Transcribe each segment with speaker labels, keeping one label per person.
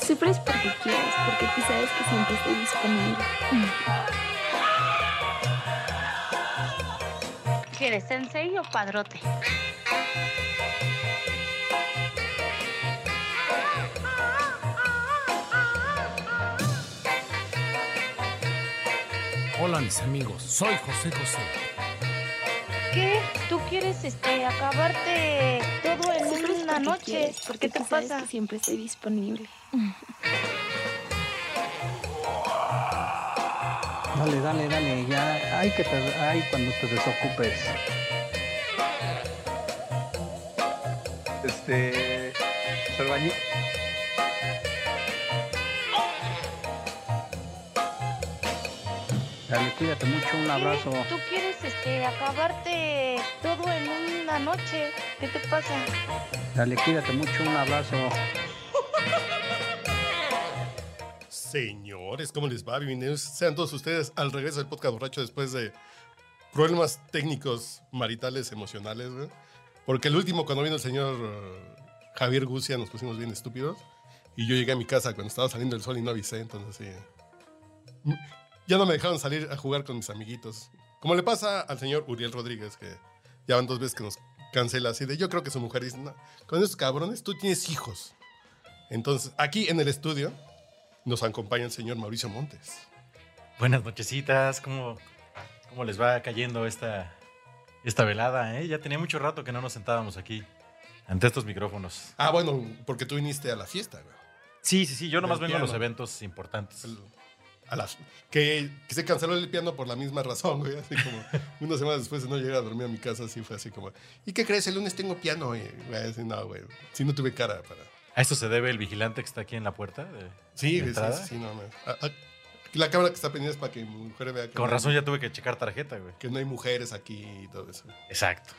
Speaker 1: Sufres porque quieres, porque tú sabes que siempre estoy disponible.
Speaker 2: ¿Quieres sensei o padrote?
Speaker 3: Hola mis amigos, soy José José.
Speaker 2: ¿Qué? ¿Tú quieres este, acabarte todo en
Speaker 1: Sufres
Speaker 2: una
Speaker 1: porque
Speaker 2: noche?
Speaker 1: quieres,
Speaker 2: ¿Qué
Speaker 1: porque
Speaker 2: te
Speaker 1: tú sabes
Speaker 2: pasa?
Speaker 1: que siempre estoy disponible.
Speaker 4: Dale, dale, dale, ya. Ay, que te, ay, cuando te desocupes. Este. Sorbañi. Dale, cuídate mucho, un abrazo.
Speaker 2: ¿Qué? ¿Tú quieres este, acabarte todo en una noche? ¿Qué te pasa?
Speaker 4: Dale, cuídate mucho, un abrazo.
Speaker 5: Señores, ¿cómo les va? Bienvenidos sean todos ustedes al regreso del podcast borracho después de problemas técnicos, maritales, emocionales, güey. Porque el último, cuando vino el señor eh, Javier Gucia, nos pusimos bien estúpidos. Y yo llegué a mi casa cuando estaba saliendo el sol y no avisé, entonces sí. Mm, Ya no me dejaron salir a jugar con mis amiguitos. Como le pasa al señor Uriel Rodríguez, que ya van dos veces que nos cancela así de yo creo que su mujer dice, "No, con esos cabrones tú tienes hijos. Entonces, aquí en el estudio nos acompaña el señor Mauricio Montes.
Speaker 6: Buenas nochecitas, ¿cómo, cómo les va cayendo esta, esta velada? eh? Ya tenía mucho rato que no nos sentábamos aquí, ante estos micrófonos.
Speaker 5: Ah, bueno, porque tú viniste a la fiesta, güey.
Speaker 6: Sí, sí, sí, yo nomás
Speaker 5: Del
Speaker 6: vengo a los
Speaker 5: piano.
Speaker 6: eventos importantes.
Speaker 5: El- a la- que, que se canceló el piano por la misma razón, güey. Así como una semana después de no llegar a dormir a mi casa, así fue así como, ¿y qué crees? El lunes tengo piano, güey. Güey, así, no, güey. Sí, no tuve cara para.
Speaker 6: ¿A esto se debe el vigilante que está aquí en la puerta? de-
Speaker 5: Sí, güey,
Speaker 6: de
Speaker 5: sí,
Speaker 6: entrada?
Speaker 5: sí, sí, no, güey. Ah, ah, La cámara que está pendiente es para que mi mujer vea que,
Speaker 6: Con
Speaker 5: no,
Speaker 6: razón ya tuve que checar tarjeta, güey.
Speaker 5: que no hay mujeres aquí y todo eso.
Speaker 6: Exacto.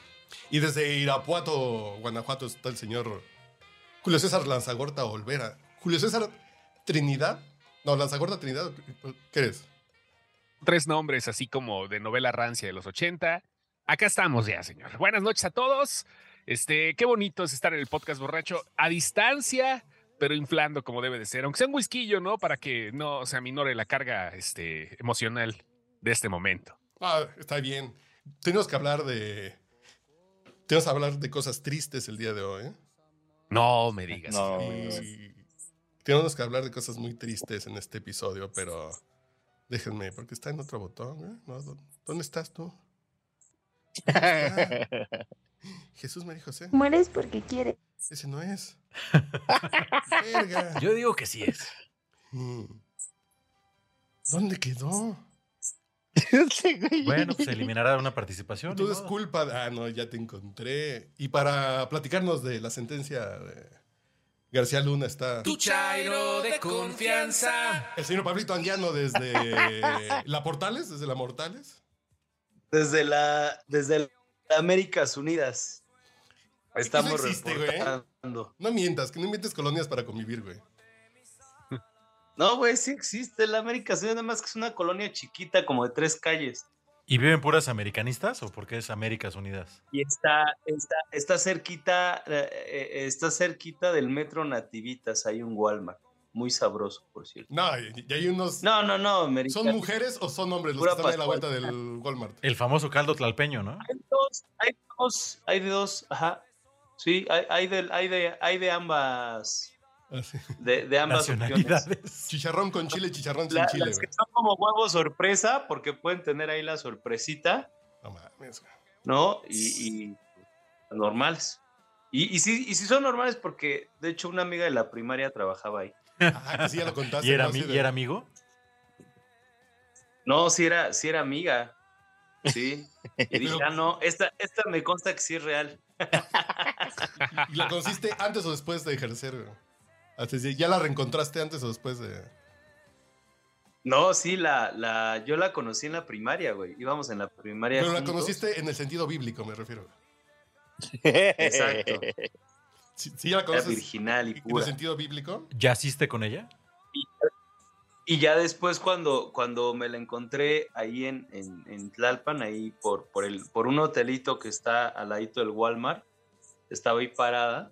Speaker 5: Y desde Irapuato, Guanajuato, está el señor Julio César Lanzagorta Olvera. Julio César Trinidad. No, Lanzagorta Trinidad. ¿Qué eres?
Speaker 7: tres nombres así como de novela rancia de los 80. Acá estamos ya, señor. Buenas noches a todos. Este, qué bonito es estar en el podcast borracho a distancia, pero inflando como debe de ser, aunque sea un whisky, ¿no? Para que no se aminore la carga este, emocional de este momento.
Speaker 5: Ah, está bien. Tenemos que hablar de. Tenemos que hablar de cosas tristes el día de hoy. ¿eh?
Speaker 7: No me digas.
Speaker 8: Ah,
Speaker 9: No.
Speaker 5: Y tenemos que hablar de cosas muy tristes en este episodio, pero déjenme, porque está en otro botón. ¿eh? No, ¿dó- ¿Dónde estás tú? Ah, Jesús María José.
Speaker 1: Mueres porque quieres.
Speaker 5: Ese no es. Verga.
Speaker 6: Yo digo que sí es.
Speaker 5: Mm. ¿Dónde quedó?
Speaker 6: Bueno, pues se eliminará una participación.
Speaker 5: Todo
Speaker 6: ni
Speaker 5: es
Speaker 6: modo.
Speaker 5: culpa. de- Ah, no, ya te encontré. Y para platicarnos de la sentencia de García Luna está
Speaker 3: chairo de confianza.
Speaker 5: el señor Pablito Anguiano desde La Portales, desde La Mortales.
Speaker 9: Desde la desde la Américas Unidas. Estamos
Speaker 5: Eso existe, güey. ¿eh?
Speaker 9: reportando.
Speaker 5: No mientas, que no inventes colonias para convivir, güey.
Speaker 9: No, güey, sí existe la Américas Unidas, nada más que es una colonia chiquita como de tres calles.
Speaker 6: ¿Y viven puras americanistas o por qué es Américas Unidas?
Speaker 9: Y está está está cerquita eh, eh, está cerquita del metro Nativitas, hay un Walmart, muy sabroso, por cierto.
Speaker 5: No, y y hay unos.
Speaker 9: No, no, no, América.
Speaker 5: ¿Son mujeres o son hombres los que
Speaker 9: Pura
Speaker 5: están ahí a la vuelta
Speaker 9: pascual.
Speaker 5: del Walmart?
Speaker 6: El famoso caldo tlalpeño, ¿no?
Speaker 9: Hay dos, hay dos, hay de dos, ajá. Sí, hay, hay del- hay de, hay de ambas,
Speaker 5: Ah, sí.
Speaker 9: de, de ambas opciones.
Speaker 6: Nacionalidades.
Speaker 5: Chicharrón con chile, chicharrón
Speaker 9: La-
Speaker 5: sin chile,
Speaker 9: las que
Speaker 5: güey.
Speaker 9: son como huevos sorpresa, porque pueden tener ahí la sorpresita,
Speaker 5: No mames, güey.
Speaker 9: ¿no? Y, y las normales. Y, y, sí, y sí son normales porque, de hecho, una amiga de la primaria trabajaba ahí.
Speaker 5: Ah, que sí, ya lo contaste.
Speaker 6: ¿Y era,
Speaker 5: ¿no?
Speaker 6: ami-
Speaker 5: Así de-
Speaker 6: y era amigo?
Speaker 9: No, sí era, sí era amiga. Sí. Y dije,
Speaker 5: Pero-
Speaker 9: ah, no, esta, esta me consta que sí es real.
Speaker 5: ¿Y la conociste antes o después de ejercer? güey? Así es, ¿Ya la reencontraste antes o después de...?
Speaker 9: No, sí, la, la, yo la conocí en la primaria, güey. Íbamos en la primaria.
Speaker 5: Pero la
Speaker 9: juntos.
Speaker 5: conociste en el sentido bíblico, me refiero.
Speaker 9: Exacto.
Speaker 5: Sí, sí, ya la
Speaker 9: Era
Speaker 5: conoces
Speaker 9: virginal y
Speaker 5: en el
Speaker 9: pura.
Speaker 5: sentido bíblico.
Speaker 6: ¿Yaciste con ella?
Speaker 9: Y ya después cuando, cuando me la encontré ahí en, en- en Tlalpan, ahí por, por, el, por un hotelito que está al ladito del Walmart, estaba ahí parada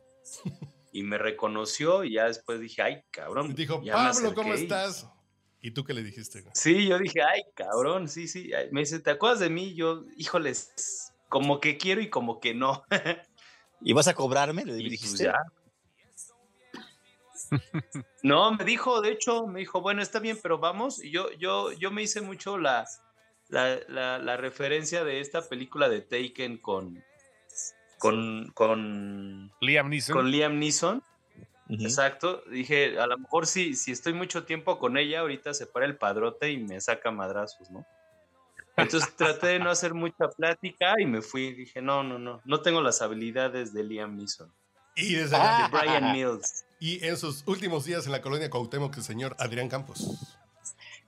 Speaker 9: y me reconoció y ya después dije, ay, cabrón.
Speaker 5: Y dijo,
Speaker 9: ya me
Speaker 5: Pablo, ¿cómo
Speaker 9: acerqué y-
Speaker 5: estás? ¿Y tú qué le dijiste? güey?
Speaker 9: Sí, yo dije, ay, cabrón, sí, sí. Ay, Me dice, ¿te acuerdas de mí? Yo, híjoles, como que quiero y como que no.
Speaker 10: ¿Y vas a cobrarme? Le
Speaker 9: Y pues
Speaker 10: dijiste.
Speaker 9: ya. No, me dijo, de hecho, me dijo, bueno, está bien, pero vamos. Y yo, yo, yo me hice mucho la, la, la- la referencia de esta película de Taken con, con, con,
Speaker 7: Liam Neeson.
Speaker 9: con Liam Neeson.
Speaker 10: Ujú.
Speaker 9: Exacto. Dije, a lo mejor si, si estoy mucho tiempo con ella, ahorita se para el padrote y me saca madrazos, ¿no? Entonces traté de no hacer mucha plática y me fui. Dije, no, no, no, no tengo las habilidades de Liam Neeson,
Speaker 5: Y, desde
Speaker 10: Ah.
Speaker 9: de Brian Mills.
Speaker 5: y en sus últimos días en la colonia Cuauhtémoc, el señor Adrián Campos.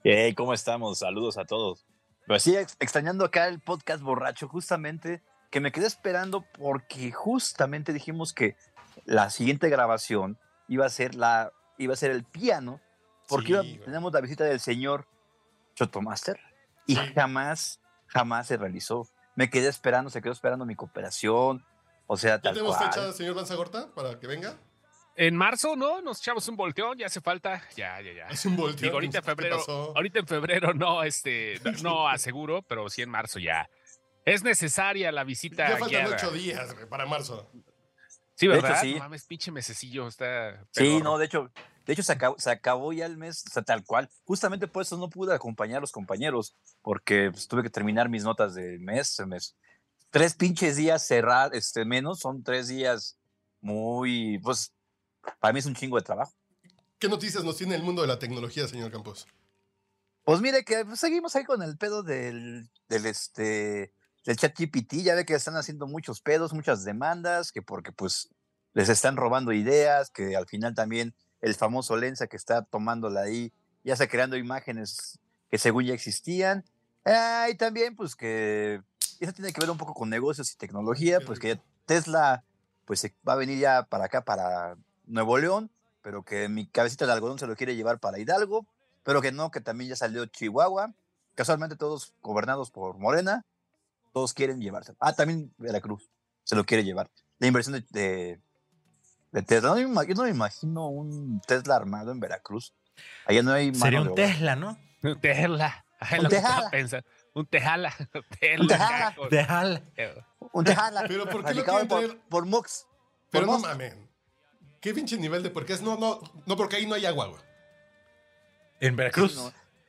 Speaker 10: Hey, ¿cómo estamos? Saludos a todos. Pues sí, ex- extrañando acá el podcast borracho, justamente, que me quedé esperando porque justamente dijimos que la siguiente grabación iba a ser, la, iba a ser el piano, porque
Speaker 5: Sí,
Speaker 10: iba-
Speaker 5: güey.
Speaker 10: tenemos la visita del señor Chotomaster y jamás, jamás se realizó. Me quedé esperando, se quedó esperando mi cooperación, o sea,
Speaker 5: ¿Ya
Speaker 10: tal
Speaker 5: tenemos
Speaker 10: cual.
Speaker 5: fecha, señor Lanza Gorta, para que venga?
Speaker 7: En marzo, ¿no? Nos echamos un volteón, ya hace falta. Ya, ya, ya.
Speaker 5: Es un volteo.
Speaker 7: Digo, ahorita
Speaker 5: ¿qué
Speaker 7: febrero,
Speaker 5: pasó?
Speaker 7: Ahorita en febrero no, este, no- no aseguro, pero sí en marzo ya. Es necesaria la visita.
Speaker 5: Ya faltan
Speaker 7: guiada.
Speaker 5: ocho días güey, para marzo.
Speaker 7: Sí,
Speaker 10: De hecho,
Speaker 7: ¿verdad?
Speaker 10: sí.
Speaker 7: No mames, pinche mesecillo, está.
Speaker 10: Sí,
Speaker 7: pedorro.
Speaker 10: no, de hecho, de hecho se acabó, se acabó ya el mes, o sea, tal cual. Justamente por eso no pude acompañar a los compañeros, porque pues, tuve que terminar mis notas de mes, se me- Tres pinches días cerrados, este, menos, son tres días muy, pues, para mí es un chingo de trabajo.
Speaker 5: ¿Qué noticias nos tiene el mundo de la tecnología, señor Campos?
Speaker 10: Pues mire que pues, seguimos ahí con el pedo del, del, este, del chat GPT, ya ve que están haciendo muchos pedos, muchas demandas, que porque pues les están robando ideas, que al final también el famoso Lenza que está tomándola ahí, ya está creando imágenes que según ya existían. Ah, y también pues que eso tiene que ver un poco con negocios y tecnología,
Speaker 5: Qué
Speaker 10: pues que
Speaker 5: rico.
Speaker 10: Tesla pues se va a venir ya para acá, para Nuevo León, pero que mi cabecita de algodón se lo quiere llevar para Hidalgo, pero que no, que también ya salió Chihuahua, casualmente todos gobernados por Morena, todos quieren llevarse. Ah, también Veracruz se lo quiere llevar. La inversión de, de- de Tesla, no me ima- yo no me imagino un Tesla armado en Veracruz. Allá no hay mano
Speaker 6: Sería
Speaker 10: de
Speaker 6: un
Speaker 10: obra.
Speaker 6: Tesla, ¿no?
Speaker 7: Un tejala. Ay,
Speaker 10: Un
Speaker 7: lo que estaba
Speaker 10: tejala.
Speaker 7: pensando. Un tejala. Tejala,
Speaker 10: Un tejala.
Speaker 7: caco.
Speaker 6: Tesla.
Speaker 10: Un Tesla
Speaker 5: Pero ¿por qué lo
Speaker 10: radicado
Speaker 5: quieren
Speaker 10: por,
Speaker 5: tener?
Speaker 10: por Mux.
Speaker 5: Pero no
Speaker 10: Vamos.
Speaker 5: mamen. ¿Qué pinche nivel de por qué es? No, no, no, porque ahí no hay agua, güey.
Speaker 6: En Veracruz.
Speaker 10: Sí,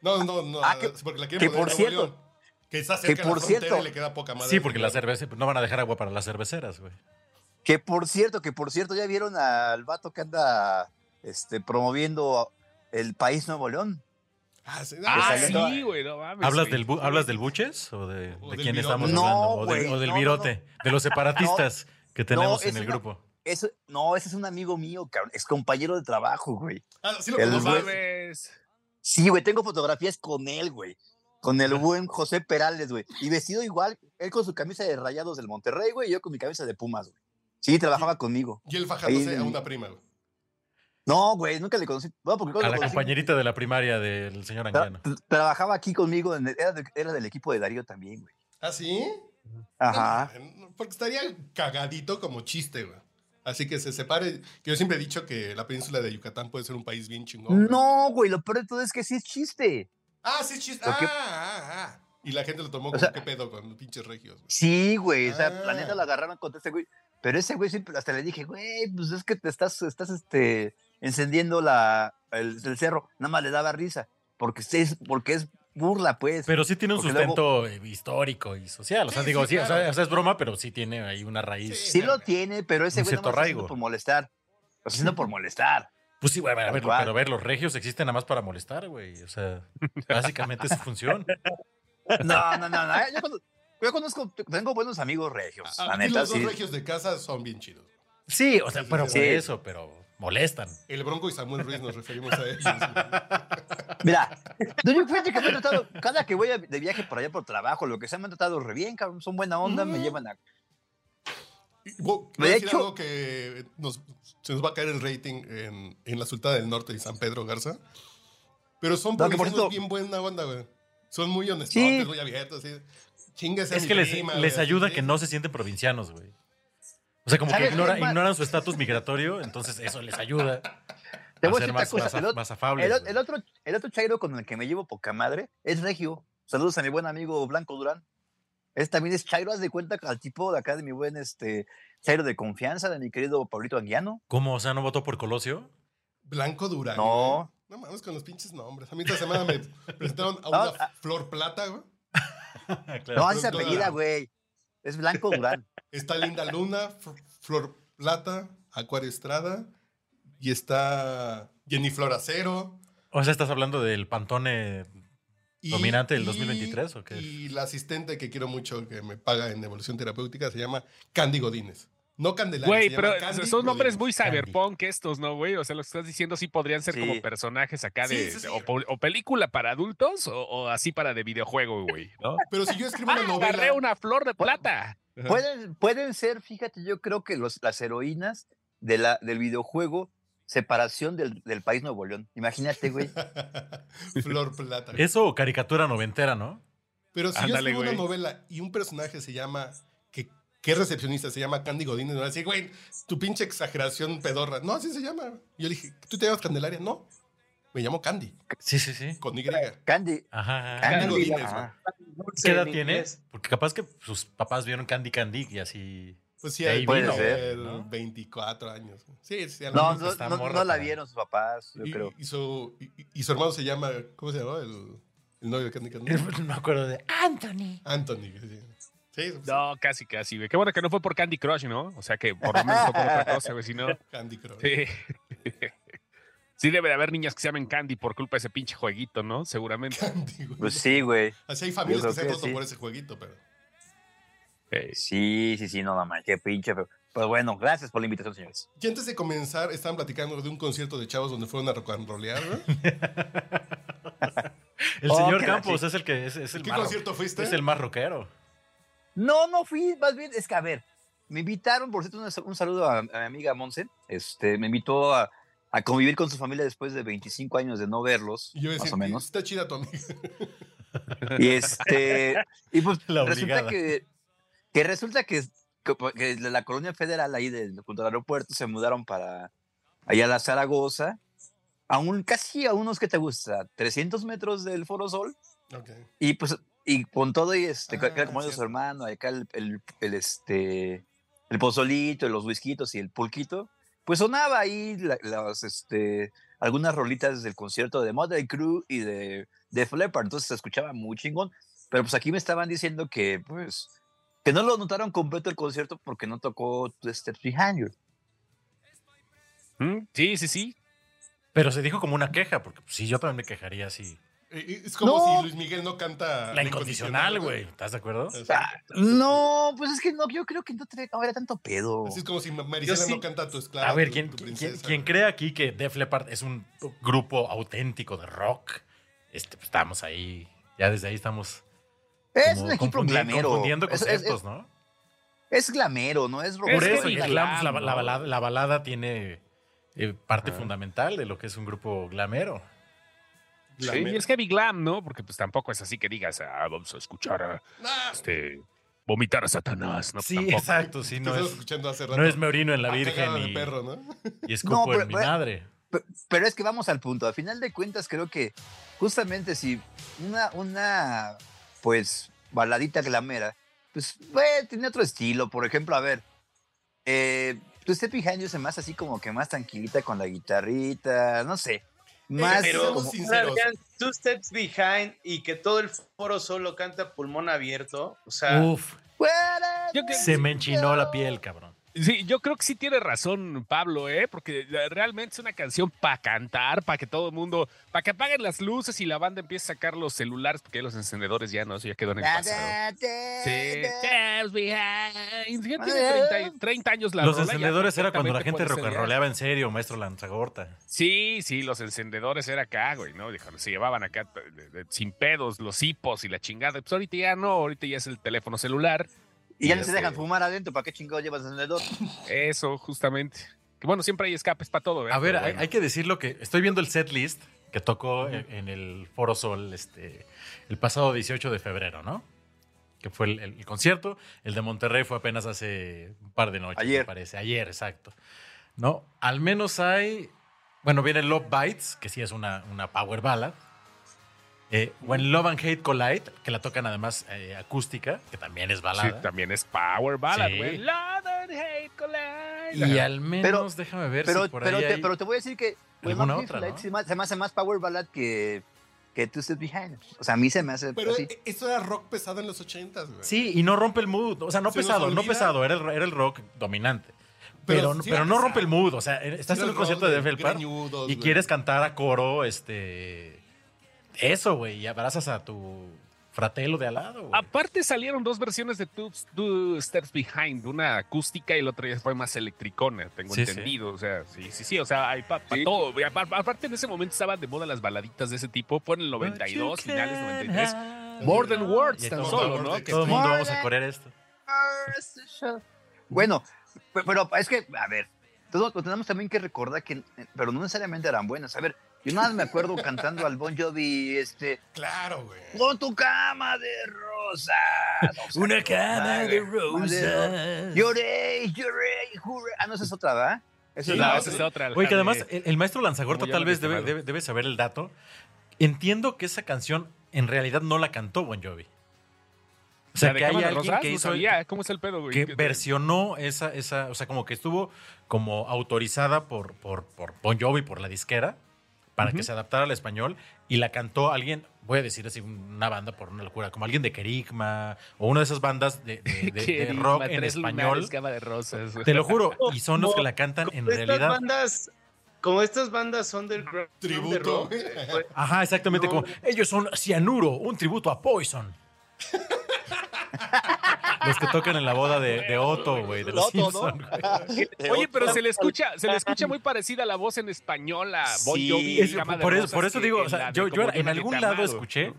Speaker 10: no.
Speaker 5: No, no, no.
Speaker 10: Ah, que-
Speaker 5: es porque la quieren
Speaker 10: que
Speaker 5: poner en
Speaker 10: por
Speaker 5: Nuevo
Speaker 10: cierto-
Speaker 5: León, que está
Speaker 10: que
Speaker 5: cerca de la
Speaker 10: por
Speaker 5: frontera
Speaker 10: cierto-
Speaker 5: y le queda poca madre.
Speaker 6: Sí, porque la cerveza, pues, no van a dejar agua para las cerveceras, güey.
Speaker 10: Que por cierto, que por cierto, ya vieron al vato que anda este, promoviendo el país Nuevo León.
Speaker 5: Ah, sí,
Speaker 7: Ah,
Speaker 10: salió
Speaker 5: no,
Speaker 7: sí, güey, no mames.
Speaker 6: ¿Hablas
Speaker 7: güey.
Speaker 6: del, bu- ¿Hablas del Buches o de,
Speaker 5: Pues O
Speaker 6: de
Speaker 5: del
Speaker 6: quién
Speaker 5: virote.
Speaker 6: estamos
Speaker 10: No,
Speaker 6: hablando? O del,
Speaker 10: güey,
Speaker 6: o del
Speaker 10: no, no,
Speaker 6: virote, de los separatistas que tenemos
Speaker 10: no,
Speaker 6: en
Speaker 10: es
Speaker 6: el
Speaker 10: una-
Speaker 6: grupo.
Speaker 10: Eso, no, ese es un amigo mío, cabrón. Es compañero de trabajo, güey.
Speaker 5: Ah, sí lo
Speaker 10: El
Speaker 7: No
Speaker 5: conozco.
Speaker 10: güey-
Speaker 7: mames.
Speaker 10: Sí, güey, tengo fotografías con él, güey. Con el buen José Perales, güey. Y vestido igual, él con su camisa de rayados del Monterrey, güey, y yo con mi camisa de Pumas, güey. Sí, trabajaba conmigo.
Speaker 5: Y él fajándose
Speaker 10: Ahí-
Speaker 5: a una prima, güey.
Speaker 10: No, güey, nunca le conocí. Bueno, porque cuando
Speaker 6: A
Speaker 10: lo
Speaker 6: la
Speaker 10: conocí,
Speaker 6: compañerita de la primaria del señor
Speaker 10: tra-
Speaker 6: Anguiano.
Speaker 10: tra- trabajaba aquí conmigo, en el- era, de- era del equipo de Darío también, güey.
Speaker 5: ¿Ah, sí?
Speaker 10: Ajá.
Speaker 5: No mamen, Porque estaría cagadito como chiste, güey. Así que se separe. Yo siempre he dicho que la península de Yucatán puede ser un país bien chingón. güey.
Speaker 10: No, güey, lo peor de todo es que sí es chiste.
Speaker 5: Ah, sí, chiste. Ah,
Speaker 10: Porque-
Speaker 5: ah, ah. Y la gente lo tomó
Speaker 10: O
Speaker 5: como
Speaker 10: sea-
Speaker 5: qué pedo con los pinches regios. güey.
Speaker 10: Sí, güey, o sea, la
Speaker 5: Ah.
Speaker 10: neta lo agarraron contra ese este güey. Pero ese güey siempre, hasta le dije, güey, pues es que te estás, estás este, encendiendo la, el, el cerro. Nada más le daba risa, porque es, porque es burla, pues.
Speaker 6: Pero sí tiene un
Speaker 10: Porque
Speaker 6: sustento eh, histórico y social. O sea,
Speaker 5: Sí,
Speaker 6: digo,
Speaker 5: sí,
Speaker 6: sí, o sea,
Speaker 5: claro.
Speaker 6: o sea, es broma, pero sí tiene ahí una raíz.
Speaker 5: Sí.
Speaker 10: sí lo tiene, pero ese güey nada más lo
Speaker 6: Un cierto
Speaker 10: está haciendo
Speaker 6: arraigo.
Speaker 10: por molestar. Lo está haciendo por molestar.
Speaker 6: Pues sí, bueno, a
Speaker 10: Tal
Speaker 6: ver,
Speaker 10: cual.
Speaker 6: pero a ver, los regios existen nada más para molestar, güey. O sea, básicamente es su función.
Speaker 10: No, no, no, no. Yo, cono- yo conozco, tengo buenos amigos regios.
Speaker 5: Ah,
Speaker 10: la
Speaker 5: aquí
Speaker 10: neta,
Speaker 5: los dos
Speaker 10: sí.
Speaker 5: regios de casa son bien chidos.
Speaker 6: Sí, o sea,
Speaker 5: Sí, sí,
Speaker 6: pero
Speaker 5: sí.
Speaker 6: por
Speaker 10: Sí.
Speaker 6: eso, pero molestan.
Speaker 5: El Bronco y Samuel Ruiz nos referimos a ellos.
Speaker 10: Mira, no, yo fíjate que me han tratado, cada que voy a- de viaje por allá por trabajo, lo que sea, me han tratado re bien, cabrón, son buena onda, me llevan a...
Speaker 5: Y, bo-
Speaker 10: De
Speaker 5: voy a decir
Speaker 10: hecho-
Speaker 5: algo que nos- se nos va a caer el rating en, en la Sultana del Norte y San Pedro Garza. Pero son
Speaker 10: No, que por cierto-
Speaker 5: policíanos bien buena onda, güey. Son muy honestos,
Speaker 10: Sí.
Speaker 5: muy abiertos. Así. Chingase a
Speaker 6: Es
Speaker 5: mi
Speaker 6: que les,
Speaker 5: prima,
Speaker 6: les
Speaker 5: güey,
Speaker 6: ayuda
Speaker 5: así.
Speaker 6: que no se sienten provincianos, güey. O sea, como que
Speaker 10: ¿Sabes
Speaker 6: ignora-
Speaker 10: quién más?
Speaker 6: ignoran su estatus migratorio, entonces eso les ayuda
Speaker 10: Te
Speaker 6: a
Speaker 10: voy a decir
Speaker 6: ser
Speaker 10: otra
Speaker 6: más,
Speaker 10: cosa,
Speaker 6: más,
Speaker 10: el ot-
Speaker 6: más afables.
Speaker 10: El, o-
Speaker 6: güey.
Speaker 10: el otro, el otro chairo con el que me llevo poca madre es Regio. Saludos a mi buen amigo Blanco Durán. Es también es chairo, haz de cuenta al tipo de acá de mi buen este chairo de confianza, de mi querido Pablito Anguiano.
Speaker 6: ¿Cómo? O sea, ¿no votó por Colosio?
Speaker 5: Blanco Durán.
Speaker 10: No.
Speaker 5: güey. No mames con los pinches nombres. A mí esta semana me presentaron a
Speaker 10: No,
Speaker 5: una
Speaker 10: a-
Speaker 5: flor plata, güey.
Speaker 10: No, así se
Speaker 5: Blanco
Speaker 10: apellida,
Speaker 5: Durán.
Speaker 10: güey. Es Blanco Durán.
Speaker 5: Está Linda Luna, F- Flor Plata, Acuario Estrada. Y está Jenny Floracero.
Speaker 6: O sea, ¿estás hablando del Pantone?
Speaker 5: Y-
Speaker 6: ¿Dominante del
Speaker 5: y-
Speaker 6: 2023 o qué?
Speaker 5: Y la asistente que quiero mucho, que me paga en evolución terapéutica, se llama Candy Godínez. No Candelaria.
Speaker 7: Güey,
Speaker 5: se llama
Speaker 7: pero
Speaker 5: Candy
Speaker 7: son nombres muy
Speaker 5: Godínez.
Speaker 7: cyberpunk estos, ¿no, güey? O sea, los que estás diciendo sí podrían ser como
Speaker 10: Sí.
Speaker 7: personajes acá
Speaker 5: Sí,
Speaker 7: de.
Speaker 5: sí, sí.
Speaker 7: O, po- o película para adultos o, o así para de videojuego, güey, ¿no?
Speaker 5: Pero si yo escribo
Speaker 7: ¡Ah,
Speaker 5: una
Speaker 7: agarré
Speaker 5: novela.
Speaker 7: una flor de plata!
Speaker 10: pueden, pueden ser, fíjate, yo creo que los, las heroínas de la, del videojuego Separación del, del País Nuevo León. Imagínate, güey.
Speaker 5: Flor Plata.
Speaker 6: Eso o caricatura noventera, ¿no?
Speaker 5: Pero si yo
Speaker 7: Ándale,
Speaker 5: escribo
Speaker 7: güey.
Speaker 5: una novela y un personaje se llama. Que, que es recepcionista, se llama Candy Godínez. Me van a decir, güey, tu pinche exageración pedorra. No, así se llama. Yo le dije, ¿tú te llamas Candelaria? No. Me llamo Candy,
Speaker 6: Sí, sí, sí.
Speaker 5: con Y.
Speaker 10: Candy.
Speaker 6: Ajá. ajá.
Speaker 10: Candy.
Speaker 5: Godínez, güey.
Speaker 10: ah,
Speaker 9: Dulce
Speaker 6: ¿Qué edad
Speaker 9: en
Speaker 6: tiene?
Speaker 9: inglés.
Speaker 6: Porque capaz que sus papás vieron Candy Candy y así.
Speaker 5: Pues sí,
Speaker 6: De ahí
Speaker 5: ahí
Speaker 10: puede
Speaker 5: vino.
Speaker 6: ser,
Speaker 5: eh,
Speaker 6: ¿no?
Speaker 5: 24 años. Sí, sí, a lo
Speaker 10: No,
Speaker 5: mejor.
Speaker 10: no,
Speaker 6: está
Speaker 10: no-
Speaker 6: morra
Speaker 10: no la
Speaker 6: para-
Speaker 10: vieron sus papás, yo
Speaker 5: y,
Speaker 10: creo.
Speaker 5: y su, y, y su hermano se llama, ¿cómo se llama? El, el novio de Candy Candy.
Speaker 6: No me acuerdo de "Ah, Anthony.
Speaker 5: Anthony. Sí, sí, sí,
Speaker 7: No, casi, casi, güey. Qué bueno que no fue por Candy Crush, ¿no? O sea, que por lo menos fue por otra cosa, güey. Si no,
Speaker 5: Candy Crush.
Speaker 7: sí. Sí debe de haber niñas que se llamen Candy por culpa de ese pinche jueguito, ¿no? Seguramente.
Speaker 5: Candy, güey.
Speaker 10: Pues sí, güey.
Speaker 5: Así hay familias
Speaker 10: Yo
Speaker 5: que se
Speaker 10: creo
Speaker 5: han
Speaker 10: que
Speaker 5: roto
Speaker 10: sí.
Speaker 5: por ese jueguito, pero.
Speaker 7: Eh,
Speaker 10: Sí, sí, sí, no, mamá, qué pinche. Pero, pero Pues bueno, gracias por la invitación, señores.
Speaker 5: Y antes de comenzar, estaban platicando de un concierto de chavos donde fueron a rocanrolear, ¿no?
Speaker 6: El
Speaker 10: Oh,
Speaker 6: señor
Speaker 10: qué la
Speaker 6: Campos
Speaker 10: chi-
Speaker 6: es el que es, es el
Speaker 5: ¿Qué
Speaker 6: más rock-
Speaker 5: concierto fuiste?
Speaker 6: es el más rockero.
Speaker 10: No, no fui, más bien, es que a ver, me invitaron, por cierto, un, un saludo a, a mi amiga Monse, este, me invitó a, a convivir con su familia después de 25 años de no verlos,
Speaker 5: Y yo
Speaker 10: más
Speaker 5: decía,
Speaker 10: o menos.
Speaker 5: está chida tu amiga.
Speaker 10: Y este, y pues
Speaker 6: La
Speaker 10: resulta
Speaker 6: obligada.
Speaker 10: que, que resulta que, que- pues, que de la colonia federal ahí del junto al aeropuerto se mudaron para allá a la Zaragoza, a un, casi a unos que te gusta, 300 metros del Foro Sol,
Speaker 5: Ok.
Speaker 10: Y pues, y con todo y este,
Speaker 5: Ah,
Speaker 10: acá como de su
Speaker 5: cierto.
Speaker 10: hermano, acá el, el, el, este, el pozolito, los whiskitos y el pulquito, pues sonaba ahí la- las, este, algunas rolitas del concierto de Mother Crew y de, de Leppard, entonces se escuchaba muy chingón, pero pues aquí me estaban diciendo que, pues, que no lo notaron completo el concierto porque no tocó este, Two Steps Behind You.
Speaker 7: ¿Mm? Sí, sí, sí.
Speaker 6: Pero se dijo como una queja, porque pues, sí, yo también me quejaría si.
Speaker 5: Eh, eh, Es como
Speaker 10: No. Ah,
Speaker 5: si Luis Miguel no canta.
Speaker 6: La incondicional, güey. ¿Estás de acuerdo?
Speaker 5: Así,
Speaker 10: No, pues es que no, yo creo que no, tra- no era tanto pedo.
Speaker 7: Pues
Speaker 5: así es como si Marisela
Speaker 9: sí-
Speaker 5: no canta tu esclava.
Speaker 6: A ver,
Speaker 5: tu-
Speaker 6: ¿quién,
Speaker 5: tu
Speaker 6: quién-
Speaker 5: princesa,
Speaker 6: quién
Speaker 5: güey.
Speaker 6: cree aquí que Def Leppard es un grupo auténtico de rock? Este, pues, estamos ahí. Ya desde ahí estamos
Speaker 10: Es
Speaker 6: como
Speaker 10: un equipo
Speaker 6: confundi-
Speaker 10: glamero.
Speaker 6: confundiendo
Speaker 10: Es- es- es-
Speaker 6: conceptos, ¿no?
Speaker 10: Es glamero, no es
Speaker 7: Es
Speaker 6: Por eso,
Speaker 7: que
Speaker 6: y
Speaker 7: el
Speaker 6: el glam, la,
Speaker 7: glam,
Speaker 6: la
Speaker 7: ¿no?
Speaker 6: balada, la balada tiene eh, parte fundamental de lo que es un grupo glamero.
Speaker 7: Sí,
Speaker 5: Glamero.
Speaker 7: y es heavy glam, ¿no? Porque pues tampoco es así que digas, ah, vamos a escuchar a
Speaker 5: Nah,
Speaker 7: este. Vomitar a Satanás, ¿no?
Speaker 6: sí,
Speaker 7: Tampoco.
Speaker 6: exacto, sí,
Speaker 5: te
Speaker 6: no
Speaker 5: estaba
Speaker 6: es,
Speaker 5: escuchando hace rato.
Speaker 6: no es me orino en la
Speaker 5: Ah,
Speaker 6: virgen
Speaker 5: cagada de
Speaker 6: y,
Speaker 5: perro, ¿no?
Speaker 6: y escupo
Speaker 10: pero-
Speaker 6: en mi
Speaker 10: pero-
Speaker 6: madre.
Speaker 10: Pe- Pero es que vamos al punto. A final de cuentas, creo que justamente si una, una pues, baladita glamera, pues, güey, tiene otro estilo. Por ejemplo, a ver, eh, tu Step Behind You se me hace así como que más tranquilita con la guitarrita, no sé. Más
Speaker 9: Pero
Speaker 5: Seamos
Speaker 10: como-
Speaker 5: sinceros.
Speaker 9: ya, Two Steps Behind y que todo el foro solo canta pulmón abierto. O sea,
Speaker 6: Uf,
Speaker 10: Fuera
Speaker 7: Yo
Speaker 10: de
Speaker 7: que-
Speaker 6: se me enchinó la piel, cabrón.
Speaker 7: Sí, yo creo que sí tiene razón Pablo, ¿eh? Porque la- realmente es una canción para cantar, para que todo el mundo, para que apaguen las luces y la banda empiece a sacar los celulares, porque los encendedores ya no, eso ya quedó en el pasado. Sí. Tales behind. Ya tiene 30, 30 años la
Speaker 6: Los
Speaker 7: rola, ya
Speaker 6: encendedores era cuando la gente
Speaker 7: perfectamente puede ser ya.
Speaker 6: rocarroleaba en serio, maestro Lanzagorta.
Speaker 7: Sí, sí, los encendedores era acá, güey, ¿no? Dijo, se llevaban acá eh, eh, sin pedos, los hipos y la chingada. Pues ahorita ya no, ahorita ya es el teléfono celular.
Speaker 8: Y ya no
Speaker 7: Fíjate.
Speaker 8: se dejan fumar adentro, ¿para qué chingados llevas encendedor?
Speaker 7: Eso, justamente. Que bueno, siempre hay escapes para todo, ¿verdad?
Speaker 6: A ver,
Speaker 7: Pero
Speaker 6: hay,
Speaker 7: bueno.
Speaker 6: hay que decirlo que estoy viendo el setlist que tocó en, en el Foro Sol este, el pasado 18 de febrero, ¿no? Que fue el, el- el concierto. El de Monterrey fue apenas hace un par de noches,
Speaker 8: Ayer.
Speaker 6: me parece. Ayer, exacto. ¿No? Al menos hay. Bueno, viene Love Bites, que sí es una, una power ballad. Eh, When Love and Hate Collide, que la tocan además eh, acústica, que también es balada.
Speaker 7: Sí, también es Power Ballad,
Speaker 6: Sí.
Speaker 7: güey. Love and hate collide.
Speaker 6: Y al
Speaker 8: Pero-
Speaker 6: menos, déjame ver
Speaker 8: Pero,
Speaker 6: si por
Speaker 8: pero,
Speaker 6: ahí
Speaker 8: te,
Speaker 6: hay-
Speaker 8: pero te voy a decir que When
Speaker 6: alguna
Speaker 8: Love Hits
Speaker 6: otra,
Speaker 8: Lights
Speaker 6: ¿no?
Speaker 8: se, ma- se me hace más power ballad que, que Two Steps Behind. O sea, a mí se me hace
Speaker 5: Pero
Speaker 8: así.
Speaker 5: eh, eso era rock pesado en los ochentas, güey.
Speaker 6: Sí, y no rompe el mood. O sea, no
Speaker 5: Se nos
Speaker 6: pesado, no
Speaker 5: olvida.
Speaker 6: pesado. Era el, era el rock dominante.
Speaker 5: Pero
Speaker 6: Pero,
Speaker 5: sí
Speaker 6: pero
Speaker 5: era
Speaker 6: no
Speaker 5: pesado.
Speaker 6: rompe el mood. O sea, estás en un concierto de Def Leppard y quieres cantar a coro, este. Eso, güey. Y abrazas a tu fratelo de al lado, güey.
Speaker 7: Aparte salieron dos versiones de Two, Two Steps Behind, una acústica y la otra ya fue más electricona, tengo
Speaker 6: Sí, sí.
Speaker 7: entendido. O sea, sí, sí, sí, o sea, hay para todo. güey. Apar- Aparte en ese momento estaban de moda las baladitas de ese tipo, fue en el 92, finales 93. More Than Words
Speaker 6: Y
Speaker 7: tan
Speaker 6: todo-
Speaker 7: solo, ¿no? Que
Speaker 6: Todo el mundo
Speaker 8: More
Speaker 6: vamos a
Speaker 8: than-
Speaker 6: correr esto.
Speaker 8: Bueno, pe- pero es que, a ver, todos pues, tenemos también que recordar que, eh, pero no necesariamente eran buenas. A ver, yo nada más me acuerdo cantando al Bon Jovi, este,
Speaker 5: Claro, güey.
Speaker 8: con tu cama de rosas. O sea,
Speaker 6: Una cama de
Speaker 8: rosas. Lloré, lloré, juré. Ah, no, esa es otra, ¿verdad? Esa
Speaker 7: Sí,
Speaker 8: es
Speaker 7: no,
Speaker 8: la
Speaker 7: esa
Speaker 8: otra.
Speaker 7: es otra.
Speaker 6: Oye, que
Speaker 7: la
Speaker 6: además
Speaker 7: de-
Speaker 6: el, el maestro Lanzagorta
Speaker 7: Como ya
Speaker 6: tal
Speaker 7: lo
Speaker 6: vez debe,
Speaker 7: mencionaron.
Speaker 6: debe- debe saber el dato. Entiendo que esa canción en realidad no la cantó Bon Jovi. O sea,
Speaker 7: la de
Speaker 6: que hay
Speaker 7: Cámara
Speaker 6: alguien
Speaker 7: Rosas,
Speaker 6: que
Speaker 7: no
Speaker 6: hizo,
Speaker 7: sabía, ¿Cómo es el pedo, güey?
Speaker 6: que
Speaker 7: ¿Qué-
Speaker 6: versionó esa, esa, o sea, como que estuvo como autorizada por, por, por Bon Jovi, por la disquera, para que
Speaker 7: Ujú.
Speaker 6: se adaptara al español y la cantó alguien, voy a decir así, una banda por una locura, como alguien de Kerigma o una de esas bandas de, de- de- de
Speaker 7: Querigma,
Speaker 6: rock en
Speaker 7: tres
Speaker 6: español.
Speaker 7: lunares, cama de rosas.
Speaker 6: Te lo juro, y son los que la cantan Uh, en
Speaker 9: Como estas
Speaker 6: realidad.
Speaker 9: bandas, como estas bandas underground. de
Speaker 5: Tributo.
Speaker 9: rock, pues,
Speaker 6: Ajá, exactamente
Speaker 9: No,
Speaker 6: como ellos son Cianuro, un tributo a Poison. los que tocan en la boda de, de Otto, güey, de los
Speaker 8: Otto, ¿no?
Speaker 6: Simpson, güey.
Speaker 7: Oye, pero se le escucha, se le escucha muy parecida a la voz en española, Bon
Speaker 9: Sí,
Speaker 7: Jovi.
Speaker 6: Es-
Speaker 7: Cama de
Speaker 6: por, eso,
Speaker 7: Rosas,
Speaker 6: por eso
Speaker 7: que
Speaker 6: digo, o
Speaker 7: en
Speaker 6: sea,
Speaker 7: la de
Speaker 6: yo, yo
Speaker 7: como
Speaker 6: era- en
Speaker 7: Jonathan
Speaker 6: algún lado
Speaker 7: Amado.
Speaker 6: escuché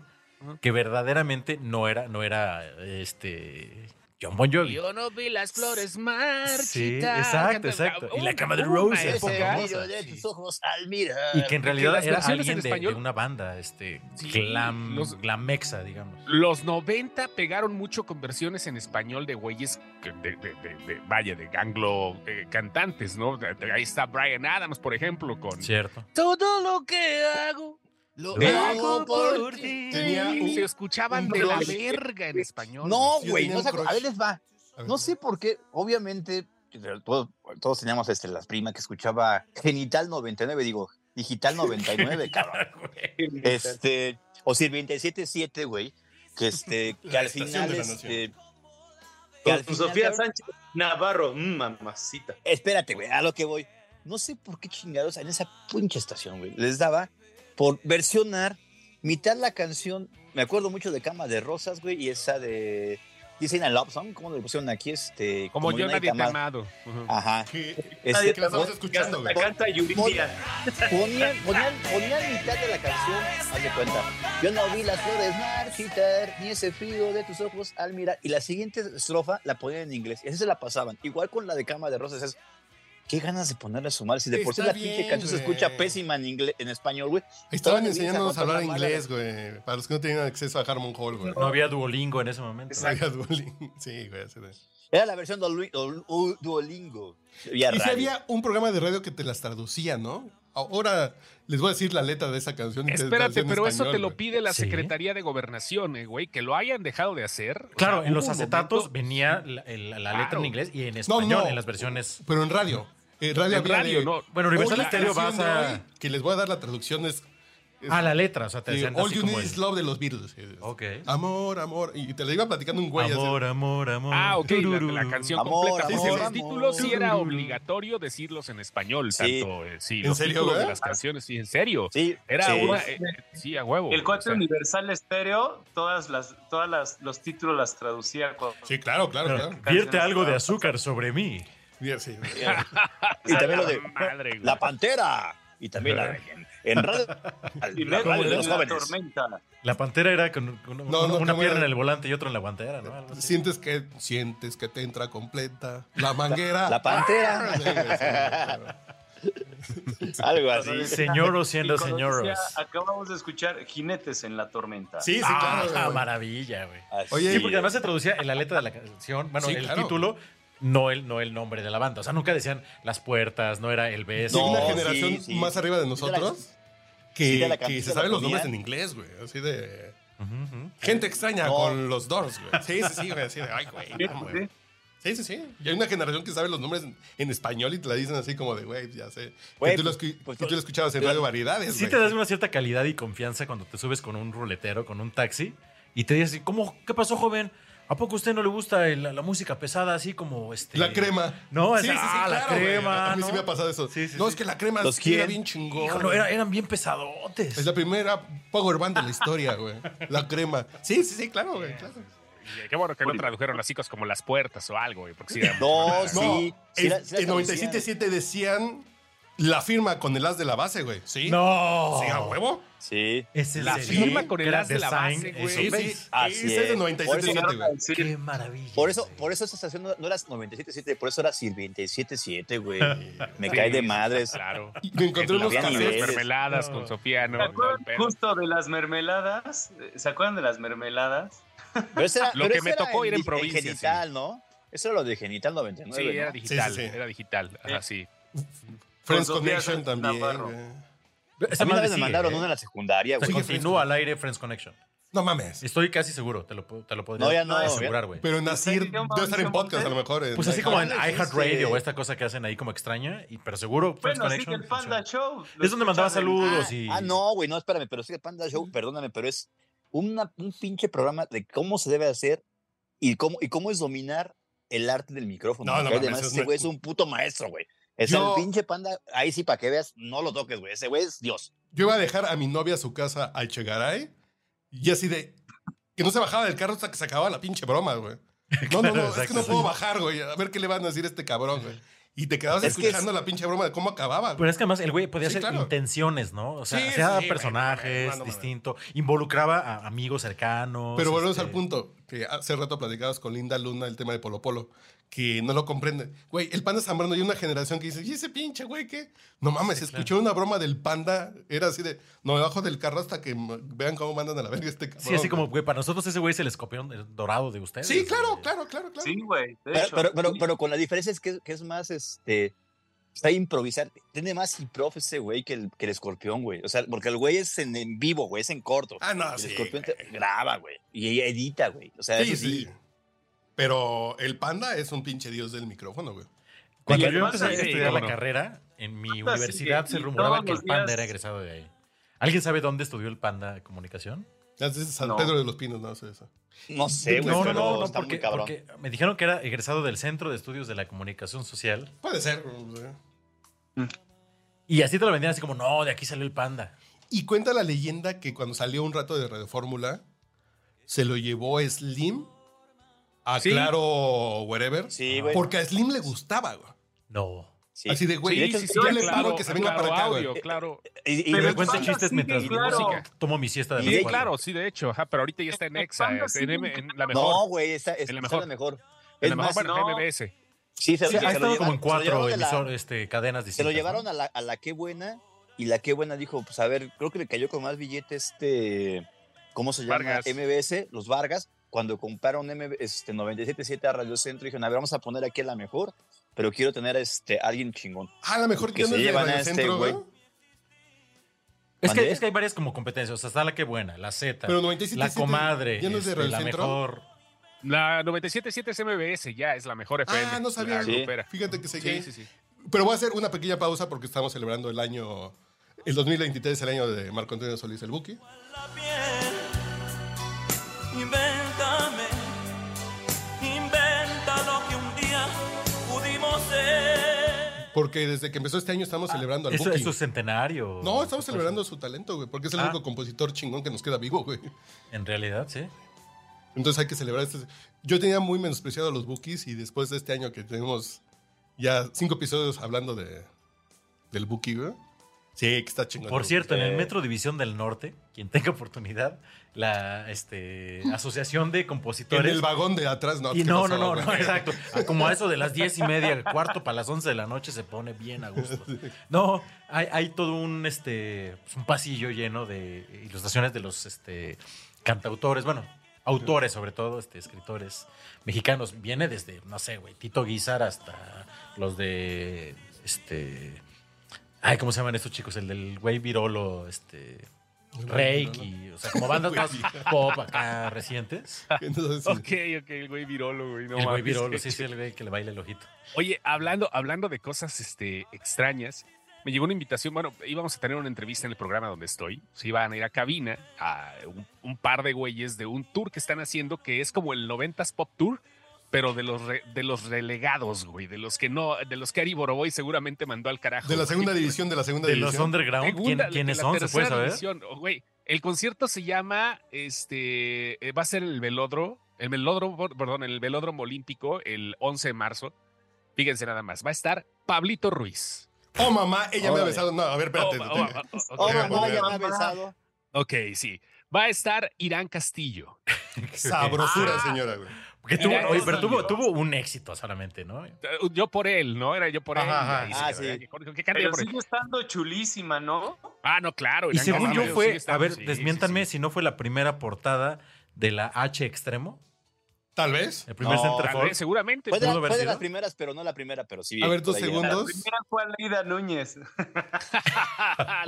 Speaker 6: que verdaderamente no era, no era este John Bon Jovi.
Speaker 7: Yo no vi las flores marchitas.
Speaker 6: Sí, exacto,
Speaker 7: Canta-
Speaker 6: exacto. Y
Speaker 7: Hubo
Speaker 6: la cama de
Speaker 7: una
Speaker 6: roses,
Speaker 7: época-
Speaker 6: poca
Speaker 8: brillo
Speaker 6: cosa,
Speaker 8: de
Speaker 6: sí.
Speaker 8: tus ojos al mirar.
Speaker 6: Y que en realidad
Speaker 7: las
Speaker 6: era
Speaker 7: versiones en
Speaker 6: alguien de, de
Speaker 7: español-
Speaker 6: una banda, este
Speaker 7: Sí,
Speaker 6: glam,
Speaker 7: los-
Speaker 6: glamexa, digamos.
Speaker 7: Los 90 pegaron mucho con versiones en español de güeyes, que- de, de- de- de- vaya, de anglo eh, cantantes, ¿no? De- de- ahí está Brian Adams, por ejemplo, con...
Speaker 6: Cierto.
Speaker 7: Todo lo que hago, lo
Speaker 6: Lo
Speaker 8: hago por ti.
Speaker 5: Tenía un-
Speaker 7: Se escuchaban
Speaker 5: un
Speaker 7: de la
Speaker 5: proyecto.
Speaker 7: verga en español.
Speaker 8: No,
Speaker 5: Yo
Speaker 8: güey,
Speaker 5: tenía
Speaker 8: no
Speaker 5: un
Speaker 8: sé, a
Speaker 5: crush.
Speaker 8: ver, les va.
Speaker 5: A ver.
Speaker 8: No sé por qué, obviamente, todos, todos teníamos este, las primas que escuchaba Genital 99, digo, Digital 99, cabrón. Este, o si el 27.7, güey, que, este, que
Speaker 5: La
Speaker 8: al
Speaker 5: estación
Speaker 8: final,
Speaker 5: de la
Speaker 8: este, que al
Speaker 9: Con
Speaker 8: final-
Speaker 9: Sofía Sánchez Navarro, mm, mamacita.
Speaker 8: Espérate, güey, a lo que voy. No sé por qué chingados en esa pinche estación, güey, les daba por versionar mitad la canción, me acuerdo mucho de Cama de Rosas, güey, y esa de... Dicen a Love Song, ¿cómo le pusieron aquí? Este,
Speaker 7: Como yo nadie te
Speaker 8: ama.
Speaker 7: ha amado. Ujú.
Speaker 8: Ajá.
Speaker 5: Que-
Speaker 8: Este,
Speaker 5: que la estamos escuchando,
Speaker 9: La
Speaker 5: güey.
Speaker 9: canta Yuridia.
Speaker 8: Ponían, ponían, ponían mitad de la canción, haz de cuenta. Yo no vi las flores marchitar, ni ese frío de tus ojos al mirar. Y la siguiente estrofa la ponían en inglés. Esa se la pasaban. Igual con la de Cama de Rosas. Es, qué ganas de ponerle a su madre. Si de por sí
Speaker 5: Está
Speaker 8: la pinche
Speaker 5: bien,
Speaker 8: canción se
Speaker 5: güey.
Speaker 8: escucha pésima en, inglés, en español, güey.
Speaker 5: Estaban
Speaker 8: Todavía
Speaker 5: enseñándonos
Speaker 8: se
Speaker 5: a hablar
Speaker 8: aguanta la
Speaker 5: inglés, güey. Para los que no tenían acceso a Harmon Hall, güey.
Speaker 6: No había Duolingo en ese momento.
Speaker 5: Había Duolingo. Sí, güey. así de-
Speaker 8: Era la versión de Olu- Olu- Olu- Duolingo. Vía
Speaker 5: Y si
Speaker 8: radio.
Speaker 5: había un programa de radio que te las traducía, ¿no? Ahora les voy a decir la letra de esa canción. y te
Speaker 7: Espérate,
Speaker 5: traducía en
Speaker 7: pero eso
Speaker 5: español,
Speaker 7: te lo
Speaker 5: güey.
Speaker 7: pide la
Speaker 6: Sí.
Speaker 7: Secretaría de Gobernación, eh, güey, que lo hayan dejado de hacer. O
Speaker 6: Claro,
Speaker 7: sea,
Speaker 6: en
Speaker 7: hubo
Speaker 6: los
Speaker 7: un
Speaker 6: acetatos
Speaker 7: momento-
Speaker 6: venía la, el- la letra
Speaker 7: Claro.
Speaker 6: en inglés y en
Speaker 5: No,
Speaker 6: español,
Speaker 5: no.
Speaker 6: en las versiones.
Speaker 5: Pero en radio. Eh, radio
Speaker 7: En
Speaker 5: había
Speaker 7: radio,
Speaker 5: de-
Speaker 7: ¿no?
Speaker 6: Bueno, Universal
Speaker 5: Hoy la
Speaker 6: Stereo
Speaker 5: canción
Speaker 6: vas
Speaker 5: de
Speaker 6: a-
Speaker 5: hoy, Que les voy a dar la traducción es Es-
Speaker 6: Ah, la letra, o sea, te
Speaker 5: Sí,
Speaker 6: decían
Speaker 5: All
Speaker 6: así
Speaker 5: You
Speaker 6: como
Speaker 5: Need Is
Speaker 6: el-
Speaker 5: Love de los Beatles. sí, sí.
Speaker 6: Ok.
Speaker 5: Amor, amor. Y te la iba platicando un güey. así.
Speaker 6: Amor, amor, amor.
Speaker 7: Ah, ok, la,
Speaker 6: Tururú.
Speaker 7: la canción
Speaker 8: Amor,
Speaker 7: completa. Sí, sí,
Speaker 8: amor,
Speaker 7: los
Speaker 8: amor.
Speaker 7: títulos sí era obligatorio decirlos en español,
Speaker 8: Sí.
Speaker 7: tanto, eh, sí,
Speaker 5: ¿En
Speaker 7: los
Speaker 5: serio,
Speaker 7: títulos de
Speaker 5: güey?
Speaker 7: las canciones, sí, en serio.
Speaker 8: Sí,
Speaker 7: Era
Speaker 8: sí.
Speaker 7: una, eh, sí, a huevo.
Speaker 9: El
Speaker 7: güey, o
Speaker 9: cuate
Speaker 7: sea,
Speaker 9: universal estéreo, todas las, todas las, los títulos las traducía con-
Speaker 5: Sí, claro, claro,
Speaker 6: Pero,
Speaker 5: claro.
Speaker 6: Vierte algo de azúcar sobre mí.
Speaker 5: Bien, sí.
Speaker 8: Y también lo de
Speaker 7: madre, güey.
Speaker 8: La Pantera. Y también la, en, en radio,
Speaker 9: y
Speaker 8: la
Speaker 9: luego
Speaker 8: radio de
Speaker 9: la
Speaker 8: los jóvenes.
Speaker 9: tormenta.
Speaker 6: La pantera era con, con- con
Speaker 5: no,
Speaker 6: una
Speaker 5: ¿cómo
Speaker 6: pierna
Speaker 5: era?
Speaker 6: en el volante y otra en la guantera, ¿no? Algo así.
Speaker 5: Sientes que, sientes que te entra completa. La manguera.
Speaker 8: La Pantera.
Speaker 5: Sí, sí, claro.
Speaker 8: Algo
Speaker 9: Cuando
Speaker 8: así.
Speaker 9: decía-
Speaker 6: Señoros siendo
Speaker 9: y cuando
Speaker 6: señoros.
Speaker 9: decía, Acabamos de escuchar jinetes en la tormenta.
Speaker 5: Sí, sí,
Speaker 6: Ah,
Speaker 5: claro. güey.
Speaker 6: maravilla, güey.
Speaker 8: Así
Speaker 5: Oye,
Speaker 6: Sí,
Speaker 5: y-
Speaker 6: porque además se traducía en la letra de la canción, bueno,
Speaker 5: Sí,
Speaker 6: el
Speaker 5: claro.
Speaker 6: título, no el, no el nombre de la banda. O sea, nunca decían las puertas, no era el
Speaker 5: Sí,
Speaker 6: beso.
Speaker 5: hay una
Speaker 8: No,
Speaker 5: generación
Speaker 8: sí, sí.
Speaker 5: más arriba de
Speaker 8: la-
Speaker 5: nosotros
Speaker 8: sí,
Speaker 5: que,
Speaker 8: de la
Speaker 5: que
Speaker 8: canción
Speaker 5: se
Speaker 8: la
Speaker 5: saben los nombres en
Speaker 8: ponían.
Speaker 5: inglés, güey. Así de.
Speaker 6: Ujú, ujú.
Speaker 5: Gente extraña
Speaker 8: No.
Speaker 5: con los Doors, güey. Sí, sí, sí, güey. Así de, ay, güey.
Speaker 9: Sí,
Speaker 5: no,
Speaker 9: sí.
Speaker 5: güey. Sí, sí, sí. Y hay una generación que sabe los nombres en, en español y te la dicen así como de, güey, ya sé.
Speaker 8: Güey,
Speaker 5: que tú lo,
Speaker 8: pues,
Speaker 5: escu-
Speaker 8: pues,
Speaker 5: que tú lo escuchabas en
Speaker 8: pues,
Speaker 5: Radio Variedades,
Speaker 6: Sí
Speaker 5: güey.
Speaker 6: te das una cierta calidad y confianza cuando te subes con un ruletero, con un taxi, y te dices, ¿cómo? ¿Qué pasó, joven? ¿A poco a usted no le gusta el- la, la música pesada así como este?
Speaker 5: La crema.
Speaker 6: No, esa- ah, la
Speaker 5: güey.
Speaker 6: crema,
Speaker 5: A mí sí
Speaker 6: ¿no?
Speaker 5: me ha pasado eso.
Speaker 6: Sí, sí,
Speaker 5: no,
Speaker 6: sí.
Speaker 5: es que la crema
Speaker 8: ¿Los
Speaker 5: sí era
Speaker 8: quién?
Speaker 5: bien chingón.
Speaker 6: Hijo, no,
Speaker 5: güey.
Speaker 6: era- eran bien pesadotes.
Speaker 5: Es la primera Power Band de la historia, güey. La crema. Sí, sí, sí, claro, güey. Claro.
Speaker 7: y Qué bueno que no tradujeron las chicas como las puertas o algo, güey, porque sí, era-
Speaker 8: No,
Speaker 5: No,
Speaker 8: sí. sí
Speaker 5: en,
Speaker 8: la- sí la
Speaker 5: en
Speaker 8: traducían.
Speaker 5: 97.7 decían la firma con el as de la base, güey. ¿Sí?
Speaker 6: No.
Speaker 5: ¿Sí, a huevo?
Speaker 8: Sí.
Speaker 6: Es en
Speaker 7: La
Speaker 6: serio?
Speaker 7: firma con el
Speaker 6: Era
Speaker 7: as de la
Speaker 6: design,
Speaker 7: base, güey.
Speaker 6: eso
Speaker 5: Sí, sí.
Speaker 6: ves.
Speaker 8: Así
Speaker 5: Ese es de
Speaker 8: es.
Speaker 5: 97.7, güey.
Speaker 9: Sí,
Speaker 6: Qué maravilla.
Speaker 8: Por eso,
Speaker 6: güey.
Speaker 8: por eso esa estación no, no era 97.7, por eso era 97.7, güey. Me cae de madres.
Speaker 7: Claro.
Speaker 5: Y Me encontré unos
Speaker 8: Había
Speaker 5: cassettes.
Speaker 8: niveles.
Speaker 7: mermeladas
Speaker 6: No.
Speaker 7: con Sofía, ¿no?
Speaker 9: ¿Se acuerdan
Speaker 7: Todo el pedo.
Speaker 9: justo de las mermeladas? ¿Se acuerdan de las mermeladas?
Speaker 8: Pero ese era-
Speaker 7: Lo
Speaker 8: pero
Speaker 7: que
Speaker 8: ese
Speaker 7: me
Speaker 8: era
Speaker 7: tocó ir en
Speaker 8: di-
Speaker 7: provincia, sí.
Speaker 8: genital, ¿no? Eso era lo de genital 99.
Speaker 7: Sí, era
Speaker 8: ¿no?
Speaker 7: digital,
Speaker 5: Sí, sí, sí.
Speaker 7: era digital. Ajá, sí.
Speaker 5: Friends
Speaker 9: Con Sofía
Speaker 5: Connection también,
Speaker 9: Navarro.
Speaker 5: güey.
Speaker 6: Esa
Speaker 8: A mí una
Speaker 6: madre
Speaker 8: vez me
Speaker 6: sigue,
Speaker 8: mandaron
Speaker 6: ¿eh?
Speaker 8: una en la secundaria,
Speaker 6: O sea,
Speaker 8: güey.
Speaker 6: continúa al aire Friends Connection.
Speaker 5: No mames.
Speaker 6: Estoy casi seguro, te lo, puedo- te lo podría
Speaker 8: No, ya no,
Speaker 6: asegurar, güey.
Speaker 5: Pero en Nasir
Speaker 9: serio,
Speaker 5: debe estar en
Speaker 9: Mauricio
Speaker 5: podcast a lo
Speaker 9: Montes?
Speaker 5: mejor. en
Speaker 6: Pues así
Speaker 5: iHeart.
Speaker 6: como en
Speaker 8: no existe.
Speaker 5: este,
Speaker 6: iHeartRadio o esta cosa que hacen ahí como extraña, y, pero seguro Friends
Speaker 9: Bueno, sí, que
Speaker 6: Connection.
Speaker 9: el Panda
Speaker 6: funciona.
Speaker 9: Show.
Speaker 6: Es donde mandaba
Speaker 9: saludos.
Speaker 6: saludos y.
Speaker 8: Ah, no, güey, no, espérame, pero sí, el Panda Show, perdóname, pero es una- un pinche programa de cómo se debe hacer y cómo, y cómo es dominar el arte del micrófono.
Speaker 5: No,
Speaker 8: No,
Speaker 5: no mames,
Speaker 8: además,
Speaker 5: es
Speaker 8: ese
Speaker 5: una-
Speaker 8: güey es un puto maestro, güey. Es
Speaker 5: Yo-
Speaker 8: el pinche panda. Ahí sí, para que veas, no lo toques, güey. Ese güey es Dios.
Speaker 5: Yo iba a dejar a mi novia a su casa al Chegaray y así de. Que no se bajaba del carro hasta que se acababa la pinche broma, güey. No, no, no,
Speaker 6: Claro,
Speaker 5: es que
Speaker 6: exacto,
Speaker 5: no
Speaker 6: sí.
Speaker 5: puedo bajar, güey. A ver qué le van a decir a este cabrón, güey. Y te quedabas
Speaker 8: Es que es-
Speaker 5: escuchando la pinche broma de cómo acababa, güey.
Speaker 6: Pero es que además el güey podía
Speaker 5: Sí,
Speaker 6: hacer
Speaker 5: claro.
Speaker 6: intenciones, ¿no? O sea,
Speaker 5: Sí, sí,
Speaker 6: hacía
Speaker 5: güey, güey,
Speaker 6: personajes
Speaker 5: güey, no,
Speaker 6: distintos, involucraba a amigos cercanos.
Speaker 5: Pero volvemos
Speaker 6: este,
Speaker 5: al punto que hace rato platicabas con Linda Luna el tema de Polo Polo, que no lo comprende. Güey, el panda Zambrano, hay una generación que dice, ¿y ese pinche güey qué? No mames,
Speaker 6: Sí, claro.
Speaker 5: escuché una broma del panda, era así de, no me bajo del carro hasta que m- vean cómo mandan a la verga este cabrón.
Speaker 6: Sí, así como,
Speaker 5: güey.
Speaker 6: güey, para nosotros ese güey es el escopión dorado de ustedes.
Speaker 5: Sí, claro,
Speaker 6: güey.
Speaker 5: claro, claro, claro.
Speaker 9: Sí, güey. de
Speaker 8: Pero,
Speaker 9: hecho.
Speaker 8: pero, pero, pero con la diferencia es que, que es más, este, está improvisar. Tiene más hiprófese, ese güey, que el, que el escorpión, güey. O sea, porque el güey es en, en vivo, güey, es en corto.
Speaker 5: Ah, no,
Speaker 8: el
Speaker 5: sí.
Speaker 8: escorpión te- graba, güey. Y edita, güey. O sea,
Speaker 5: Sí,
Speaker 8: eh, eso sí.
Speaker 5: sí. Pero el panda es un pinche dios del micrófono, güey.
Speaker 6: Cuando yo
Speaker 9: Y además
Speaker 6: empecé a
Speaker 9: ahí-
Speaker 6: estudiar la
Speaker 7: cómo no.
Speaker 6: carrera, en mi
Speaker 9: Panda sigue,
Speaker 6: universidad se
Speaker 9: y
Speaker 6: rumoraba
Speaker 9: todos
Speaker 6: que el
Speaker 9: los
Speaker 6: panda
Speaker 9: días-
Speaker 6: era egresado de ahí. ¿Alguien sabe dónde estudió el panda comunicación?
Speaker 5: Las de San
Speaker 9: No.
Speaker 5: Pedro de los Pinos, no sé eso.
Speaker 8: No sé, güey.
Speaker 6: no, no,
Speaker 8: pero
Speaker 6: no, no,
Speaker 8: está muy
Speaker 6: porque,
Speaker 8: cabrón.
Speaker 6: porque me dijeron que era egresado del Centro de Estudios de la Comunicación Social.
Speaker 5: Puede ser. no sé.
Speaker 6: Y así te lo vendían así como, no, de aquí salió el panda.
Speaker 5: Y cuenta la leyenda que cuando salió un rato de Radio Fórmula, se lo llevó Slim a
Speaker 7: Sí.
Speaker 5: Claro Wherever.
Speaker 8: Sí, güey.
Speaker 5: Porque a Slim le gustaba, güey.
Speaker 6: No.
Speaker 8: Sí.
Speaker 5: Así de, güey,
Speaker 7: Sí,
Speaker 8: hecho,
Speaker 7: sí, sí,
Speaker 5: yo
Speaker 7: ya,
Speaker 5: le
Speaker 7: claro,
Speaker 5: paro que se venga
Speaker 7: claro,
Speaker 5: para acá, güey.
Speaker 7: audio, claro.
Speaker 8: Y- y-
Speaker 9: Pero
Speaker 6: Y me
Speaker 9: el
Speaker 6: cuenta
Speaker 9: panda
Speaker 6: chistes
Speaker 9: sigue,
Speaker 6: mientras
Speaker 9: claro.
Speaker 6: música. tomo mi siesta de
Speaker 8: Sí,
Speaker 6: las
Speaker 7: Sí,
Speaker 6: cuatro.
Speaker 7: claro, sí, de hecho, ajá, pero ahorita ya está en Exa,
Speaker 9: Panda
Speaker 7: es en, M- en la mejor.
Speaker 8: no, güey, esa, esa
Speaker 7: En
Speaker 8: es
Speaker 7: la
Speaker 8: la
Speaker 7: mejor.
Speaker 8: mejor. la mejor.
Speaker 7: en
Speaker 8: Es
Speaker 7: la
Speaker 8: más,
Speaker 7: mejor
Speaker 9: no.
Speaker 7: en MBS.
Speaker 8: sí, se,
Speaker 6: Sí,
Speaker 8: se lo
Speaker 6: ha estado
Speaker 8: llevaron-
Speaker 6: como en
Speaker 8: se lo llevaron
Speaker 6: cuatro
Speaker 8: de la-
Speaker 6: emisor, este, cadenas distintas.
Speaker 8: Se lo llevaron
Speaker 6: ¿no?
Speaker 8: a la, a la qué buena y la qué buena dijo, pues a ver, creo que le cayó con más billete este, ¿cómo se llama?
Speaker 7: Vargas.
Speaker 8: MBS, los Vargas, cuando compraron MB, este, 97.7 a Radio Centro, dijeron, a ver, vamos a poner aquí la mejor, pero quiero tener este, alguien chingón.
Speaker 5: Ah, a lo mejor
Speaker 8: Que
Speaker 5: ya
Speaker 8: se
Speaker 5: no es de
Speaker 8: llevan a
Speaker 5: Radio
Speaker 8: este
Speaker 5: Centro,
Speaker 8: güey.
Speaker 5: güey.
Speaker 6: Es que,
Speaker 8: ¿Mandé?
Speaker 6: es que hay varias como competencias. O sea, está la que buena, la Z,
Speaker 5: Pero 97.7
Speaker 6: la comadre,
Speaker 5: ya no es de
Speaker 6: este,
Speaker 5: Radio
Speaker 6: la
Speaker 5: Centro.
Speaker 6: mejor.
Speaker 7: La 97.7 es MBS, ya es la mejor FM.
Speaker 5: Ah, no sabía.
Speaker 7: la
Speaker 8: Sí.
Speaker 7: grupera.
Speaker 5: Fíjate que se
Speaker 7: Sí, sí, sí.
Speaker 5: Pero voy a hacer una pequeña pausa porque estamos celebrando el año El 2023 es el año de Marco Antonio Solís, el Buki.
Speaker 10: Invéntame, inventa lo que un día pudimos ser.
Speaker 5: Porque desde que empezó este año estamos celebrando al
Speaker 6: Ah, Eso
Speaker 5: Buki.
Speaker 6: es su centenario.
Speaker 5: No, estamos celebrando su talento, güey, porque es el
Speaker 6: Ah.
Speaker 5: único compositor chingón que nos queda vivo, güey.
Speaker 6: En realidad, sí.
Speaker 5: Entonces hay que celebrar este. Yo tenía muy menospreciado a los Bookies y después de este año que tenemos ya cinco episodios hablando de del Buki, güey. Sí, que está chingón.
Speaker 6: Por cierto, en
Speaker 9: eh.
Speaker 6: el Metro División del Norte, quien tenga oportunidad, la este, Asociación de
Speaker 5: en
Speaker 6: Compositores.
Speaker 5: el vagón de atrás, ¿no?
Speaker 6: y
Speaker 5: ¿Qué
Speaker 6: no,
Speaker 5: pasaba,
Speaker 6: no, no,
Speaker 5: güey?
Speaker 6: no, exacto. Ah, Como a eso de las diez y media, cuarto para las once de la noche se pone bien a gusto. No, hay, hay todo un este pues, un pasillo lleno de ilustraciones de los este cantautores, bueno, autores sobre todo, este escritores mexicanos. Viene desde, no sé, güey, Tito Guizar hasta los de este ay, ¿cómo se llaman estos chicos? El del güey Virolo, este Reiki, o sea, como bandas más pop acá recientes.
Speaker 5: Entonces,
Speaker 7: Ok, ok, el güey virolo, güey. No
Speaker 6: el güey
Speaker 7: mames,
Speaker 6: Virolo,
Speaker 7: qué
Speaker 6: sí, sí, el güey que le baila el ojito.
Speaker 7: Oye, hablando, hablando de cosas este, extrañas, me llegó una invitación. Bueno, íbamos a tener una entrevista en el programa donde estoy. Se iban a ir a cabina a un, un par de güeyes de un tour que están haciendo que es como el 90s Pop Tour, pero de los, re- de los relegados, güey. De los que no, de los que Ari Boroboy seguramente mandó al carajo.
Speaker 5: de la
Speaker 7: güey.
Speaker 5: segunda división, de la segunda
Speaker 6: De los
Speaker 5: división.
Speaker 6: underground, ¿quién- pues,
Speaker 7: Segunda,
Speaker 6: ¿quiénes
Speaker 7: de la
Speaker 6: son? ¿Se puede
Speaker 7: tercera
Speaker 6: saber?
Speaker 7: división. Oh, güey, el concierto se llama, este, eh, va a ser el velódromo, el velódromo, perdón, el velódromo olímpico el 11 de marzo. Fíjense nada más, va a estar Pablito Ruiz.
Speaker 5: Oh, mamá, ella me ha
Speaker 8: Órale.
Speaker 5: besado. No, a ver, espérate.
Speaker 7: Oh,
Speaker 5: te-
Speaker 7: oh, oh,
Speaker 5: te-
Speaker 7: oh,
Speaker 8: Oh,
Speaker 7: ok.
Speaker 5: Déjame
Speaker 8: mamá,
Speaker 5: ver.
Speaker 8: ya me ha besado.
Speaker 7: Ok, sí. Va a estar Irán Castillo.
Speaker 5: Sabrosura,
Speaker 6: Ah.
Speaker 5: señora, güey.
Speaker 6: Porque tuvo,
Speaker 7: Mira,
Speaker 6: oye,
Speaker 7: eso
Speaker 6: pero tuvo,
Speaker 7: salió.
Speaker 6: tuvo un éxito solamente, ¿no?
Speaker 7: Eh, Yo por él, ¿no? Era yo por él.
Speaker 5: Ajá, ajá.
Speaker 7: Ahí
Speaker 8: Ah,
Speaker 7: quedó,
Speaker 8: sí.
Speaker 7: ¿verdad? Que- que- que cante yo
Speaker 9: Pero
Speaker 7: por él.
Speaker 9: sigue estando chulísima, ¿no?
Speaker 7: Ah, no, claro.
Speaker 6: Y
Speaker 7: Irán
Speaker 6: según
Speaker 7: Castillo
Speaker 6: yo
Speaker 7: sigue
Speaker 6: fue, a
Speaker 7: estando-
Speaker 6: ver,
Speaker 7: sí, sí,
Speaker 6: desmiéntanme
Speaker 7: sí.
Speaker 6: si no fue la primera portada de la H Extremo,
Speaker 5: Tal vez.
Speaker 6: el primer
Speaker 8: No,
Speaker 6: Center
Speaker 7: Tal vez,
Speaker 6: Force.
Speaker 7: seguramente.
Speaker 8: Fue de,
Speaker 6: ¿Pudo haber
Speaker 8: fue de
Speaker 6: sido?
Speaker 8: las primeras, pero no la primera, pero sí.
Speaker 5: A ver, dos
Speaker 8: por ahí era.
Speaker 9: La
Speaker 5: segundos.
Speaker 9: primera fue Aleida Núñez.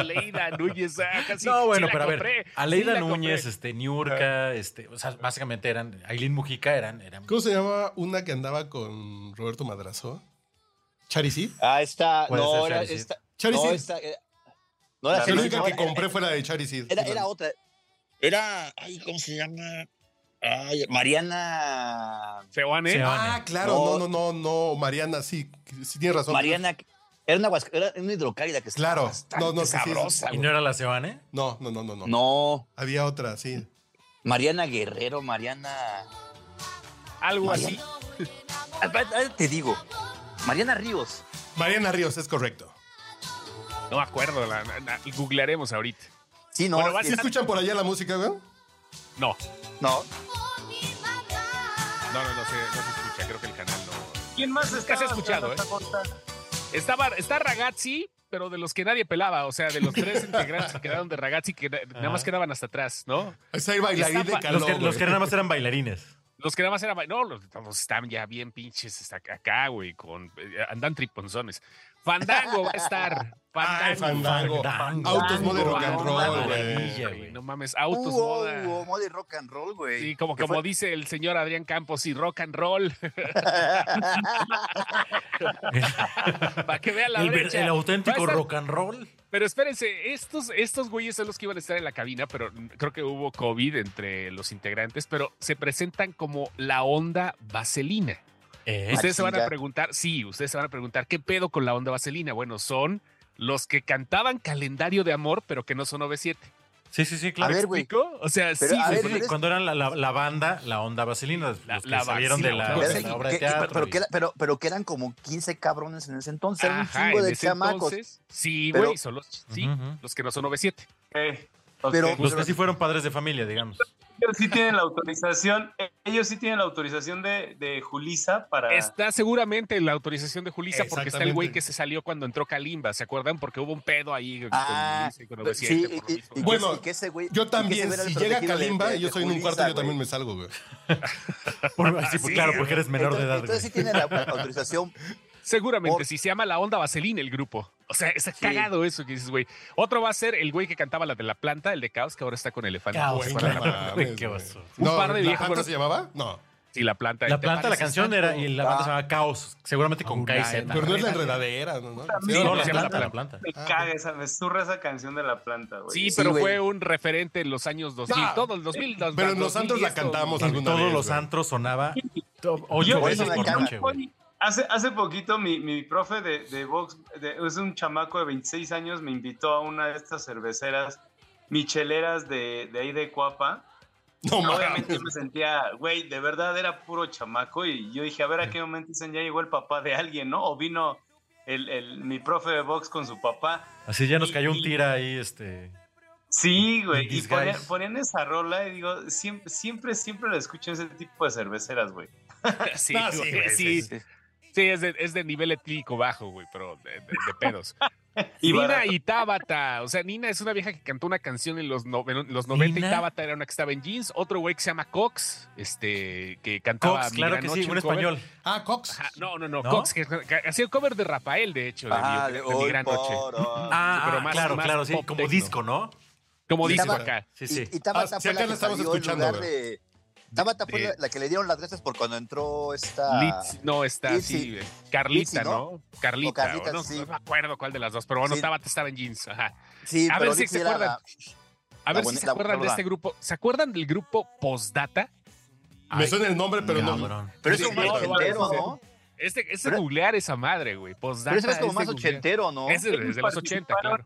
Speaker 7: Leida Núñez, ah, casi.
Speaker 6: no, bueno,
Speaker 7: sí la
Speaker 6: pero a
Speaker 7: compré,
Speaker 6: ver,
Speaker 7: sí
Speaker 6: Aleida
Speaker 7: la compré.
Speaker 6: Núñez, este, Niurka, este, o sea, básicamente eran, Aileen Mujica eran, eran
Speaker 5: ¿Cómo se llama una que andaba con Roberto Madrazo? Charisid.
Speaker 8: Ah, esta.
Speaker 6: Puede
Speaker 8: No,
Speaker 6: ser
Speaker 8: era
Speaker 6: Charizard.
Speaker 8: esta. No,
Speaker 5: Charisid.
Speaker 8: esta. eh, No era
Speaker 5: La
Speaker 8: Charizard,
Speaker 5: única
Speaker 8: no,
Speaker 5: que
Speaker 8: era-
Speaker 5: compré fue la de Charisid.
Speaker 8: Era, era otra. Era. Ay, ¿cómo se llama? Ay, Mariana.
Speaker 7: Feoane.
Speaker 5: Ah, claro, no,
Speaker 8: No.
Speaker 5: no, no, no, Mariana, sí, sí tienes razón.
Speaker 8: Mariana. Era una, huasca- era una hidrocálida que estaba
Speaker 5: Claro.
Speaker 8: bastante
Speaker 5: No, no, sí, sí, sí.
Speaker 8: sabrosa.
Speaker 6: ¿Y
Speaker 8: güey.
Speaker 6: no era la Sebane?
Speaker 5: No, no, no, no, no.
Speaker 8: No,
Speaker 5: Había otra, sí.
Speaker 8: Mariana Guerrero, Mariana.
Speaker 7: Algo así.
Speaker 8: Mariana. Ah, pa- ah, Te digo, Mariana Ríos.
Speaker 5: Mariana Ríos, es correcto.
Speaker 7: No me acuerdo. La, la- la- googlearemos ahorita.
Speaker 8: Sí, no.
Speaker 7: Bueno, va a
Speaker 8: es-
Speaker 5: ¿Sí escuchan por allá la música, güey?
Speaker 7: No,
Speaker 8: No.
Speaker 7: no, no, no se, no se escucha. Creo que el canal no.
Speaker 9: ¿Quién más está?
Speaker 7: has escuchado, eh? Estaba, está Ragazzi, pero de los que nadie pelaba. O sea, de los tres integrantes que quedaron de Ragazzi, que na- nada más
Speaker 6: Ajá.
Speaker 7: quedaban hasta atrás, ¿no?
Speaker 5: Esa ahí bailarín
Speaker 7: Está
Speaker 5: de
Speaker 7: pa-
Speaker 5: calor.
Speaker 6: los, que, los
Speaker 5: güey.
Speaker 6: que nada más eran bailarines.
Speaker 7: Los que nada más eran. No, los, todos están ya bien pinches hasta acá- acá, güey. Con, eh, andan triponzones. Fandango va a estar.
Speaker 5: Ay, Fandango.
Speaker 6: Fandango.
Speaker 5: Autos mode
Speaker 7: Fandango,
Speaker 5: rock and
Speaker 7: Fandango,
Speaker 5: roll,
Speaker 6: maravilla,
Speaker 5: güey.
Speaker 7: güey,
Speaker 6: güey.
Speaker 7: No mames, autos
Speaker 8: Hubo,
Speaker 7: moda.
Speaker 8: hubo moda y rock and roll, güey.
Speaker 7: Sí, como,
Speaker 8: ¿Qué
Speaker 7: como
Speaker 8: fue?
Speaker 7: dice el señor Adrián Campos y rock and roll, para que vean la
Speaker 6: el, ver-
Speaker 7: brecha.
Speaker 6: el
Speaker 7: Va a
Speaker 6: auténtico
Speaker 7: estar-
Speaker 6: rock and roll.
Speaker 7: Pero espérense, estos, estos güeyes son los que iban a estar en la cabina, pero creo que hubo COVID entre los integrantes, pero se presentan como la onda vaselina.
Speaker 6: Eh,
Speaker 8: Ah,
Speaker 7: Ustedes se van a
Speaker 8: chinga.
Speaker 7: preguntar, sí, ustedes se van a preguntar, ¿qué pedo con la onda vaselina? Bueno, son los que cantaban calendario de amor, pero que no son OV7.
Speaker 6: sí, sí, sí,
Speaker 8: A
Speaker 6: claro.
Speaker 8: ver, güey.
Speaker 7: ¿Pico? O sea,
Speaker 8: Pero,
Speaker 7: sí,
Speaker 8: a
Speaker 7: güey,
Speaker 8: ver,
Speaker 7: son-
Speaker 8: pero es-
Speaker 6: Cuando eran la, la- la banda, la onda vaselina, los
Speaker 7: La-
Speaker 6: que
Speaker 7: la
Speaker 6: salieron de
Speaker 7: vacila,
Speaker 6: la,
Speaker 7: güey.
Speaker 6: de la obra de
Speaker 8: Que- que-
Speaker 6: teatro.
Speaker 8: pero, que
Speaker 6: y-
Speaker 8: era- pero, pero que eran como 15 cabrones en ese entonces. Era un
Speaker 7: Ajá,
Speaker 8: chingo
Speaker 7: en
Speaker 8: de
Speaker 7: ese
Speaker 8: chamacos.
Speaker 7: entonces, sí,
Speaker 8: Pero-
Speaker 7: güey, son los, sí,
Speaker 6: Ujú.
Speaker 7: los que no son OV7.
Speaker 8: Pero-
Speaker 6: Los que sí fueron padres de familia, digamos.
Speaker 9: Eh, ellos sí tienen la autorización, eh, ellos sí tienen la autorización de, de Julisa para...
Speaker 6: Este
Speaker 7: Está seguramente en la autorización de Julisa porque está el güey
Speaker 5: Exactamente.
Speaker 7: que se salió cuando entró Kalimba, ¿se acuerdan? Porque hubo un pedo ahí con
Speaker 8: Ah,
Speaker 7: Julissa y con
Speaker 8: Pero-
Speaker 7: OV7
Speaker 8: Sí,
Speaker 7: por lo
Speaker 8: y- y-
Speaker 7: mismo.
Speaker 8: y que-
Speaker 5: Bueno,
Speaker 8: y que ese güey- y
Speaker 5: Yo
Speaker 8: que
Speaker 5: también,
Speaker 8: ese era el
Speaker 5: si llega
Speaker 8: protegido de-
Speaker 5: Kalimba
Speaker 8: de-
Speaker 5: y yo
Speaker 8: de
Speaker 5: estoy en un
Speaker 8: Julissa,
Speaker 5: cuarto, yo
Speaker 8: güey.
Speaker 5: también me salgo, güey.
Speaker 6: Por- sí, pues,
Speaker 7: sí,
Speaker 6: claro,
Speaker 7: güey.
Speaker 6: porque eres menor
Speaker 8: Entonces,
Speaker 6: de edad.
Speaker 8: entonces sí
Speaker 6: güey.
Speaker 8: tiene la autorización.
Speaker 7: Seguramente,
Speaker 8: Por-
Speaker 7: si se llama La Onda Vaselina el grupo. O sea, está cagado eso que dices, güey. Otro va a ser el güey que cantaba la de la planta, el de Caos, que ahora está con Elefante.
Speaker 6: Caos,
Speaker 7: ¿Se
Speaker 5: Güey,
Speaker 7: acuerdan?
Speaker 5: no
Speaker 6: claro.
Speaker 5: mames,
Speaker 6: Qué
Speaker 5: güey.
Speaker 6: oso.
Speaker 7: Un
Speaker 5: No,
Speaker 7: par de
Speaker 5: ¿la
Speaker 7: viejas,
Speaker 5: Fanta
Speaker 7: bueno.
Speaker 5: se llamaba? No.
Speaker 7: Sí, la planta.
Speaker 6: La
Speaker 7: ¿Te
Speaker 6: planta, la
Speaker 7: pareces
Speaker 6: canción
Speaker 7: tanto?
Speaker 6: era, y la banda se llamaba Caos, seguramente con
Speaker 7: Aún
Speaker 6: K y
Speaker 7: hay,
Speaker 6: Z.
Speaker 5: Pero no es la enredadera, ¿no? ¿no?
Speaker 6: Sí,
Speaker 7: no,
Speaker 6: no,
Speaker 7: no
Speaker 6: la
Speaker 7: se llama la
Speaker 6: planta, la planta.
Speaker 9: Me caga esa, me zurra esa canción de la planta, güey.
Speaker 7: Sí,
Speaker 8: Sí,
Speaker 7: pero
Speaker 8: güey.
Speaker 7: fue un referente en los años 2000,
Speaker 5: No.
Speaker 7: todo el 2000. dos-
Speaker 5: Pero en los antros la
Speaker 7: 2010,
Speaker 5: cantamos
Speaker 6: En
Speaker 5: alguna
Speaker 6: todos
Speaker 5: vez,
Speaker 6: los
Speaker 5: güey.
Speaker 6: antros sonaba to- ocho
Speaker 9: Yo-
Speaker 6: veces
Speaker 8: Eso me
Speaker 6: por
Speaker 8: encanta.
Speaker 6: noche, güey.
Speaker 9: Hace, hace poquito mi, mi profe de, de box, de- es un chamaco de 26 años, me invitó a una de estas cerveceras micheleras de, de ahí de Cuapa.
Speaker 5: No, mames.
Speaker 9: Obviamente yo me sentía, güey, de verdad era puro chamaco y yo dije, a ver a qué momento dicen, ya llegó el papá de alguien, ¿no? O vino el, el- mi profe de box con su papá.
Speaker 6: Así ya nos cayó un tira ahí, este.
Speaker 9: Sí, güey. Y
Speaker 6: These
Speaker 9: ponían,
Speaker 6: guys.
Speaker 9: ponían esa rola y digo, siempre, siempre, siempre lo escucho en ese tipo de cerveceras, güey.
Speaker 7: Sí,
Speaker 5: No, sí,
Speaker 7: güey,
Speaker 5: güey,
Speaker 7: sí.
Speaker 8: sí, sí.
Speaker 7: Sí, es de, es de nivel etílico bajo, güey, pero de, de- de pedos.
Speaker 9: Y
Speaker 7: Nina
Speaker 9: barato.
Speaker 7: y Tabata. O sea, Nina es una vieja que cantó una canción en los, no- en los 90
Speaker 6: Nina.
Speaker 7: y Tabata era una que estaba en jeans. Otro güey que se llama Cox, este, que cantaba.
Speaker 6: Cox,
Speaker 7: Mi
Speaker 6: claro
Speaker 7: Gran
Speaker 6: que
Speaker 7: Noche,
Speaker 6: sí, un
Speaker 7: cover.
Speaker 6: español.
Speaker 5: Ah, Cox.
Speaker 7: Ajá, no, no, no,
Speaker 6: ¿No?
Speaker 7: Cox, que, que hacía el cover de Rafael, de hecho, de,
Speaker 8: Ajá,
Speaker 7: mi,
Speaker 8: Ah, de
Speaker 7: de Mi
Speaker 8: hoy
Speaker 7: Gran
Speaker 8: por
Speaker 7: Noche.
Speaker 8: hoy.
Speaker 6: Ah,
Speaker 7: pero
Speaker 6: ah,
Speaker 7: más-
Speaker 6: claro,
Speaker 7: más
Speaker 6: claro, sí,
Speaker 7: pop
Speaker 6: como
Speaker 7: techno.
Speaker 6: disco, ¿no?
Speaker 7: Como
Speaker 8: Y
Speaker 7: disco
Speaker 8: estaba-
Speaker 7: acá.
Speaker 6: Sí, sí.
Speaker 8: Y, y Tabata
Speaker 5: Ah, si
Speaker 8: fue
Speaker 5: acá
Speaker 8: la
Speaker 5: la
Speaker 8: que
Speaker 5: estamos
Speaker 8: salió en
Speaker 5: escuchando,
Speaker 8: lugar de- Tabata fue
Speaker 7: de-
Speaker 8: la, la que le dieron las gracias por cuando entró esta.
Speaker 7: Litz, no, está
Speaker 8: Litzy.
Speaker 7: así. eh, Carlita,
Speaker 8: Litzy, Ah. ¿no?
Speaker 7: ¿no? Carlita,
Speaker 8: O Carlita,
Speaker 7: o no,
Speaker 8: sí.
Speaker 7: no me acuerdo cuál de las dos, pero bueno,
Speaker 8: Sí.
Speaker 7: Tabata estaba en jeans. Ajá.
Speaker 8: Sí,
Speaker 7: A
Speaker 8: pero
Speaker 7: ver si
Speaker 8: Litzy
Speaker 7: se
Speaker 8: era la-
Speaker 7: acuerdan. A
Speaker 8: La
Speaker 7: ver si
Speaker 8: bonita-
Speaker 7: se
Speaker 8: la
Speaker 7: acuerdan de
Speaker 8: gorda.
Speaker 7: este grupo. ¿Se acuerdan del grupo Postdata?
Speaker 5: Me suena el nombre, pero no.
Speaker 6: Cabrón.
Speaker 8: Pero eso
Speaker 7: Sí,
Speaker 8: es más
Speaker 7: no,
Speaker 8: ochentero,
Speaker 7: vale,
Speaker 8: ¿no?
Speaker 7: Este, este
Speaker 8: Pero-
Speaker 7: googlear esa madre, güey. Postdata.
Speaker 8: Pero eso es como
Speaker 7: este
Speaker 8: más
Speaker 7: googlear.
Speaker 8: ochentero, ¿no?
Speaker 7: Ese es desde los 80, claro.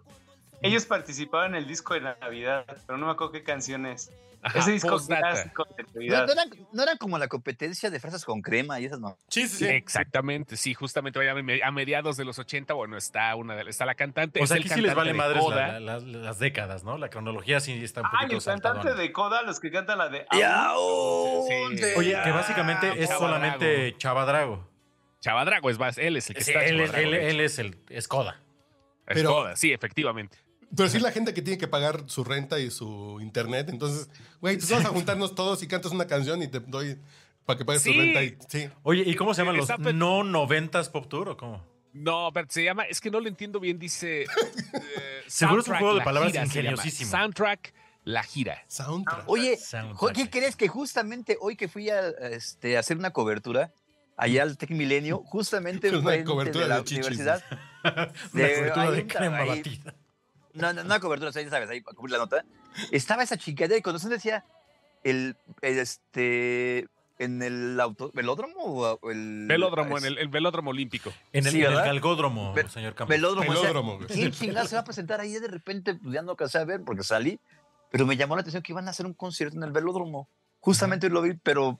Speaker 9: Ellos participaron en el disco de Navidad, pero no me acuerdo qué canción es.
Speaker 7: Ajá,
Speaker 9: Ese disco
Speaker 7: Postdata.
Speaker 9: clásico de
Speaker 8: No,
Speaker 9: Navidad.
Speaker 8: no eran, no eran como la competencia de fresas con crema y esas no.
Speaker 5: Sí, sí, sí.
Speaker 7: Exactamente, sí, justamente vaya, a me- a mediados de los 80, bueno, está una de- está la cantante.
Speaker 6: O
Speaker 7: es
Speaker 6: sea,
Speaker 7: el
Speaker 6: aquí sí les
Speaker 7: cantante
Speaker 6: vale
Speaker 7: de
Speaker 6: madres
Speaker 7: Coda.
Speaker 6: la- la- la- las décadas, ¿no? La cronología sí está un
Speaker 9: Ah, y
Speaker 6: poquito
Speaker 9: el cantante
Speaker 6: saltadona.
Speaker 9: de Coda, los que cantan la de.
Speaker 8: Ya,
Speaker 7: sí.
Speaker 6: Oye, que
Speaker 8: Ah,
Speaker 6: básicamente es
Speaker 7: Chava
Speaker 6: solamente Chava Drago.
Speaker 7: Chava Drago es más, él es el que
Speaker 6: Sí,
Speaker 7: está.
Speaker 6: él,
Speaker 7: Chava
Speaker 6: es-
Speaker 7: Drago,
Speaker 6: él-
Speaker 7: de hecho.
Speaker 6: él es el es Coda.
Speaker 7: Es
Speaker 5: Pero-
Speaker 7: Coda, sí, efectivamente.
Speaker 5: Pero sí la gente que tiene que pagar su renta y su internet. Entonces, güey, pues vamos a juntarnos todos y cantas una canción y te doy para que pagues
Speaker 7: Sí.
Speaker 5: tu renta. Y, sí.
Speaker 6: Oye, ¿y cómo se llaman los
Speaker 7: Está pe-
Speaker 6: no noventas pop tour o cómo?
Speaker 7: No, pero se llama, es que no lo entiendo bien, dice. eh,
Speaker 6: Seguro es un
Speaker 7: Soundtrack
Speaker 6: juego de
Speaker 7: La
Speaker 6: palabras
Speaker 7: Gira se llama.
Speaker 6: ingeniosísimo.
Speaker 7: Soundtrack La Gira.
Speaker 5: Soundtrack.
Speaker 8: Oye,
Speaker 6: Soundtrack.
Speaker 8: Eh, jo- ¿qué crees que justamente hoy que fui a este, a hacer una cobertura allá al Tech Milenio, justamente
Speaker 5: Una
Speaker 8: enfrente
Speaker 5: cobertura
Speaker 8: de la
Speaker 5: de chichis.
Speaker 8: universidad?
Speaker 6: Una
Speaker 8: de-
Speaker 6: cobertura
Speaker 8: hay
Speaker 6: de
Speaker 8: un-
Speaker 6: crema
Speaker 8: ahí-
Speaker 6: batida.
Speaker 8: No, no, una cobertura, o sea, ya sabes, ahí para cubrir la nota. Estaba esa chica y cuando se decía el, el, este en el auto, velódromo o el
Speaker 7: Velódromo, en el, el velódromo olímpico.
Speaker 6: En el,
Speaker 8: Sí,
Speaker 6: en el
Speaker 8: ¿verdad?
Speaker 6: galgódromo,
Speaker 8: Ve-
Speaker 6: señor Campos.
Speaker 8: velódromo, o sea,
Speaker 5: Velódromo, güey.
Speaker 8: ¿Quién chingado se va a presentar ahí? De repente, pues ya no alcancé a ver porque salí, pero me llamó la atención que iban a hacer un concierto en el velódromo. Justamente hoy lo vi, pero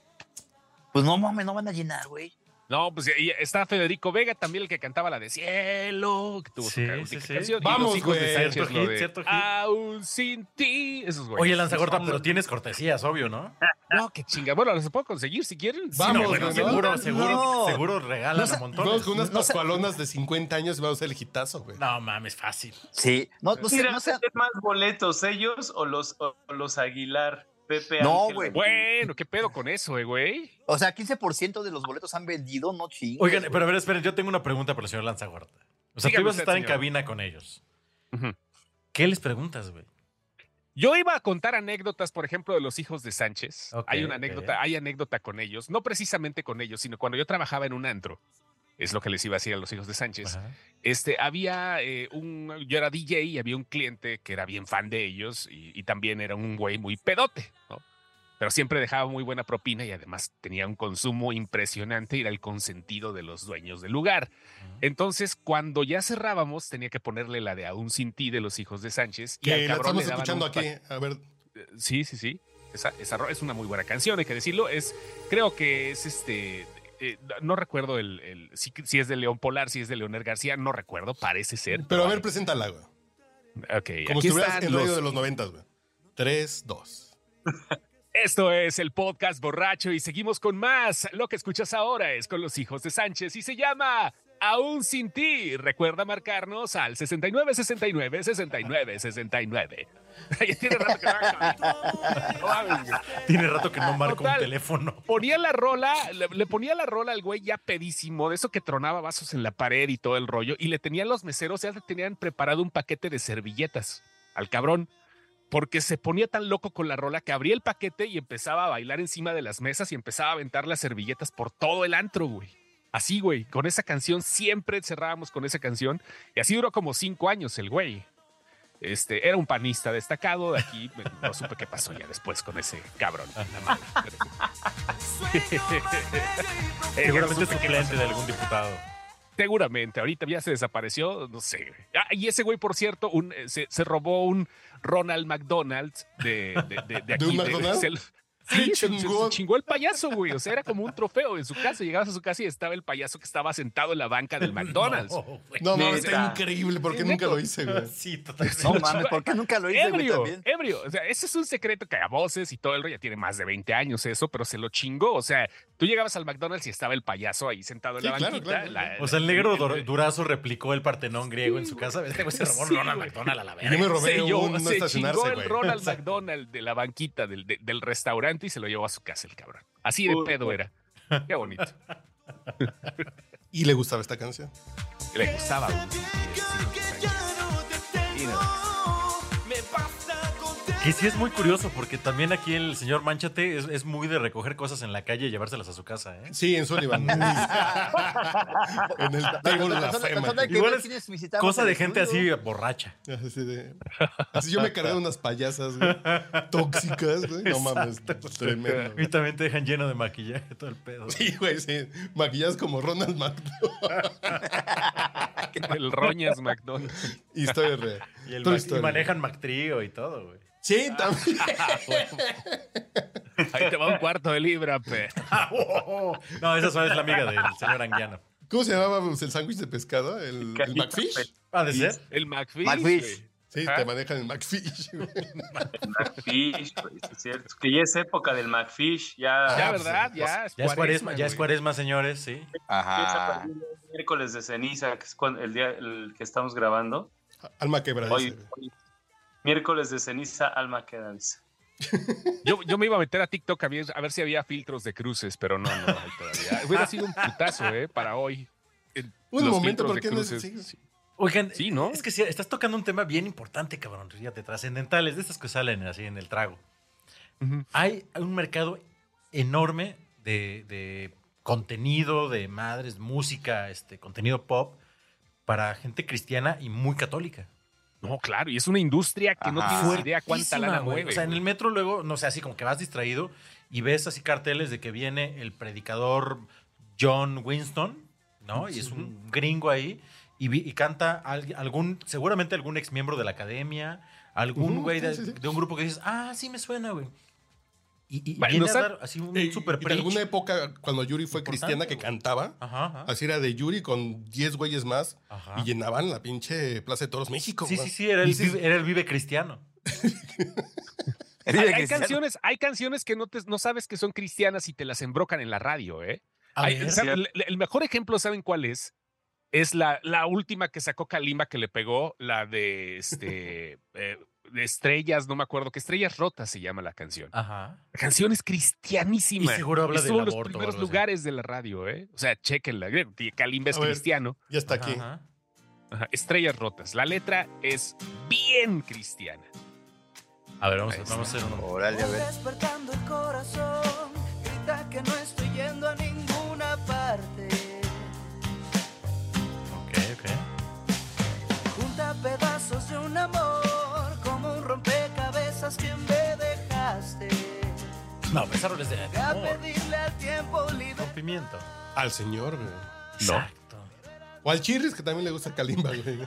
Speaker 8: pues no mames, no van a llenar, güey.
Speaker 7: No, pues y está Federico Vega también, el que cantaba la de Cielo, que tuvo
Speaker 6: Sí,
Speaker 7: su ca-
Speaker 6: sí,
Speaker 7: única
Speaker 6: sí.
Speaker 7: canción. y
Speaker 5: Vamos,
Speaker 7: los hijos de
Speaker 5: güey.
Speaker 7: Sánchez,
Speaker 6: Cierto
Speaker 7: lo
Speaker 6: hit,
Speaker 7: de
Speaker 6: cierto hit.
Speaker 7: Aún sin ti. Esos güeyes.
Speaker 6: Oye, Lanzagorta,
Speaker 7: No,
Speaker 6: pero tienes cortesías, obvio, ¿no?
Speaker 7: No, qué chinga. Bueno, los puedo conseguir si quieren.
Speaker 5: Vamos,
Speaker 7: no,
Speaker 5: güey,
Speaker 7: bueno,
Speaker 5: ¿no?
Speaker 6: Seguro,
Speaker 8: no.
Speaker 6: seguro, seguro regalan
Speaker 8: No sé-
Speaker 6: a
Speaker 5: Vamos
Speaker 6: montones.
Speaker 5: con unas
Speaker 8: No sé-
Speaker 5: pascualonas de 50 años y vamos a hacer el hitazo, güey.
Speaker 6: No mames, fácil.
Speaker 8: Sí, no, no sé,
Speaker 9: Mira,
Speaker 8: no sé.
Speaker 9: ¿qué más boletos ellos o los, o los Aguilar? Pepe
Speaker 8: No,
Speaker 9: Ángel.
Speaker 8: güey.
Speaker 7: Bueno, qué pedo con eso, eh, güey.
Speaker 8: O sea, 15% de los boletos han vendido, no chingues.
Speaker 6: Oigan, pero a ver, esperen, yo tengo una pregunta para el señor Lanzagorta. O sea,
Speaker 7: Dígame
Speaker 6: tú ibas
Speaker 7: usted,
Speaker 6: a estar en
Speaker 7: señor.
Speaker 6: cabina con ellos.
Speaker 7: Ujú.
Speaker 6: ¿Qué les preguntas, güey?
Speaker 7: Yo iba a contar anécdotas, por ejemplo, de los hijos de Sánchez.
Speaker 6: Ok,
Speaker 7: hay una
Speaker 6: ok.
Speaker 7: anécdota, hay anécdota con ellos, no precisamente con ellos, sino cuando yo trabajaba en un antro. Es lo que les iba a decir a los hijos de Sánchez.
Speaker 6: Ajá.
Speaker 7: Este, había eh, un, yo era DJ y había un cliente que era bien fan de ellos y, y también era un güey muy pedote, ¿no? Pero siempre dejaba muy buena propina y además tenía un consumo impresionante y era el consentido de los dueños del lugar. Entonces, cuando ya cerrábamos, tenía que ponerle la de Aún sin ti de los hijos de Sánchez. Y al
Speaker 5: Que la
Speaker 7: cabrón
Speaker 5: estamos
Speaker 7: le daban
Speaker 5: escuchando
Speaker 7: un pa-
Speaker 5: aquí. A ver,
Speaker 7: eh, Sí, sí, sí. Esa, esa ro- es una muy buena canción, hay que decirlo. Es, creo que es este. eh, no recuerdo el, el- si, si es de León Polar, si es de Leonel García, no recuerdo, parece ser.
Speaker 5: pero a ver,
Speaker 7: hay-
Speaker 5: preséntala, güey.
Speaker 7: ok,
Speaker 5: Como
Speaker 7: aquí
Speaker 5: si estuvieras
Speaker 7: están
Speaker 5: en
Speaker 7: los-
Speaker 5: radio de los 90, güey. 3, 2.
Speaker 7: Esto es el podcast borracho y seguimos con más. Lo que escuchas ahora es con los hijos de Sánchez y se llama Aún sin ti. Recuerda marcarnos al 69 69 69 69. Ya tiene rato que no hago. No mames, güey.
Speaker 6: Tiene rato que no marco un
Speaker 7: Total.
Speaker 6: teléfono.
Speaker 7: ponía la rola, le, le ponía la rola al güey ya pedísimo, de eso que tronaba vasos en la pared y todo el rollo, y le tenían los meseros, ya le tenían preparado un paquete de servilletas al cabrón. porque se ponía tan loco con la rola que abría el paquete y empezaba a bailar encima de las mesas y empezaba a aventar las servilletas por todo el antro, güey. Así, güey, con esa canción siempre cerrábamos con esa canción y así duró como cinco años el güey. Este, era un panista destacado, de aquí me- no supe qué pasó ya después con ese cabrón. la madre. Eh, no
Speaker 6: Seguramente es
Speaker 7: supe qué
Speaker 6: suplente
Speaker 7: pasó.
Speaker 6: de algún diputado.
Speaker 7: Seguramente, ahorita ya se desapareció, no sé. güey. Ah, y ese güey, por cierto, un, eh, se, se robó un Ronald McDonald's de, de, de- de aquí.
Speaker 5: un
Speaker 7: de-
Speaker 5: McDonald's?
Speaker 7: se lo- sí,
Speaker 5: ¡Qué
Speaker 7: se- se- se
Speaker 5: chingón!
Speaker 7: chingó el payaso, güey. O sea, era como un trofeo en su casa. Llegabas a su casa y estaba el payaso que estaba sentado en la banca del McDonald's.
Speaker 6: No, güey.
Speaker 5: No, mames,
Speaker 9: Neta.
Speaker 5: está increíble porque nunca lo hice, güey.
Speaker 6: Sí, totalmente.
Speaker 8: No mames, ¿por qué nunca lo hice, güey,
Speaker 7: ebrio,
Speaker 8: también?
Speaker 7: ebrio. O sea, ese es un secreto que a voces y todo el rollo ya tiene más de 20 años eso, pero se lo chingó. O sea, tú llegabas al McDonald's y estaba el payaso ahí sentado en
Speaker 5: Sí,
Speaker 7: la
Speaker 5: claro,
Speaker 7: banquita.
Speaker 5: claro, claro.
Speaker 7: la-
Speaker 6: O sea, el negro
Speaker 7: el-
Speaker 6: Dur- Durazo replicó el Partenón griego en su casa. Este güey se robó
Speaker 7: Sí,
Speaker 6: un Ronald
Speaker 7: güey.
Speaker 6: McDonald a la
Speaker 5: Yo
Speaker 6: verga.
Speaker 5: me robé
Speaker 7: se
Speaker 5: un
Speaker 7: llevó-
Speaker 5: no
Speaker 7: se chingó
Speaker 5: estacionarse,
Speaker 7: el
Speaker 5: güey.
Speaker 7: Ronald McDonald de la banquita del, de- del restaurante y se lo llevó a su casa el cabrón. Así de
Speaker 9: Uy.
Speaker 7: pedo era. Qué bonito.
Speaker 5: Y le gustaba esta canción.
Speaker 7: Le gustaba. güey. Y no.
Speaker 6: Que sí es muy curioso, porque también aquí el señor Manchate es, es muy de recoger cosas en la calle y llevárselas a su casa, ¿eh?
Speaker 5: Sí, en Sullivan. en el table la fema.
Speaker 8: Persona que
Speaker 6: Igual
Speaker 8: no
Speaker 6: es
Speaker 8: tienes visitamos
Speaker 6: Cosa
Speaker 8: en
Speaker 6: de
Speaker 8: el
Speaker 6: gente
Speaker 8: estudio.
Speaker 6: así borracha.
Speaker 5: Así, de- así yo me cargué de unas payasas, güey. Tóxicas, güey. No mames, tremendo.
Speaker 6: Y
Speaker 5: güey.
Speaker 6: también te dejan lleno de maquillaje todo el pedo.
Speaker 5: Sí, güey, sí. Maquilladas como Ronald McDonald.
Speaker 7: El Roñas McDonald.
Speaker 5: Historia real.
Speaker 6: Y, el
Speaker 5: True
Speaker 6: Mac- y
Speaker 5: story.
Speaker 6: manejan Mactrío y todo, güey.
Speaker 5: Sí, también.
Speaker 7: Ahí te va un cuarto de libra, pe.
Speaker 6: No, esa solo es la amiga del señor Anguiano.
Speaker 5: ¿Cómo se llamaba pues, el sándwich de pescado? ¿El, el
Speaker 9: Cajita
Speaker 5: McFish?
Speaker 6: ¿Ha de ser?
Speaker 7: El McFish.
Speaker 8: McFish.
Speaker 7: güey.
Speaker 5: Sí,
Speaker 7: Ajá.
Speaker 5: te manejan el McFish, güey.
Speaker 9: McFish, güey, sí es cierto. Que ya es época del McFish, ya.
Speaker 7: Ya,
Speaker 5: Ah,
Speaker 7: ¿verdad? Ya,
Speaker 6: pues, Ya es cuaresma, ya es
Speaker 7: güey.
Speaker 6: cuaresma, señores, sí.
Speaker 9: empieza a
Speaker 8: Ajá.
Speaker 9: partir del miércoles de ceniza, que es cuando- el día el que estamos grabando.
Speaker 5: Alma quebrada.
Speaker 9: Hoy, hoy, miércoles de ceniza, alma quedanza.
Speaker 7: Yo, yo me iba a meter a TikTok a ver, a ver si había filtros de cruces, pero no, no hay todavía. Hubiera sido un putazo, ¿eh? Para hoy. El-
Speaker 5: Un
Speaker 7: los
Speaker 5: momento,
Speaker 7: filtros
Speaker 5: ¿por
Speaker 7: de
Speaker 5: qué no es-
Speaker 7: cruces.
Speaker 5: sí,
Speaker 7: Sí,
Speaker 6: Oigan,
Speaker 7: Sí, ¿no?
Speaker 6: es que sí, estás tocando un tema bien importante, cabrón. Fíjate, trascendentales, de estas que salen así en el trago.
Speaker 7: Ujú.
Speaker 6: Hay un mercado enorme de, de contenido, de madres, música, este, contenido pop para gente cristiana y muy católica.
Speaker 7: No, claro, y es una industria que no
Speaker 8: Ajá.
Speaker 7: tienes idea cuánta
Speaker 6: Fuertísima,
Speaker 7: lana
Speaker 6: güey.
Speaker 7: mueve.
Speaker 6: O sea, en
Speaker 7: güey.
Speaker 6: el metro luego, no sé, así como que vas distraído y ves así carteles de que viene el predicador John Winston, ¿no? Y es un gringo ahí y, vi- y canta al- algún, seguramente algún ex miembro de la academia, algún
Speaker 5: Ujú,
Speaker 6: güey
Speaker 5: sí,
Speaker 6: de,
Speaker 5: sí, sí.
Speaker 6: de un grupo que dices, ah, sí me suena, güey. Y, y- y
Speaker 7: Bueno,
Speaker 6: viene
Speaker 7: o
Speaker 6: a
Speaker 7: sea,
Speaker 6: dar así un
Speaker 5: Eh, Y-
Speaker 6: super
Speaker 5: y en alguna
Speaker 6: preach.
Speaker 5: época, cuando Yuri fue
Speaker 6: Importante,
Speaker 5: cristiana, que
Speaker 6: güey.
Speaker 5: cantaba,
Speaker 6: Ajá, ajá,
Speaker 5: así era de Yuri con 10 güeyes más
Speaker 6: ajá.
Speaker 5: y llenaban la pinche Plaza de Toros México.
Speaker 6: Sí,
Speaker 5: güey.
Speaker 6: sí, sí, era el,
Speaker 5: Y sí-
Speaker 6: vive, era el vive cristiano.
Speaker 8: Dice
Speaker 7: Hay,
Speaker 8: que
Speaker 7: hay
Speaker 8: sí,
Speaker 7: canciones, hay canciones que no, te, no sabes que son cristianas y te las embrocan en la radio, ¿eh?
Speaker 6: A
Speaker 7: Hay-
Speaker 6: ver.
Speaker 7: ¿sabe- le- le- el mejor ejemplo, ¿saben cuál es? Es la, la última que sacó Kalimba que le pegó, la de este eh, de estrellas, no me acuerdo, que estrellas rotas se llama la canción.
Speaker 6: Ajá.
Speaker 7: La canción es
Speaker 6: Ah, Y
Speaker 7: cristianísima.
Speaker 6: seguro habla
Speaker 7: Estuvo
Speaker 6: del
Speaker 7: en los
Speaker 6: aborto. o
Speaker 7: primeros
Speaker 6: algo así.
Speaker 7: lugares de la radio, ¿eh? O sea, chequenla. Kalimba es
Speaker 5: A ver.
Speaker 7: cristiano.
Speaker 5: Ya está aquí.
Speaker 6: Ajá, ajá.
Speaker 7: Ajá, Estrellas rotas. La letra es bien cristiana.
Speaker 6: A ver, vamos, a-
Speaker 7: Ahí
Speaker 6: vamos a hacer un...
Speaker 8: Órale, a ver.
Speaker 10: Despertando el corazón, grita que no estoy yendo a ninguna parte.
Speaker 6: Ok, ok.
Speaker 10: Junta pedazos de un amor, como un rompecabezas que me dejaste.
Speaker 6: No, pues esa rola es de
Speaker 10: Voy a
Speaker 6: amor,
Speaker 10: pedirle al tiempo libre.
Speaker 6: con pimiento.
Speaker 5: Al señor, güey.
Speaker 6: Exacto.
Speaker 5: O al Chirris, que también le gusta Kalimba, güey.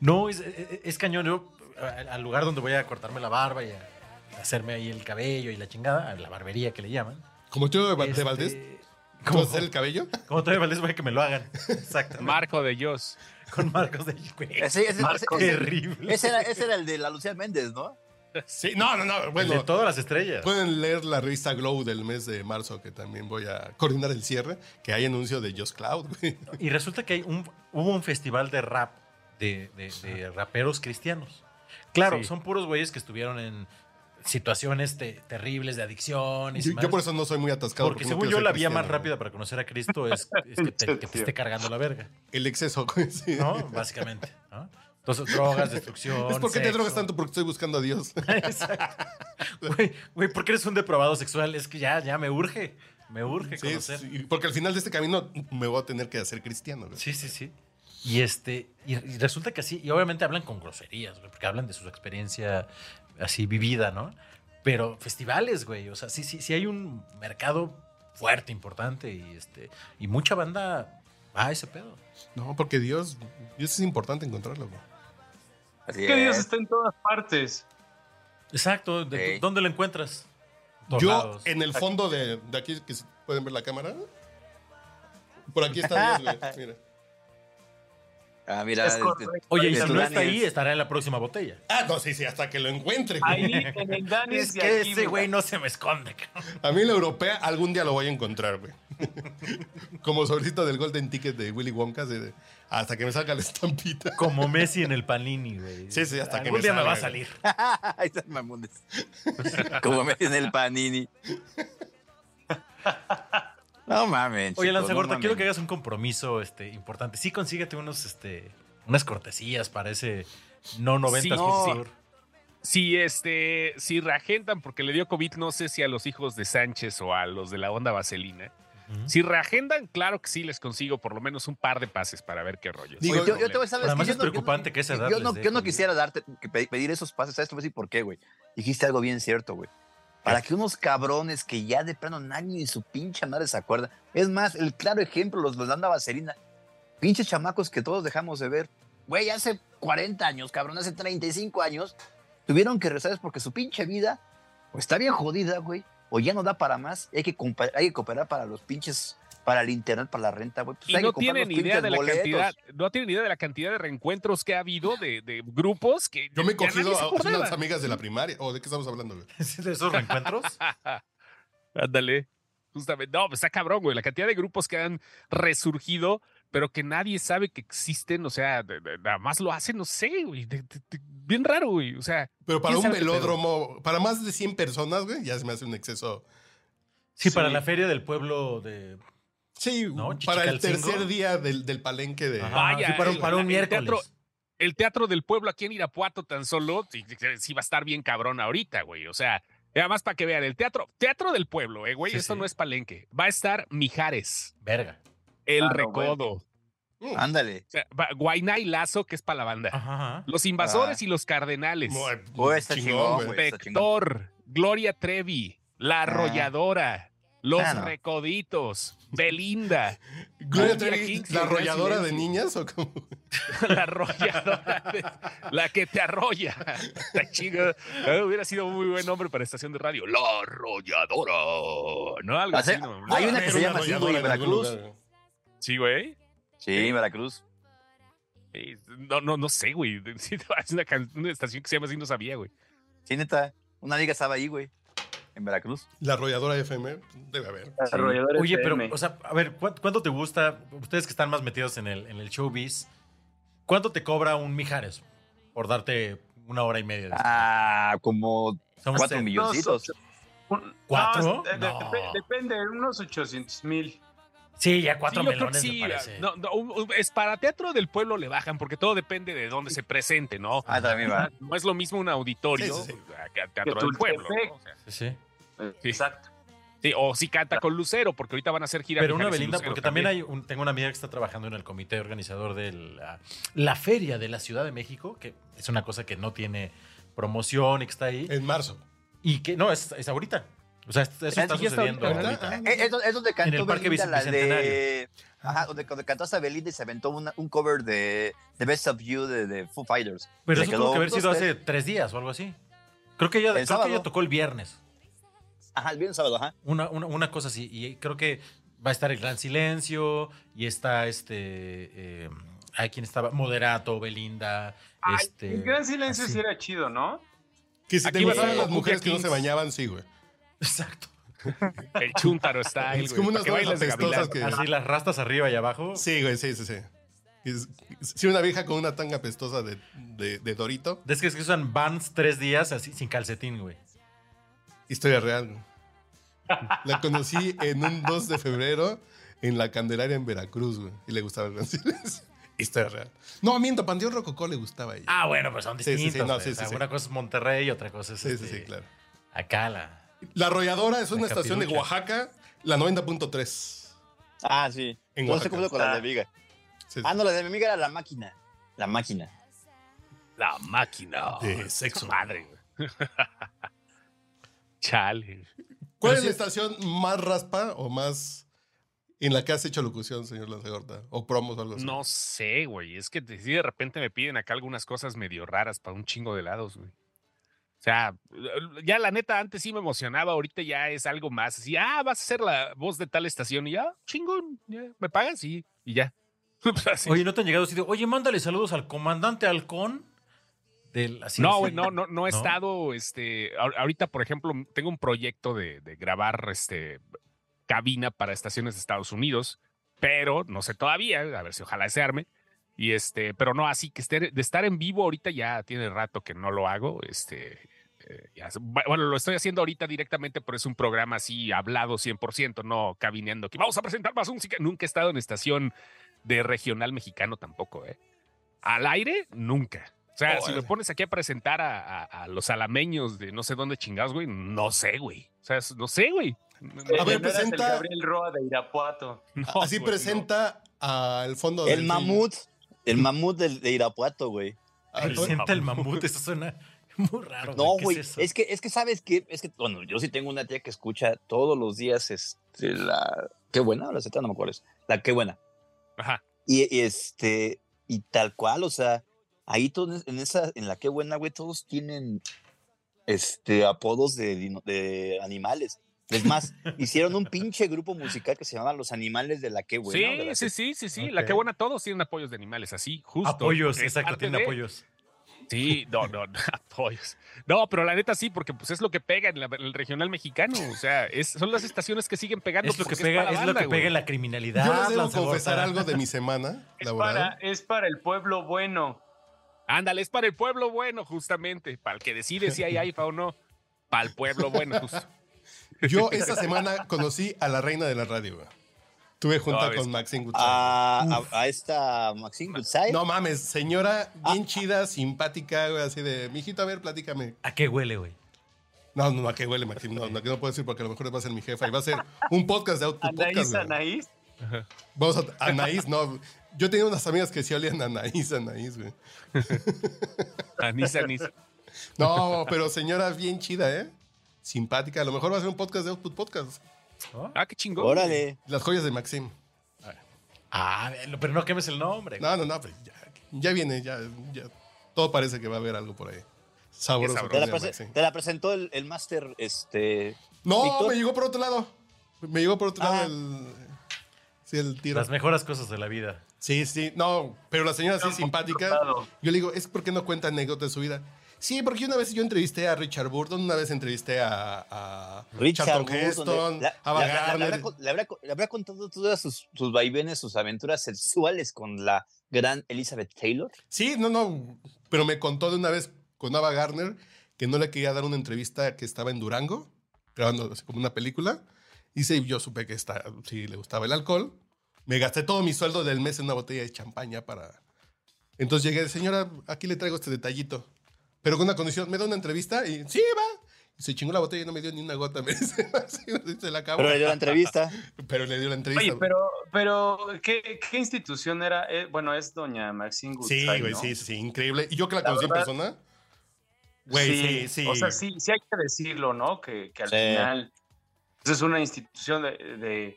Speaker 6: No, es, es- es cañón. Yo, a- al lugar donde voy a cortarme la barba y a hacerme ahí el cabello y la chingada, a la barbería que le llaman.
Speaker 5: Como tú de, Val- de
Speaker 6: este,
Speaker 5: Valdés, ¿tú
Speaker 6: Como,
Speaker 5: vas a hacer el cabello?
Speaker 6: como tú de Valdés, voy a que me lo hagan. Exactamente.
Speaker 7: Marco de Dios.
Speaker 6: con Marcos de güey,
Speaker 8: Ese, ese-
Speaker 9: Marcos.
Speaker 8: ese-
Speaker 6: Terrible.
Speaker 8: ese era, ese era el de la Lucía Méndez, ¿no?
Speaker 5: Sí, no, no, no.
Speaker 6: El de
Speaker 5: Bueno,
Speaker 6: todas las estrellas.
Speaker 5: pueden leer la revista Glow del mes de marzo, que también voy a coordinar el cierre, que hay anuncio de Just Cloud, güey.
Speaker 6: Y resulta que hay un, hubo un festival de rap de, de- de raperos cristianos. Claro,
Speaker 7: Sí.
Speaker 6: son puros güeyes que estuvieron en situaciones te- terribles de adicción y
Speaker 5: Yo,
Speaker 6: demás.
Speaker 5: yo por eso no soy muy atascado.
Speaker 6: Porque
Speaker 5: no
Speaker 6: según
Speaker 5: quiero
Speaker 6: yo
Speaker 5: ser
Speaker 6: la vía más
Speaker 5: cristiano,
Speaker 6: rápida para conocer a Cristo es, es que, te, que te esté cargando la verga,
Speaker 5: güey. El exceso, güey. sí.
Speaker 6: ¿no? Básicamente. ¿no? Entonces, drogas, destrucción.
Speaker 5: ¿Es por qué te
Speaker 6: sexo.
Speaker 5: drogas tanto? Porque estoy buscando a Dios.
Speaker 6: Exacto. Güey, güey, ¿por qué eres un depravado sexual? Es que ya, ya me urge. Me urge
Speaker 5: Sí,
Speaker 6: conocer.
Speaker 5: sí, porque al final de este camino me voy a tener que hacer cristiano. güey.
Speaker 6: Sí, sí, sí. Y este, y, y resulta que así, y obviamente hablan con groserías, güey, porque hablan de su experiencia así vivida, ¿no? Pero festivales, güey, o sea, sí, sí, sí hay un mercado fuerte, importante, y este, y mucha banda va a ese pedo.
Speaker 5: No, porque Dios, Dios es importante encontrarlo. güey.
Speaker 8: Así
Speaker 9: Que Dios
Speaker 8: es.
Speaker 9: está en todas partes.
Speaker 6: Exacto,
Speaker 8: de- Ok.
Speaker 6: ¿dónde lo encuentras?
Speaker 5: Yo, en el fondo de, de aquí, que si pueden ver la cámara. Por aquí está Dios, güey. Mira.
Speaker 8: Ah, mira.
Speaker 9: Es correcto.
Speaker 6: Oye, y
Speaker 8: de
Speaker 6: si
Speaker 8: tu
Speaker 6: no está
Speaker 8: Daniels.
Speaker 6: ahí, estará en la próxima botella.
Speaker 5: Ah, no, sí, sí, hasta que lo encuentre. güey.
Speaker 9: Ahí en el Danis
Speaker 6: Es
Speaker 9: y
Speaker 6: que
Speaker 9: aquí,
Speaker 6: ese
Speaker 9: mira.
Speaker 6: güey no se me esconde, cabrón.
Speaker 5: A mí la europea algún día lo voy a encontrar, güey. Como sobrecito del Golden Ticket de Willy Wonka, así de, hasta que me salga la estampita.
Speaker 6: Como Messi en el Panini, güey.
Speaker 5: Sí, sí, hasta que
Speaker 6: Algún
Speaker 5: me
Speaker 6: día me
Speaker 5: salga,
Speaker 6: va
Speaker 5: güey.
Speaker 6: a salir.
Speaker 8: Ahí están mamones. Como me en el panini. No mames.
Speaker 6: Oye,
Speaker 8: chicos,
Speaker 6: Lanzagorta,
Speaker 8: no
Speaker 6: quiero que
Speaker 8: mamen.
Speaker 6: hagas un compromiso este, importante. Sí, consíguete unos, este, unas cortesías para ese no 90
Speaker 7: Sí, no. Si este, si reagentan, porque le dio COVID, no sé si a los hijos de Sánchez o a los de la onda Vaselina. Si reagendan, claro que sí les consigo por lo menos un par de pases para ver qué rollo.
Speaker 5: Digo,
Speaker 8: Oye, yo, yo te voy a
Speaker 6: Pero
Speaker 8: saber
Speaker 6: además es preocupante que esa edad
Speaker 8: Yo
Speaker 6: les
Speaker 8: no,
Speaker 6: dé
Speaker 8: yo no
Speaker 6: COVID.
Speaker 8: quisiera darte, que pe- pedir esos pases, ¿sabes? Te voy a decir por qué, güey. Dijiste algo bien cierto, güey. Para que unos cabrones que ya de plano nadie ni su pinche madre se acuerda. Es más, el claro ejemplo, los los anda vaselina. Pinches chamacos que todos dejamos de ver. Güey, hace 40 años, cabrón, hace 35 años, tuvieron que rezar porque su pinche vida o está bien jodida, güey, o ya no da para más. Hay que, compa- hay que cooperar para los pinches, para el internet, para la renta, güey. Pues
Speaker 7: Y
Speaker 8: hay
Speaker 7: no
Speaker 8: que comprar
Speaker 7: tienen
Speaker 8: los
Speaker 7: idea
Speaker 8: pinches
Speaker 7: de la
Speaker 8: boletos.
Speaker 7: cantidad, no tienen idea de la cantidad de reencuentros que ha habido de, de grupos que
Speaker 5: Yo me he
Speaker 7: ya nadie
Speaker 5: cogido
Speaker 7: se
Speaker 5: a
Speaker 7: acordaba.
Speaker 5: unas amigas de la primaria. ¿O de qué estamos hablando, güey?
Speaker 6: ¿De esos reencuentros?
Speaker 7: Ándale. Justamente. No, pues está cabrón, güey. La cantidad de grupos que han resurgido, pero que nadie sabe que existen. O sea, de- de- nada más lo hacen, no sé, güey. de- de- de- bien raro, güey. O sea,
Speaker 5: Pero para
Speaker 7: ¿Quién
Speaker 5: un
Speaker 7: sabe qué pedo?
Speaker 5: velódromo, para más de 100 personas, güey, ya se me hace un exceso.
Speaker 6: Sí, para la feria del pueblo de...
Speaker 5: Sí,
Speaker 6: ¿No?
Speaker 5: para el
Speaker 6: Chichalcingo.
Speaker 5: tercer día del, del palenque de...
Speaker 6: Ajá,
Speaker 7: Vaya,
Speaker 6: sí, para, un-
Speaker 7: el-
Speaker 6: para un
Speaker 7: el
Speaker 6: miércoles.
Speaker 7: teatro- el Teatro del Pueblo aquí en Irapuato tan solo, sí, sí, sí va a estar bien cabrón ahorita, güey. O sea, y además para que vean, el Teatro, Teatro del Pueblo, eh, güey,
Speaker 6: Sí,
Speaker 7: esto
Speaker 6: sí.
Speaker 7: no es palenque. Va a estar Mijares,
Speaker 6: Verga.
Speaker 7: El
Speaker 9: Ah, no,
Speaker 7: Recodo, o
Speaker 5: Mm.
Speaker 8: Ándale.
Speaker 7: sea, va- Guainá y Lazo, que es para la banda.
Speaker 6: Ajá.
Speaker 7: Los Invasores
Speaker 8: Ah.
Speaker 7: y los Cardenales.
Speaker 5: Muy
Speaker 8: Oh, está chingón, güey. Pues, está chingón.
Speaker 7: Vector, Gloria Trevi, La Arrolladora, Los
Speaker 8: Ah, no.
Speaker 7: Recoditos, Belinda,
Speaker 5: Gloria
Speaker 7: Ah,
Speaker 5: Trevi,
Speaker 7: King, sí,
Speaker 5: la
Speaker 7: gran
Speaker 5: arrolladora de
Speaker 7: silencio.
Speaker 5: niñas o cómo?
Speaker 7: La Arrolladora, de- la que te arrolla. Está chido. Ah, hubiera sido un muy buen nombre para estación de radio. La Arrolladora. No, algo
Speaker 8: O sea,
Speaker 7: así, ¿no?
Speaker 8: Hay una que se llama así,
Speaker 5: arrolladora
Speaker 8: güey,
Speaker 5: en
Speaker 8: en
Speaker 5: algún
Speaker 8: Veracruz.
Speaker 5: lugar, güey.
Speaker 7: Sí, güey.
Speaker 8: Sí, Veracruz.
Speaker 7: Eh, No, no, no sé, güey. Sí, no, Es una, can- una estación que se llama así, no sabía, güey.
Speaker 8: Sí, neta. Una liga estaba ahí, güey. En Veracruz.
Speaker 5: La arrolladora FM, debe haber.
Speaker 9: Arrolladores
Speaker 6: Oye, pero,
Speaker 9: FM.
Speaker 6: o sea, a ver, ¿cuánto, cuánto te gusta? Ustedes que están más metidos en el, en el showbiz, ¿cuánto te cobra un Mijares por darte una hora y media? De
Speaker 8: Ah, como
Speaker 6: Somos
Speaker 8: cuatro
Speaker 6: en-
Speaker 8: milloncitos.
Speaker 9: Un-
Speaker 6: ¿Cuatro?
Speaker 9: No, de- de-
Speaker 6: No.
Speaker 9: dep- depende, unos 800 mil.
Speaker 6: Sí, ya cuatro
Speaker 7: Sí, yo creo que
Speaker 6: melones
Speaker 7: sí,
Speaker 6: me parece.
Speaker 7: no, no, un- un- es para teatro del pueblo le bajan, porque todo depende de dónde se presente, ¿no?
Speaker 8: Ah, también va.
Speaker 7: No es lo mismo un auditorio
Speaker 5: Sí, sí, sí.
Speaker 7: a que a teatro
Speaker 9: Que
Speaker 7: del pueblo.
Speaker 9: Tultepec.
Speaker 7: ¿no? O, sea,
Speaker 6: Sí, sí.
Speaker 7: Sí.
Speaker 9: Exacto.
Speaker 7: sí, o si canta con Lucero, porque ahorita van a hacer gira.
Speaker 6: Pero una
Speaker 7: Mijares y
Speaker 6: Belinda,
Speaker 7: Lucero
Speaker 6: porque también hay un, tengo una amiga que está trabajando en el comité organizador de la, la feria de la Ciudad de México, que es una cosa que no tiene promoción y que está ahí.
Speaker 5: En marzo.
Speaker 6: y que no, es, es ahorita. O sea, es- eso
Speaker 8: Ah, Ya
Speaker 6: está
Speaker 8: está
Speaker 6: sucediendo
Speaker 5: ahorita,
Speaker 6: ahorita.
Speaker 5: ¿verdad? Ah,
Speaker 8: Eh, Es, do- es donde cantó
Speaker 6: el Parque
Speaker 8: Belinda, la de...
Speaker 6: Bicentenario.
Speaker 8: Ajá, donde, donde cantó hasta Belinda y se aventó una- un cover de The Best of You de, de Foo Fighters.
Speaker 6: Pero
Speaker 8: Se
Speaker 6: eso
Speaker 8: quedó
Speaker 6: tuvo que haber
Speaker 8: dos,
Speaker 6: sido
Speaker 8: tres.
Speaker 6: hace tres días o algo así. Creo que ella, creo que
Speaker 8: sábado.
Speaker 6: ella tocó el viernes.
Speaker 8: Ajá, el viernes sábado, ajá.
Speaker 6: Una, una, una cosa así. Y creo que va a estar el Gran Silencio y está este. Eh, ay, ¿quién estaba? Moderato, Belinda. este,
Speaker 9: el gran silencio
Speaker 6: así.
Speaker 9: sí era chido, ¿no?
Speaker 5: Que si te
Speaker 7: Aquí va a
Speaker 5: gustaban
Speaker 7: ser
Speaker 5: las
Speaker 7: Cumbia
Speaker 5: mujeres que no
Speaker 7: Kings.
Speaker 5: se bañaban, sí, güey.
Speaker 6: Exacto.
Speaker 7: El Chuntaro está
Speaker 5: Es como unas
Speaker 7: bailes
Speaker 5: bailas
Speaker 7: de
Speaker 5: apestosas
Speaker 7: gavilán.
Speaker 5: que...
Speaker 6: Así las rastas arriba y abajo.
Speaker 5: Sí, güey, sí, sí, sí. Es- Sí, una vieja con una tanga pestosa de, de, de Dorito.
Speaker 6: Es que, es que usan Vans tres días así sin calcetín, güey.
Speaker 5: Historia real. güey. La conocí en un 2 de febrero en la Candelaria en Veracruz, güey. Y le gustaba el gran silencio. Esta es real. No, miento, Panteón Rococó le gustaba a ella.
Speaker 6: Ah, bueno, pues son
Speaker 5: Sí, sí, sí,
Speaker 6: distintos.
Speaker 5: no,
Speaker 6: güey.
Speaker 5: sí,
Speaker 6: O sea,
Speaker 5: sí, sí.
Speaker 6: Una cosa es Monterrey y otra cosa es
Speaker 5: sí, sí,
Speaker 6: este,
Speaker 5: sí, claro.
Speaker 6: acá la.
Speaker 5: La Arrolladora es una
Speaker 6: La
Speaker 5: estación de
Speaker 6: Capirucha.
Speaker 5: Oaxaca, la 90.3.
Speaker 8: Ah, sí.
Speaker 5: En
Speaker 8: no
Speaker 5: Oaxaca.
Speaker 8: se confunde con la de mi amiga.
Speaker 5: Sí, sí.
Speaker 8: Ah, no, la de mi amiga era la máquina. La máquina.
Speaker 7: La máquina.
Speaker 5: De
Speaker 7: sexo. Madre. güey. Chale.
Speaker 5: ¿Cuál
Speaker 6: Pero
Speaker 5: es la
Speaker 6: sí-
Speaker 5: estación más raspa o más en la que has hecho locución, señor Lanzagorta? O promos o algo así.
Speaker 7: No sé, güey. Es que si de repente me piden acá algunas cosas medio raras para un chingo de lados, güey. O sea, ya la neta, antes sí me emocionaba, ahorita ya es algo más. Así, ah, vas a ser la voz de tal estación y ya, "Ah, chingón, ya, me pagas y, y ya. Pues así.
Speaker 6: Oye, ¿no te han llegado así de, oye, mándale saludos al comandante Halcón? Del, así,
Speaker 7: no,
Speaker 6: así?
Speaker 7: güey, no, no, no he
Speaker 6: ¿No?
Speaker 7: estado, este, ahor- ahorita, por ejemplo, tengo un proyecto de, de grabar, este, cabina para estaciones de Estados Unidos, pero no sé todavía, a ver si ojalá se arme. Y este, pero no, así que esté- de estar en vivo ahorita ya tiene rato que no lo hago, este, eh, ya se- bu- bueno, lo estoy haciendo ahorita directamente, pero es un programa así hablado 100%, no cabineando, que vamos a presentar más música. Nunca he estado en estación de regional mexicano tampoco, ¿eh? Al aire, nunca. O sea, si me
Speaker 5: Órale.
Speaker 7: pones aquí a presentar a, a- a los alameños de no sé dónde chingados, güey, no sé, güey. O sea, es- no sé, güey.
Speaker 5: A ver,
Speaker 9: No eras el
Speaker 5: presenta-
Speaker 9: Gabriel Roa de Irapuato.
Speaker 7: No,
Speaker 5: así
Speaker 7: güey, no.
Speaker 5: presenta al fondo del
Speaker 8: El
Speaker 5: film.
Speaker 8: mamut. El mamut del- de Irapuato, güey.
Speaker 5: Ah,
Speaker 6: El
Speaker 5: entonces-
Speaker 6: Sienta el mamut, esto suena muy raro.
Speaker 8: No, güey,
Speaker 6: ¿qué
Speaker 8: es,
Speaker 6: eso?
Speaker 8: que, es que sabes que, es que, bueno, yo sí tengo una tía que escucha todos los días, este, la, qué buena, o la Z, no me acuerdo, es, la qué buena.
Speaker 7: Ajá.
Speaker 8: Y, y, este, y tal cual, o sea, ahí todos, en esa, en la qué buena, güey, todos tienen, este, apodos de, dino- de animales. Es más, hicieron un pinche grupo musical que se llamaba Los Animales de la qué buena. o de la
Speaker 7: sí, sí,
Speaker 8: Qué-
Speaker 7: sí, sí, sí. La
Speaker 6: Ok.
Speaker 7: que buena todos tienen apoyos de animales, así, justo.
Speaker 6: Apoyos,
Speaker 7: porque es
Speaker 6: exacto,
Speaker 7: parte
Speaker 6: tiene
Speaker 7: de-
Speaker 6: apoyos.
Speaker 7: Sí, no, no, no, apoyos. No, pero la neta sí, porque pues es lo que pega en, la- en el regional mexicano. O sea, es- son las estaciones que siguen pegando.
Speaker 6: Es lo que
Speaker 7: porque
Speaker 6: pega,
Speaker 7: para
Speaker 6: es lo
Speaker 7: banda,
Speaker 6: que
Speaker 7: güey.
Speaker 6: pega en la criminalidad.
Speaker 5: Yo les debo
Speaker 6: Lanzagorta.
Speaker 5: confesar algo de mi semana
Speaker 9: Es para,
Speaker 5: laboral.
Speaker 9: es para el pueblo bueno.
Speaker 7: Ándale, es para el pueblo bueno, justamente. Para el que decide si hay AIFA o no. Para el pueblo bueno, pues, justo.
Speaker 5: Yo esta semana conocí a la reina de la radio. güey. Tuve junta
Speaker 7: No,
Speaker 5: con
Speaker 7: es-
Speaker 5: Maxine
Speaker 8: Ah.
Speaker 5: Gutiérrez.
Speaker 8: A, a, a esta Maxine Goodside.
Speaker 5: No mames, señora
Speaker 8: Ah.
Speaker 5: bien chida, simpática, güey, así de, mijito, a ver, platícame.
Speaker 6: ¿A qué huele, güey?
Speaker 5: No, no, a qué huele, Maxine, no, no, que no puedo decir porque a lo mejor va a ser mi jefa y va a ser un podcast de output podcast.
Speaker 9: Anaís,
Speaker 5: güey.
Speaker 9: Anaís.
Speaker 5: Vamos a Anaís, no. Yo tenía unas amigas que sí olían a Anaís, Anaís, güey.
Speaker 7: Anís, anís.
Speaker 5: No, pero señora bien chida, ¿eh? Simpática. A lo mejor va a ser un podcast de Output Podcast.
Speaker 7: Ah, qué chingón.
Speaker 8: Órale.
Speaker 5: Las joyas de Maxim.
Speaker 6: Ah, pero no quemes el nombre. güey.
Speaker 5: No, no, no, pues ya, ya viene, ya, ya. Todo parece que va a haber algo por ahí. Sabroso.
Speaker 7: Qué sabroso.
Speaker 8: Te la,
Speaker 5: comida,
Speaker 8: prese-
Speaker 5: Maxim.
Speaker 8: te la presentó el, el máster, este,
Speaker 5: No,
Speaker 8: Víctor.
Speaker 5: me llegó por otro lado. Me llegó por otro
Speaker 8: Ah.
Speaker 5: lado el. Sí, el tiro.
Speaker 6: Las mejores cosas de la vida.
Speaker 5: Sí, sí, no, pero la señora sí
Speaker 9: Estamos
Speaker 5: simpática.
Speaker 9: cortado.
Speaker 5: Yo le digo, es porque no cuenta anécdotas de su vida. Sí, porque una vez yo entrevisté a Richard Burton, una vez entrevisté a, a
Speaker 8: Richard
Speaker 5: Charlton
Speaker 8: Burton, eh,
Speaker 5: Heston,
Speaker 8: la-
Speaker 5: a
Speaker 8: la-
Speaker 5: Ava
Speaker 8: la- la- la habrá
Speaker 5: Gardner.
Speaker 8: con- le habrá con- le habrá contado todas sus, sus vaivenes, sus aventuras sexuales con la gran Elizabeth Taylor.
Speaker 5: Sí, no, no, pero me contó de una vez con Ava Gardner que no le quería dar una entrevista que estaba en Durango, grabando así como una película. Y sí, yo supe que está, sí, le gustaba el alcohol. Me gasté todo mi sueldo del mes en una botella de champaña para... Entonces llegué, señora, aquí le traigo este detallito. Pero con una condición, me da una entrevista y sí, va. Y se chingó la botella y no me dio ni una gota. Me dice, así, se la acabó.
Speaker 8: Pero le dio la entrevista.
Speaker 5: Pero le dio la entrevista.
Speaker 9: Oye, pero, pero ¿qué, qué institución era? Eh, bueno, es doña Maxine
Speaker 5: sí,
Speaker 9: Goodside,
Speaker 5: güey,
Speaker 9: ¿no?
Speaker 5: sí, sí, increíble. Y yo que la,
Speaker 9: La
Speaker 5: conocí
Speaker 9: verdad-
Speaker 5: en persona. Güey, sí, sí.
Speaker 9: O sea, sí, sí hay que decirlo, ¿no? Que, que al
Speaker 8: Sí.
Speaker 9: final pues, es una institución de, de,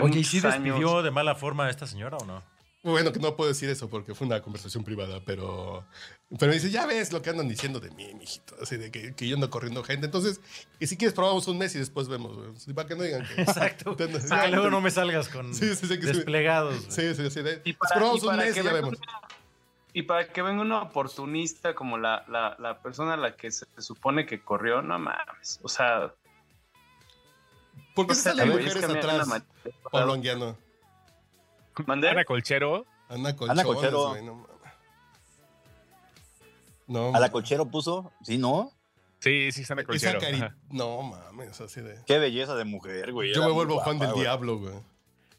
Speaker 6: Oye, ¿y
Speaker 9: muchos
Speaker 6: si despidió
Speaker 9: años.
Speaker 6: de mala forma a esta señora o no?
Speaker 5: Bueno, que no puedo decir eso porque fue una conversación privada, pero, pero dice, ya ves lo que andan diciendo de mí, mijito, así de que, que yo ando corriendo gente. Entonces, y si quieres probamos un mes y después vemos, güey. Sí, para que no digan que...
Speaker 6: Exacto.
Speaker 5: Te- te-
Speaker 9: Ah,
Speaker 6: Para que luego no me salgas con
Speaker 5: Sí, sí, sí, que sí.
Speaker 6: desplegados. güey.
Speaker 5: Sí, sí, sí. de- "Pues
Speaker 9: Y para-
Speaker 5: probamos
Speaker 9: y
Speaker 5: un
Speaker 9: para
Speaker 5: mes
Speaker 9: que
Speaker 5: y ya
Speaker 9: vean-
Speaker 5: vemos.
Speaker 9: Y para que venga una oportunista como la, la, la persona a la que se supone que corrió, no mames. O sea,
Speaker 5: ¿Por qué
Speaker 9: o sea,
Speaker 5: salen
Speaker 9: güey, es
Speaker 5: mujeres
Speaker 9: que a mí Ana
Speaker 5: atrás?
Speaker 9: María-
Speaker 5: Pablo Anguiano.
Speaker 9: ¿Mandé?
Speaker 7: Ana Colchero.
Speaker 5: Ana
Speaker 8: Colchero.
Speaker 5: Colchero. No, mames. no
Speaker 8: A la
Speaker 5: mames.
Speaker 8: cochero puso. Sí, ¿no?
Speaker 7: Sí, sí, es Ana
Speaker 5: Esa
Speaker 7: Colchero.
Speaker 5: cari-
Speaker 7: Ajá.
Speaker 5: No mames, así de...
Speaker 8: Qué belleza de mujer, güey. era
Speaker 5: Yo me
Speaker 8: muy
Speaker 5: vuelvo
Speaker 8: guapa,
Speaker 5: Juan del
Speaker 8: güey.
Speaker 5: Diablo, güey.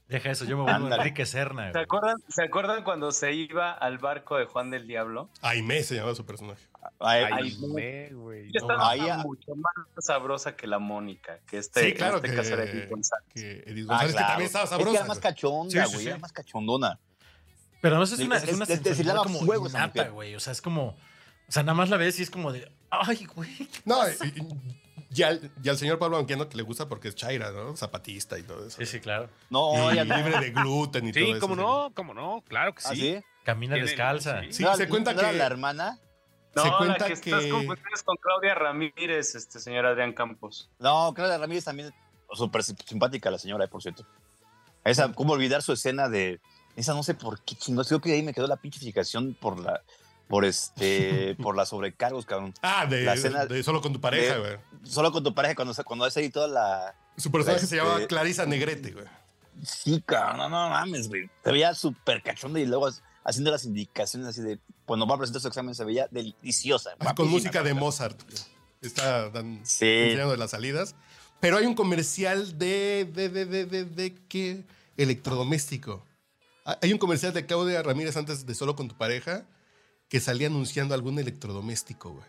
Speaker 6: Deja eso, yo me vuelvo
Speaker 9: Ándale.
Speaker 6: Enrique Serna.
Speaker 9: ¿Se
Speaker 6: güey.
Speaker 9: acuerdan, ¿Se acuerdan cuando se iba al barco de Juan del Diablo?
Speaker 5: Aime se llamaba su personaje.
Speaker 8: Ay,
Speaker 9: Ay,
Speaker 8: ay,
Speaker 7: güey, güey.
Speaker 9: Esta
Speaker 7: no,
Speaker 8: ahí-
Speaker 9: está mucho más sabrosa que la Mónica, que este,
Speaker 5: Sí, claro
Speaker 9: este
Speaker 5: que-
Speaker 9: Casaretti González.
Speaker 5: Que Edith
Speaker 8: ah,
Speaker 5: González,
Speaker 8: claro.
Speaker 5: que también estaba
Speaker 8: Es que
Speaker 5: sabrosa.
Speaker 8: era más cachonda,
Speaker 5: Sí,
Speaker 8: güey.
Speaker 5: sí, sí.
Speaker 8: Era más cachondona.
Speaker 6: Pero además es
Speaker 8: Es-
Speaker 6: una, es
Speaker 8: es-
Speaker 6: una
Speaker 8: es- es decir,
Speaker 6: sensualidad
Speaker 8: lava
Speaker 6: como
Speaker 8: fuegos a la
Speaker 6: innata,
Speaker 8: mujer.
Speaker 6: güey. O sea, es como. O sea, nada más la ves y es como de. Ay, güey. ¿qué
Speaker 5: No,
Speaker 6: pasa?".
Speaker 5: y, y- y al, y al señor Pablo Anquiano que le gusta porque es chaira, ¿no? Zapatista y todo eso.
Speaker 6: Sí, sí, claro.
Speaker 8: No,
Speaker 5: Y
Speaker 8: ya no.
Speaker 5: libre de gluten y todo
Speaker 7: Sí,
Speaker 5: eso.
Speaker 7: cómo no, cómo no, claro que
Speaker 8: ¿Ah,
Speaker 7: sí.
Speaker 8: sí?
Speaker 6: Camina
Speaker 7: Tiene-
Speaker 6: descalza.
Speaker 7: sí.
Speaker 5: Sí,
Speaker 8: ¿No era-
Speaker 5: se cuenta
Speaker 8: no era
Speaker 5: que-
Speaker 8: la hermana?
Speaker 9: No,
Speaker 5: Se
Speaker 9: la
Speaker 5: cuenta
Speaker 9: que, estás
Speaker 5: que-
Speaker 9: confundiendo con Claudia Ramírez, este señor Adrián Campos.
Speaker 8: No, Clara Ramírez también. Súper sim- simpática la señora, eh, por cierto. Esa, ¿cómo olvidar su escena de. Esa no sé por qué chingados. Creo que ahí me quedó la pinche fijación por la. Por este. por las sobrecargos, cabrón.
Speaker 5: Ah, de,
Speaker 8: La escena-
Speaker 5: de solo con tu pareja,
Speaker 8: de-
Speaker 5: güey.
Speaker 8: Solo con tu pareja, cuando, se- cuando hace ahí toda la.
Speaker 5: Su personaje se
Speaker 8: Este-
Speaker 5: llamaba Clarisa Negrete, güey.
Speaker 8: Sí, cabrón, no, no mames, güey. Se veía súper cachonda y luego as- haciendo las indicaciones así de. Cuando va a presentar su examen, se veía deliciosa.
Speaker 5: Así Con
Speaker 8: guapísima,
Speaker 5: música de
Speaker 8: güey.
Speaker 5: Mozart. güey. Está dan,
Speaker 8: Sí.
Speaker 5: enseñando las salidas. Pero hay un comercial de. ¿De, de, de, de, de qué? Electrodoméstico. Ah, Hay un comercial de Claudia Ramírez antes de Solo con tu pareja que salía anunciando algún electrodoméstico, güey.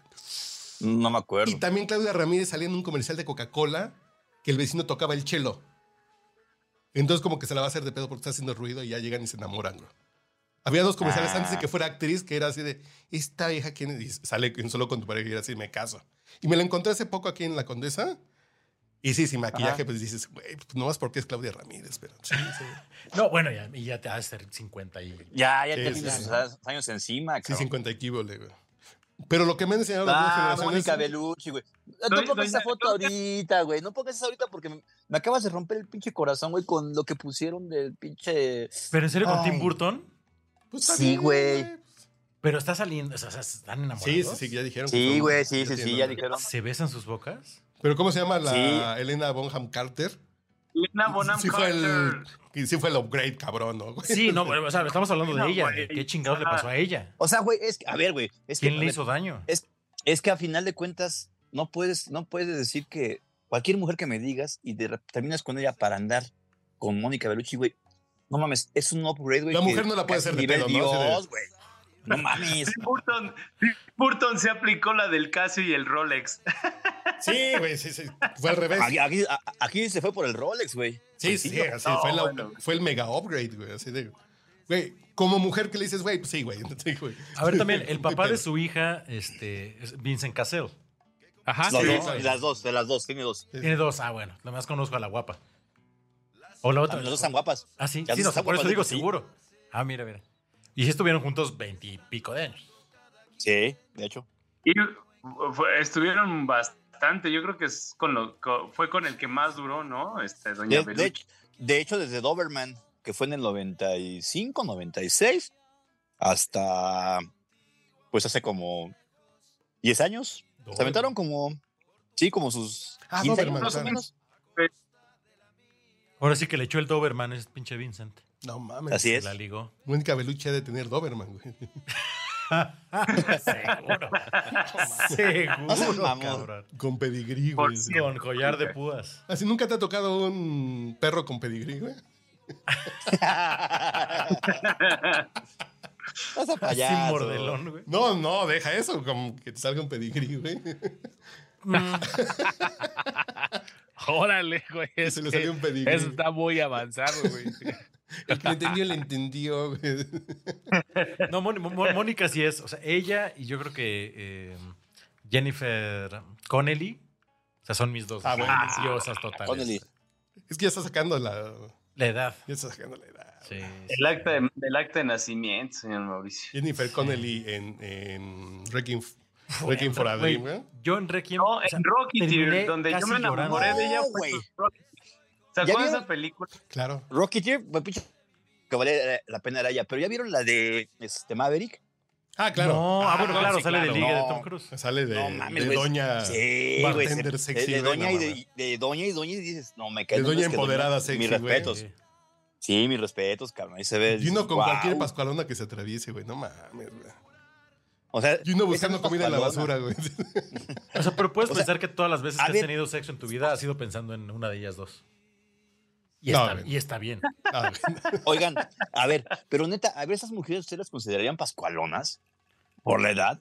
Speaker 8: No me acuerdo.
Speaker 5: Y también Claudia Ramírez salía en un comercial de Coca-Cola que el vecino tocaba el chelo. Entonces como que se la va a hacer de pedo porque está haciendo ruido y ya llegan y se enamoran. güey. Había dos comerciales
Speaker 8: Ah.
Speaker 5: antes de que fuera actriz que era así de, esta vieja quién es? Y sale en solo con tu pareja y era así, me caso. Y me la encontré hace poco aquí en La Condesa. Y sí, sin maquillaje,
Speaker 8: Ajá.
Speaker 5: pues dices, güey, pues, nomás porque es Claudia Ramírez, pero sí, sí,
Speaker 6: No, bueno, ya, y ya te vas a ser 50 y.
Speaker 8: Ya, ya
Speaker 5: Sí,
Speaker 8: te
Speaker 5: sí,
Speaker 8: tienes
Speaker 5: sí.
Speaker 8: sus as- años encima,
Speaker 5: sí,
Speaker 8: cabrón.
Speaker 5: 50 equívole, güey. Pero lo que me han enseñado las nuevas
Speaker 8: Ah,
Speaker 5: generaciones...
Speaker 8: Mónica Bellucci, güey. No
Speaker 9: Doña-
Speaker 8: pongas esa
Speaker 9: doña-
Speaker 8: foto
Speaker 9: doña-
Speaker 8: ahorita, güey. No pongas esa ahorita porque me, me acabas de romper el pinche corazón, güey, con lo que pusieron del pinche.
Speaker 6: Pero en serio, con
Speaker 8: Ay.
Speaker 6: Tim Burton.
Speaker 5: pues, está
Speaker 8: Sí,
Speaker 5: bien,
Speaker 8: güey.
Speaker 6: Pero está saliendo. O sea, están enamorados.
Speaker 5: Sí, sí, sí, ya dijeron. que
Speaker 8: Sí,
Speaker 5: son-
Speaker 8: güey, sí, sí, sí,
Speaker 5: tienen
Speaker 8: ya
Speaker 5: nombre.
Speaker 8: dijeron.
Speaker 6: ¿Se besan sus bocas?
Speaker 5: Pero ¿cómo se llama la
Speaker 8: Sí.
Speaker 5: Elena Bonham Carter?
Speaker 9: Elena Bonham
Speaker 5: sí fue el
Speaker 9: Carter.
Speaker 5: que sí fue el upgrade, cabrón, ¿no? güey?
Speaker 6: Sí, no, o sea, estamos hablando de
Speaker 9: No,
Speaker 6: ella. de
Speaker 9: güey.
Speaker 6: ¿Qué chingados le pasó a ella?
Speaker 8: O sea, güey, es que, a ver, güey, es que,
Speaker 6: ¿Quién
Speaker 8: a
Speaker 6: le
Speaker 8: ver,
Speaker 6: hizo daño?
Speaker 8: es que a final de cuentas no puedes, no puedes decir que cualquier mujer que me digas y de rep- terminas con ella para andar con Mónica Bellucci, güey. No mames, es un upgrade, güey.
Speaker 5: La
Speaker 8: que
Speaker 5: mujer no la puede
Speaker 8: casi
Speaker 5: hacer de
Speaker 8: nivel
Speaker 5: pedo, ¿no? Así de-
Speaker 8: Dios, güey. No mames.
Speaker 9: Tim Burton, Tim Burton se aplicó la del Casio y el Rolex.
Speaker 5: Sí, güey, sí, sí. Fue al revés.
Speaker 8: Aquí, aquí- a- aquí se fue por el Rolex, güey.
Speaker 5: Sí, sí,
Speaker 8: Sencillo.
Speaker 5: así
Speaker 9: No,
Speaker 5: fue, la-
Speaker 9: bueno.
Speaker 5: fue el mega upgrade, güey. Así de. Güey, como mujer que le dices, güey, pues sí, güey. sí, güey.
Speaker 6: A ver, también, el
Speaker 5: Muy
Speaker 6: papá de
Speaker 5: pedo.
Speaker 6: su hija, este, es Vincent Cassell.
Speaker 7: Ajá.
Speaker 8: Los
Speaker 5: Ah, sí,
Speaker 8: dos,
Speaker 5: claro.
Speaker 8: de las dos, de las dos, tiene dos.
Speaker 6: Tiene dos. Ah, bueno, nada más conozco a la guapa. O la otra.
Speaker 8: Las dos están guapas.
Speaker 6: Ah, sí.
Speaker 8: Las
Speaker 6: Sí,
Speaker 8: dos
Speaker 6: no,
Speaker 8: están
Speaker 6: por eso
Speaker 8: guapas,
Speaker 6: digo,
Speaker 8: sí.
Speaker 6: seguro. Ah, mira, mira. Y si estuvieron juntos veintipico de años.
Speaker 8: Sí, de hecho.
Speaker 9: Y fue- estuvieron bastante, yo creo que es con lo, co- fue con el que más duró, ¿no? Este,
Speaker 8: De,
Speaker 9: Doña
Speaker 8: de
Speaker 9: Belucci.
Speaker 8: hecho- de hecho, desde Doberman, que fue en el 95, 96, hasta pues hace como 10 años. Se aventaron como, sí, como sus
Speaker 5: Ah,
Speaker 8: 15
Speaker 5: Doberman,
Speaker 8: años más o
Speaker 5: claro.
Speaker 8: menos.
Speaker 6: Ahora sí que le echó el Doberman, es pinche Vincent.
Speaker 5: No mames.
Speaker 8: Así es.
Speaker 6: La ligó.
Speaker 5: Mónica Bellucci ha de tener Doberman, güey.
Speaker 6: Seguro. Seguro.
Speaker 8: No seas mamón.
Speaker 6: cabrón.
Speaker 5: Con pedigrí,
Speaker 9: Por
Speaker 5: güey. sí.
Speaker 6: Con collar de púas.
Speaker 5: Así nunca te ha tocado un perro con pedigrí, güey.
Speaker 8: Vas a
Speaker 6: Así
Speaker 8: payaso.
Speaker 6: mordelón, güey.
Speaker 5: No, no, deja eso, como que te salga un pedigrí, güey.
Speaker 7: Órale, güey. Es
Speaker 5: Se le
Speaker 7: que
Speaker 5: salió un pedigrí.
Speaker 7: eso está muy avanzado, güey.
Speaker 5: El que le entendió, le entendió, güey.
Speaker 6: No, Moni- Mo- Mo- Mónica sí es. O sea, ella y yo creo que eh, Jennifer Connelly. O sea, son mis dos
Speaker 5: Ah, bueno.
Speaker 6: deliciosas totales.
Speaker 8: Connelly.
Speaker 5: Es que ya está sacando la.
Speaker 6: La edad.
Speaker 5: Ya está sacando la edad.
Speaker 6: Sí, sí.
Speaker 9: El acta, de, el acta de nacimiento, señor Mauricio.
Speaker 5: Jennifer Connelly en, en Wrecking, Wrecking for a
Speaker 6: Güey,
Speaker 5: Dream, güey.
Speaker 6: Yo en Requiem.
Speaker 9: No,
Speaker 6: o sea,
Speaker 9: en Rocky
Speaker 6: terminé
Speaker 9: Tier, donde yo
Speaker 6: casi
Speaker 9: me enamoré
Speaker 6: llorando.
Speaker 9: de ella.
Speaker 8: No,
Speaker 9: fue
Speaker 8: güey.
Speaker 9: con Rocky. ¿Se
Speaker 8: ¿Ya
Speaker 9: acuerdan de
Speaker 8: vieron?
Speaker 9: esa película?
Speaker 5: Claro.
Speaker 8: Rocky Tier, pues, pinche, que vale la pena era ella. Pero ya vieron la de este, Maverick.
Speaker 5: Ah, claro.
Speaker 6: No, ah, bueno,
Speaker 7: Ah,
Speaker 6: claro,
Speaker 7: sí,
Speaker 6: sale
Speaker 7: claro.
Speaker 6: de Liga
Speaker 8: No.
Speaker 6: de Tom Cruise.
Speaker 5: Sale de,
Speaker 8: no mames,
Speaker 5: de
Speaker 8: güey.
Speaker 5: doña.
Speaker 8: Sí, güey. se-
Speaker 5: Ah. bartender
Speaker 8: Eh, de-
Speaker 5: sexy,
Speaker 8: De,
Speaker 5: güey, no
Speaker 8: doña y
Speaker 5: mames.
Speaker 8: de, de doña y doña y dices, no me cae.
Speaker 5: De
Speaker 8: no,
Speaker 5: doña
Speaker 8: es que doña-
Speaker 5: empoderada sexy,
Speaker 8: Mis
Speaker 5: güey.
Speaker 8: respetos.
Speaker 6: Sí.
Speaker 8: Sí, mis respetos, cabrón. Ahí se ve.
Speaker 5: Y uno con
Speaker 8: guau.
Speaker 5: cualquier pascualona que se atraviese, güey. No mames, güey.
Speaker 8: O sea,
Speaker 5: Y uno
Speaker 8: esa
Speaker 5: buscando
Speaker 8: no es
Speaker 5: comida en la
Speaker 8: pascualona.
Speaker 5: basura, güey.
Speaker 6: O sea, pero puedes
Speaker 8: O sea,
Speaker 6: pensar que todas las veces
Speaker 8: a
Speaker 6: que has
Speaker 8: ver.
Speaker 6: tenido sexo en tu vida has ido pensando en una de ellas dos. Y,
Speaker 5: No,
Speaker 6: está,
Speaker 5: bueno.
Speaker 6: y está bien.
Speaker 5: Ah,
Speaker 8: Oigan, a ver, pero neta, a ver, esas mujeres, ¿ustedes las considerarían pascualonas? Por la edad.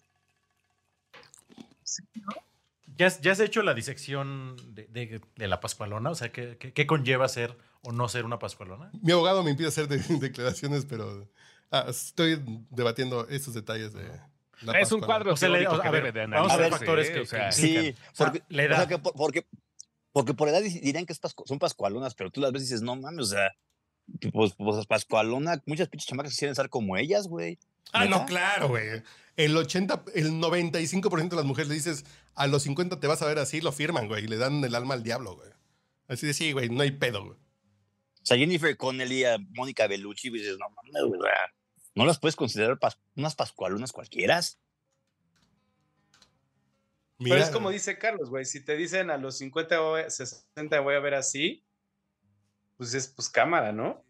Speaker 6: ¿Ya has, ya has hecho la disección de, de- de la pascualona? O sea, ¿qué, qué, qué conlleva ser o no ser una pascualona?
Speaker 5: mi abogado me impide hacer de- declaraciones, pero ah, estoy debatiendo estos detalles de la
Speaker 7: es un
Speaker 5: Pascua.
Speaker 7: cuadro
Speaker 6: O sea, le-
Speaker 7: teórico
Speaker 6: o- a
Speaker 7: que
Speaker 6: ver,
Speaker 7: debe de
Speaker 6: vamos
Speaker 8: a ver
Speaker 7: analizarse,
Speaker 6: factores
Speaker 7: ¿eh?
Speaker 6: que-
Speaker 7: O sea,
Speaker 5: Ah,
Speaker 6: que-
Speaker 8: Sí,
Speaker 6: O sea,
Speaker 8: porque,
Speaker 6: la
Speaker 8: o sea,
Speaker 6: edad.
Speaker 8: que por- porque, porque por edad dic- dirían que es pascu- son pascualonas, pero tú las ves y dices, no mames, o sea, pues, pues pascualona, muchas pinches chamacas quisieran estar como ellas, güey.
Speaker 5: Ah, no,
Speaker 8: ¿Neta?
Speaker 5: claro, güey. El 80, el 95% de las mujeres le dices, a los 50 te vas a ver así, lo firman, güey, y le dan el alma al diablo, güey. Así de sí, güey, no hay pedo, güey.
Speaker 8: O sea, Jennifer Connelly, a Mónica Bellucci, güey, dices, no mames, güey, o sea, no las puedes considerar pas- unas pascualonas cualquiera.
Speaker 5: Mira,
Speaker 9: Pero es como dice Carlos, güey, si te dicen a los 50, voy- 60 voy a ver así, pues es pues cámara, ¿no?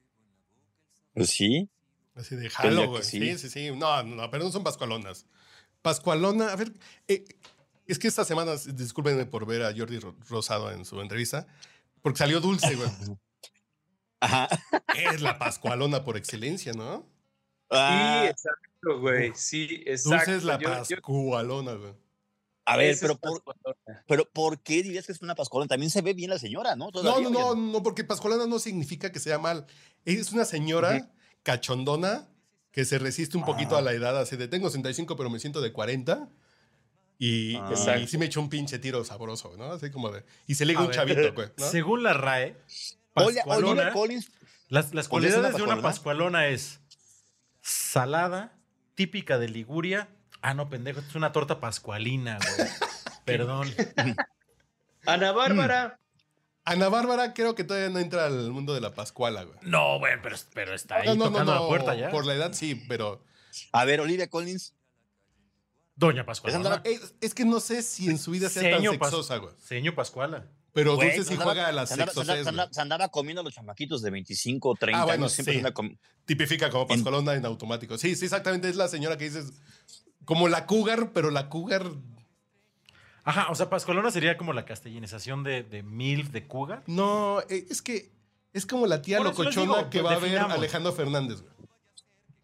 Speaker 8: Pues sí.
Speaker 5: Así de
Speaker 8: Tendría
Speaker 5: jalo,
Speaker 8: que
Speaker 5: güey. Sí.
Speaker 8: sí.
Speaker 5: sí, sí, No, no, pero no son pascualonas. Pascualona, a ver, eh, es que esta semana, discúlpenme por ver a Jordi Ro- Rosado en su entrevista, porque salió dulce, güey.
Speaker 8: Ajá.
Speaker 5: es la pascualona por excelencia, ¿no?
Speaker 8: Ah,
Speaker 9: Sí, exacto, güey, sí, exacto.
Speaker 5: Dulce es la
Speaker 9: Yo- yo-
Speaker 5: pascualona, güey.
Speaker 8: a ver,
Speaker 9: esa
Speaker 8: pero
Speaker 9: es
Speaker 8: por,
Speaker 9: pascualona.
Speaker 8: pero ¿por qué dirías que es una pascualona? También se ve bien la señora, ¿no?
Speaker 5: No,
Speaker 8: Todavía,
Speaker 5: no,
Speaker 8: oigan.
Speaker 5: no, no, porque pascualona no significa que sea mal. Es una señora cachondona que se resiste un poquito a la edad, así de tengo 65 pero me siento de 40. Y,
Speaker 8: Ah.
Speaker 5: y
Speaker 9: Exacto.
Speaker 5: sí me echó un pinche tiro sabroso, ¿no? Así como de... Y se liga
Speaker 6: A
Speaker 5: un
Speaker 6: ver, eh,
Speaker 5: chavito, güey. ¿no?
Speaker 6: Según la RAE,
Speaker 8: Olivia-
Speaker 6: pascualona,
Speaker 8: Olivia Collins,
Speaker 6: las, las
Speaker 8: ¿Podría ser una
Speaker 6: cualidades de una
Speaker 8: pascualona?
Speaker 6: pascualona es salada, típica de Liguria. Ah, no, pendejo, es una torta pascualina, güey. Perdón.
Speaker 9: Ana Bárbara,
Speaker 5: Ana Bárbara creo que todavía no entra al mundo de la pascuala, güey.
Speaker 6: No, güey, pero, pero está
Speaker 5: Ah,
Speaker 6: ahí tocando la puerta ya.
Speaker 5: Por la edad sí, pero...
Speaker 8: a ver, Olivia Collins,
Speaker 6: Doña Pascualona.
Speaker 5: Es, es que no sé si en su vida sea tan
Speaker 6: Señor Pas-
Speaker 5: sexosa, güey.
Speaker 6: Señor Pascuala.
Speaker 5: Pero
Speaker 8: Güey,
Speaker 5: Dulce sí
Speaker 8: se andaba-
Speaker 5: juega a la
Speaker 8: se andaba, se andaba-
Speaker 5: sexosez,
Speaker 8: se andaba-
Speaker 5: güey.
Speaker 8: se andaba comiendo a los chamaquitos de 25 o 30
Speaker 5: Ah, bueno,
Speaker 8: años. Siempre
Speaker 5: sí.
Speaker 8: se anda com-
Speaker 5: Tipifica como pascualona en automático. Sí, sí, exactamente. Es la señora que dices, como la cougar, pero la cougar,
Speaker 6: Ajá, o sea, Pascualona sería como la castellanización de, de MILF de Cougar.
Speaker 5: no, eh, es que es como la tía
Speaker 6: Por eso
Speaker 5: locochona
Speaker 6: les digo,
Speaker 5: que
Speaker 6: pues,
Speaker 5: va a ver a
Speaker 6: definamos.
Speaker 5: Alejandro Fernández. güey.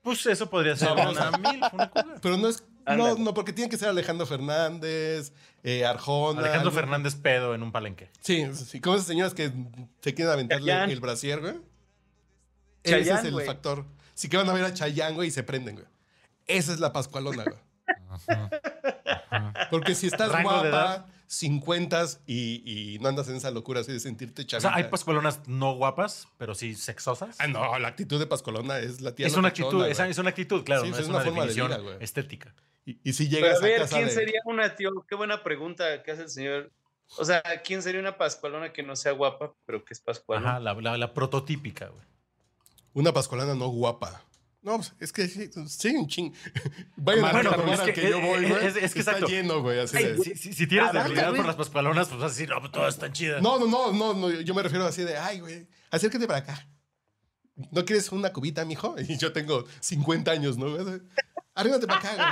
Speaker 6: Pues eso podría ser una MILF, una Cougar.
Speaker 5: Pero no es, no,
Speaker 9: Ándale.
Speaker 5: no, porque tiene que ser Alejandro Fernández, eh, Arjona.
Speaker 6: Alejandro
Speaker 5: algo-
Speaker 6: Fernández pedo en un palenque.
Speaker 5: Sí, sí, como esas señoras que se quieren aventarle
Speaker 9: Chayanne.
Speaker 5: el brasier, güey. Ese
Speaker 9: Chayanne,
Speaker 5: es el
Speaker 9: güey.
Speaker 5: factor. Sí que van a ver a Chayango y se prenden, güey. Esa es la pascualona, güey. Porque si estás
Speaker 6: Rango de edad.
Speaker 5: guapa, 50 y, y no andas en esa locura así de sentirte
Speaker 6: O
Speaker 5: chavita.
Speaker 6: sea, hay Pascualonas no guapas, pero sí sexosas.
Speaker 5: Ah, no, la actitud de pascualona es la tía
Speaker 6: es una
Speaker 5: locochona,
Speaker 6: actitud,
Speaker 5: güey.
Speaker 6: es, es una actitud, claro,
Speaker 5: Sí,
Speaker 6: no
Speaker 5: es
Speaker 6: es,
Speaker 5: una
Speaker 6: una,
Speaker 5: forma de
Speaker 6: definición
Speaker 5: vida, güey.
Speaker 6: estética.
Speaker 5: Y, y si
Speaker 9: Pero
Speaker 5: llegas
Speaker 9: a ver,
Speaker 5: a casa
Speaker 9: ¿quién
Speaker 5: de-
Speaker 9: sería una, tío? Qué buena pregunta que hace el señor. O sea, ¿quién sería una pascualona que no sea guapa, pero que es
Speaker 6: Ajá,
Speaker 9: pascualona?
Speaker 6: la, la- la prototípica, güey.
Speaker 5: una pascualona no guapa. No, pues, es que sí, sí, un ching. Vayan
Speaker 6: Ah,
Speaker 5: a
Speaker 6: bueno,
Speaker 5: bueno,
Speaker 6: pero es
Speaker 5: que,
Speaker 6: que-
Speaker 5: yo voy, güey.
Speaker 6: es- es que
Speaker 5: está
Speaker 6: exacto.
Speaker 5: lleno, güey. Así de-
Speaker 6: Si- si, si- si tienes
Speaker 8: Ah, dale,
Speaker 6: debilidad
Speaker 8: güey.
Speaker 6: por las Pascualonas, pues vas a decir, no, pues todas están chidas.
Speaker 5: No, no, no, no, no, yo me refiero así de, ay, güey, acércate para acá. ¿No quieres una cubita, mijo? Y yo tengo 50 años, ¿no? Arrímate para acá, güey.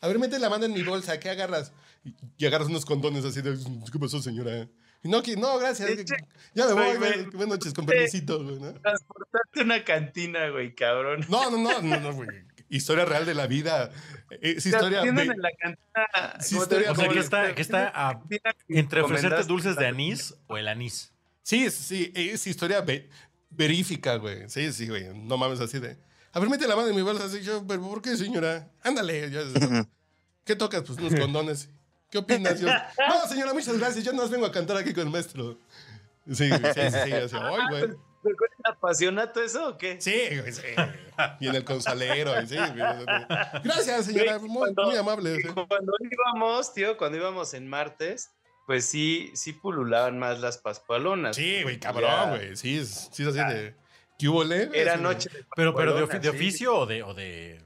Speaker 5: A ver, mete la mano en mi bolsa, ¿qué agarras? Y, y agarras unos condones así de, ¿qué pasó, señora? Y No, que- no, gracias.
Speaker 9: Eche-
Speaker 5: Ya me voy,
Speaker 9: Güey,
Speaker 5: güey.
Speaker 9: güey.
Speaker 5: Buenas noches, con permisito, güey. ¿no?
Speaker 9: Transportarte a una cantina, güey, cabrón.
Speaker 5: No, no, no, no, no, güey. Historia real de la vida. Es
Speaker 9: Te
Speaker 5: historia.
Speaker 9: atienden
Speaker 5: ve-
Speaker 9: en la cantina.
Speaker 5: Sí,
Speaker 9: ¿cómo te-
Speaker 5: historia
Speaker 6: O sea,
Speaker 9: cómo
Speaker 6: que
Speaker 9: te-
Speaker 6: está, que está a-
Speaker 9: cantina que
Speaker 6: entre ofrecerte
Speaker 9: recomendaste?
Speaker 6: dulces de anís o el anís.
Speaker 5: Sí, sí, es historia ve- verífica, güey. Sí, sí, güey. No mames así de. A ver, mete la mano en mi bolsa. Así yo, pero ¿por qué, señora? Ándale. yo- ¿Qué tocas? Pues unos condones. ¿Qué opinas? Yo, no, señora, muchas gracias. Yo no vengo a cantar aquí con el maestro. Sí, sí, sí. sí, así, ay, güey.
Speaker 9: ¿Recuerdas apasionato eso o qué?
Speaker 5: Sí, güey, sí. Y en el consalero. y sí, güey. gracias, señora. Muy, muy amable. sí.
Speaker 9: Cuando íbamos, tío, cuando íbamos en martes, pues sí, sí pululaban más las pascualonas.
Speaker 5: Sí, güey,
Speaker 9: Ya.
Speaker 5: cabrón, güey. Sí, es, sí, es así de. ¿Qué hubo, le?
Speaker 9: Era
Speaker 5: Así,
Speaker 9: noche de
Speaker 6: Pero, pero de, ofi-
Speaker 9: pascualonas,
Speaker 6: de
Speaker 9: sí.
Speaker 6: oficio o de, o de.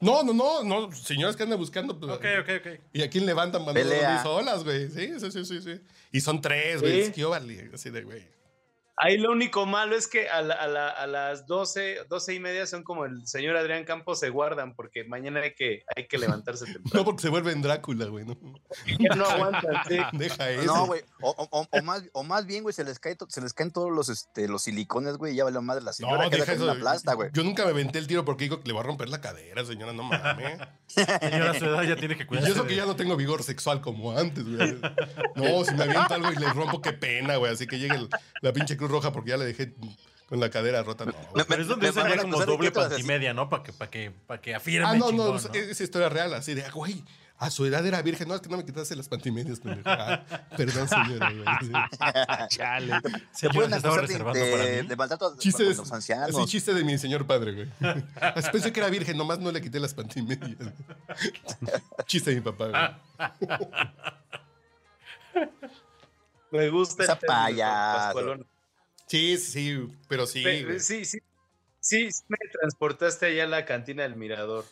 Speaker 5: No, no, no, no. Señoras que andan buscando. pues,
Speaker 6: Ok, ok, ok.
Speaker 5: ¿Y a quién levantan cuando
Speaker 8: Pelea.
Speaker 5: no dice olas, güey? Sí, sí, sí, sí, sí. Y son tres, güey.
Speaker 9: Sí.
Speaker 5: Es que yo valí, así de, güey.
Speaker 9: Ahí lo único malo es que a, la- a la- a las 12, 12 y media son como el señor Adrián Campos se guardan porque mañana hay que, hay que levantarse
Speaker 5: No,
Speaker 9: temprano.
Speaker 5: porque se vuelve en Drácula, güey. ¿no?
Speaker 9: Ya no aguantan, sí.
Speaker 5: Deja eso.
Speaker 8: No, güey. O, o- o- o más, o más bien, güey, se les, cae to- se les caen todos los, este, los silicones, güey. y Ya valió madre la
Speaker 5: No,
Speaker 8: señora. queda
Speaker 5: deja
Speaker 8: con
Speaker 5: eso.
Speaker 8: una plasta, güey.
Speaker 5: Yo nunca me aventé el tiro porque digo que le va a romper la cadera, señora, no mames.
Speaker 6: Señora, a su edad ya tiene que
Speaker 5: Y
Speaker 6: cuidarse.
Speaker 5: eso que
Speaker 6: de-
Speaker 5: ya no tengo vigor sexual como antes, güey. No, si me aviento algo y le rompo, qué pena, güey. Así que llegue el- la pinche Cruz Roja porque ya le dejé con la cadera rota. No, güey.
Speaker 6: Pero es donde
Speaker 8: Me
Speaker 6: dicen
Speaker 8: van
Speaker 6: ya
Speaker 8: a
Speaker 6: como
Speaker 8: acusar de
Speaker 6: doble
Speaker 8: que todas así.
Speaker 6: pantimedia, ¿no? Para que, para que, para que afirme.
Speaker 5: Ah, no, no,
Speaker 6: chingón,
Speaker 5: o sea, es historia real, así de, ah, güey, a su edad era virgen. No, es que no me quitaste las pantimedias, pendejo. Ah, perdón, señora, güey. Sí.
Speaker 8: Te
Speaker 7: Chale.
Speaker 6: Señora,
Speaker 8: pueden
Speaker 6: se estaba
Speaker 8: acusar de,
Speaker 6: reservando para
Speaker 8: de,
Speaker 6: mí.
Speaker 8: de maltrato a
Speaker 5: Chistes-
Speaker 8: a los ancianos.
Speaker 5: Así chiste de mi señor padre, güey. Así pensé que era virgen, nomás no le quité las pantimedias. Chiste de mi papá, güey.
Speaker 9: Me gusta. el
Speaker 8: Esa
Speaker 9: término,
Speaker 8: payada.
Speaker 9: Pascualón.
Speaker 5: Sí, sí, pero sí.
Speaker 9: Pe-
Speaker 5: güey.
Speaker 9: Sí, sí. Sí, me transportaste allá a la cantina del Mirador.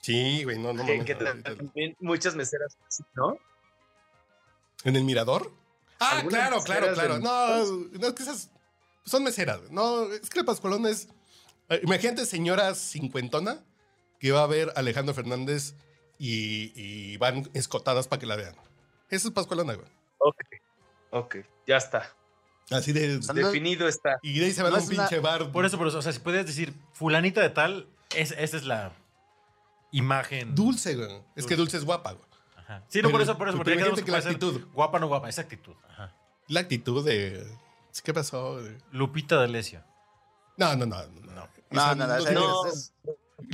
Speaker 5: Sí, güey, no, no
Speaker 9: que,
Speaker 5: mames.
Speaker 9: que también muchas meseras, ¿no?
Speaker 5: ¿En el mirador? Ah,
Speaker 9: Algunas
Speaker 5: claro, claro,
Speaker 9: meseras
Speaker 5: claro.
Speaker 9: del-
Speaker 5: No, no, es que esas son meseras. güey. No, es que el Pascualón es. eh, Imagínate, señora cincuentona, que va a ver a Alejandro Fernández y, y van escotadas para que la vean. Eso es Pascualona, güey.
Speaker 9: Ok, ok, ya está.
Speaker 5: Así de.
Speaker 8: Son- No-
Speaker 9: Definido está.
Speaker 5: Y de ahí se van
Speaker 8: no
Speaker 5: a un
Speaker 8: es una-
Speaker 5: pinche bar.
Speaker 6: Por eso, por eso, o sea, si puedes decir fulanita de tal, es, esa es la imagen.
Speaker 5: Dulce, güey. Es que dulce es guapa, güey.
Speaker 6: Ajá. Sí, no, por
Speaker 5: Pero-
Speaker 6: eso, por
Speaker 5: pero
Speaker 6: eso. porque ya quedamos
Speaker 5: imagínate que la
Speaker 6: puede ser
Speaker 5: actitud.
Speaker 6: Guapa no guapa, esa actitud. Ajá.
Speaker 5: La actitud de. ¿Qué pasó? güey?
Speaker 6: Lupita D'Alessio.
Speaker 5: No, no, no. No, no,
Speaker 8: No, no, no. esa-
Speaker 5: tiene-
Speaker 8: esa es-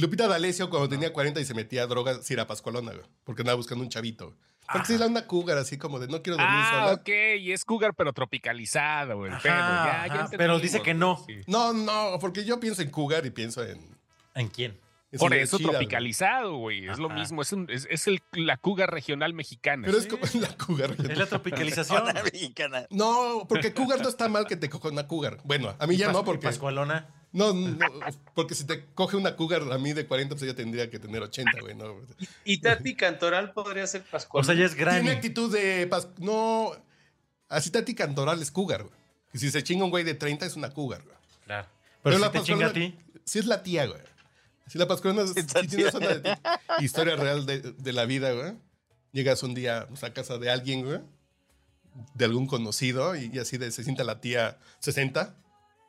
Speaker 5: Lupita D'Alessio cuando tenía 40 y se metía a drogas, sí era Pascualona, güey, porque andaba buscando un chavito. güey. Porque sí era una cougar así como de no quiero dormir
Speaker 7: Ah,
Speaker 5: sola.
Speaker 7: ok. Y es cougar, pero tropicalizada, güey. el
Speaker 6: Ajá,
Speaker 7: pedo. Ya, ya
Speaker 6: ajá,
Speaker 7: entendimos,
Speaker 6: pero dice que no.
Speaker 7: sí.
Speaker 5: No, no, porque yo pienso en cougar y pienso en...
Speaker 6: ¿En quién?
Speaker 5: en
Speaker 7: Por
Speaker 5: señora
Speaker 7: eso
Speaker 5: chida, güey.
Speaker 7: tropicalizado, güey. Es lo
Speaker 6: Ajá.
Speaker 7: mismo. Es, un- es- es el, la cougar regional mexicana.
Speaker 5: Pero es como la cougar.
Speaker 6: Es la tropicalización.
Speaker 8: Hola, mexicana.
Speaker 5: No, porque cougar no está mal que te coja una cougar. Bueno, a mí
Speaker 6: Y
Speaker 5: ya
Speaker 6: Pas-
Speaker 5: no,
Speaker 6: y
Speaker 5: porque...
Speaker 6: Pascualona.
Speaker 5: No, no, porque si te coge una cougar a mí de 40, pues ella tendría que tener 80, güey. No.
Speaker 9: Y Tati Cantoral podría ser
Speaker 6: O
Speaker 9: Pascual.
Speaker 6: sea, ya es
Speaker 5: Tiene
Speaker 6: Granny.
Speaker 5: actitud de... pas- No, así Tati Cantoral es cougar, güey. Y si se chinga un güey de 30 es una cougar, güey.
Speaker 6: Claro.
Speaker 5: Pero
Speaker 6: Pero, si
Speaker 5: la
Speaker 6: te chinga a ti.
Speaker 5: Sí es la tía, güey. Si la Pascualona sí
Speaker 8: Es la
Speaker 5: tiene
Speaker 8: tía.
Speaker 5: esa onda de tía. historia real de, de la vida, güey. Llegas un día pues, a casa de alguien, güey. De algún conocido y, y así de, se sienta la tía 60.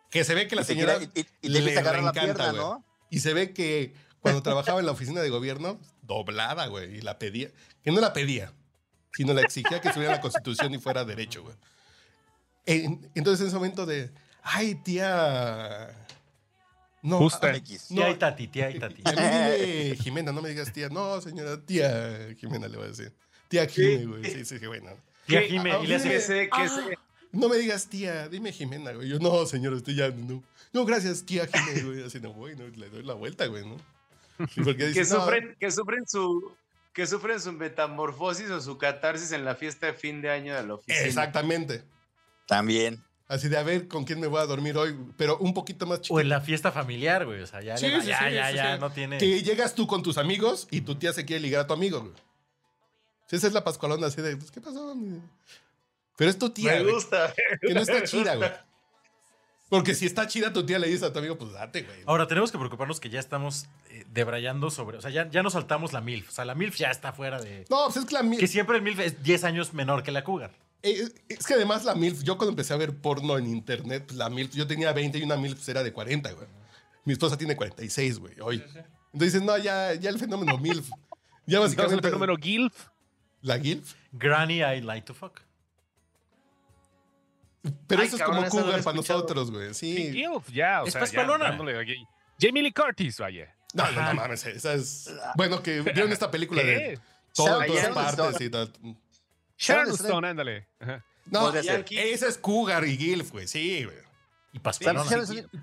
Speaker 5: Que se ve que la
Speaker 8: Y te
Speaker 5: señora...
Speaker 8: tira- y- y- y le empieza a agarrar la
Speaker 5: reencanta,
Speaker 8: pierna,
Speaker 5: güey.
Speaker 8: ¿no?
Speaker 5: Y se ve que cuando trabajaba en la oficina de gobierno, doblada, güey. Y la pedía. Que no la pedía, sino la exigía que estuviera en la constitución y fuera derecho, güey. En- entonces en ese momento de... Ay, tía... No,
Speaker 7: Justa.
Speaker 8: X.
Speaker 5: No,
Speaker 6: Tía y Tati, tía y Tati.
Speaker 5: y a mí dime Jimena, no me digas tía. No, señora, tía Jimena le voy a decir. Tía Jimena, güey. Sí, sí, sí, bueno.
Speaker 6: Tía Jime. Y
Speaker 5: dime.
Speaker 6: le hace...
Speaker 9: que sé,
Speaker 5: Ah.
Speaker 9: que sé.
Speaker 5: No me digas tía, dime Jimena, güey. Yo, no, señora, usted ya no. No, gracias, tía Jimena, güey. Así no, güey, no, le doy la vuelta, güey, ¿no? Y Porque dice,
Speaker 9: Que
Speaker 5: no,
Speaker 9: sufren, que sufren su que sufren su metamorfosis o su catarsis en la fiesta de fin de año de la oficina.
Speaker 5: Exactamente.
Speaker 8: También.
Speaker 5: Así de a ver con quién me voy a dormir hoy, pero un poquito más
Speaker 6: O
Speaker 5: chiquito.
Speaker 6: en la fiesta familiar, güey. O sea, ya,
Speaker 5: Sí,
Speaker 6: le-
Speaker 5: sí,
Speaker 6: ya,
Speaker 5: sí,
Speaker 6: ya,
Speaker 5: sí,
Speaker 6: ya,
Speaker 5: sí.
Speaker 6: no tiene.
Speaker 5: Que llegas tú con tus amigos y tu tía se quiere ligar a tu amigo, güey. Sí, esa es la pascualona así de, pues, ¿qué pasó? mi? Pero es tu tía,
Speaker 9: Me
Speaker 5: güey.
Speaker 9: gusta.
Speaker 5: Que no está chida, güey. Porque si está chida tu tía le dices a tu amigo, pues date, güey.
Speaker 6: Ahora, tenemos que preocuparnos que ya estamos eh, debrayando sobre. O sea, ya, ya nos saltamos la MILF. O sea, la MILF ya está fuera de.
Speaker 5: No, pues es que la MILF.
Speaker 6: Que
Speaker 5: eh,
Speaker 6: siempre el MILF es 10 años menor que la Cougar.
Speaker 5: Es, que además la MILF, yo cuando empecé a ver porno en internet, pues, la MILF, yo tenía 20 y una MILF pues, era de 40, güey. Mi esposa tiene 46, güey, hoy. Entonces dices, no, ya, ya el fenómeno MILF. Ya
Speaker 7: Entonces, el
Speaker 5: básicamente.
Speaker 7: fenómeno Gilf.
Speaker 5: La GILF.
Speaker 6: Granny, I like to fuck.
Speaker 5: Pero
Speaker 9: Ay,
Speaker 5: eso
Speaker 9: cabrón,
Speaker 5: es
Speaker 9: esa
Speaker 5: como
Speaker 9: no la he
Speaker 5: cougar para
Speaker 9: escuchado.
Speaker 5: nosotros, güey.
Speaker 7: Sí,
Speaker 5: Sí.
Speaker 7: Gilf, ya. O
Speaker 6: Es
Speaker 7: sea,
Speaker 6: Pascualona.
Speaker 7: ya dándole aquí. Jamie Lee Curtis, vaya.
Speaker 5: No, no, no mames, esa es. Bueno, que vieron esta película de
Speaker 7: ¿Qué?
Speaker 5: todo,
Speaker 8: Sharon
Speaker 5: en todas
Speaker 8: Stone.
Speaker 5: partes y tal.
Speaker 7: Sharon
Speaker 8: Sharon
Speaker 7: Stone, ándale. Ajá.
Speaker 5: No,
Speaker 8: Podría ser.
Speaker 5: esa es cougar y GILF, güey. Sí, güey.
Speaker 6: Y
Speaker 8: Pero
Speaker 6: Pascualona.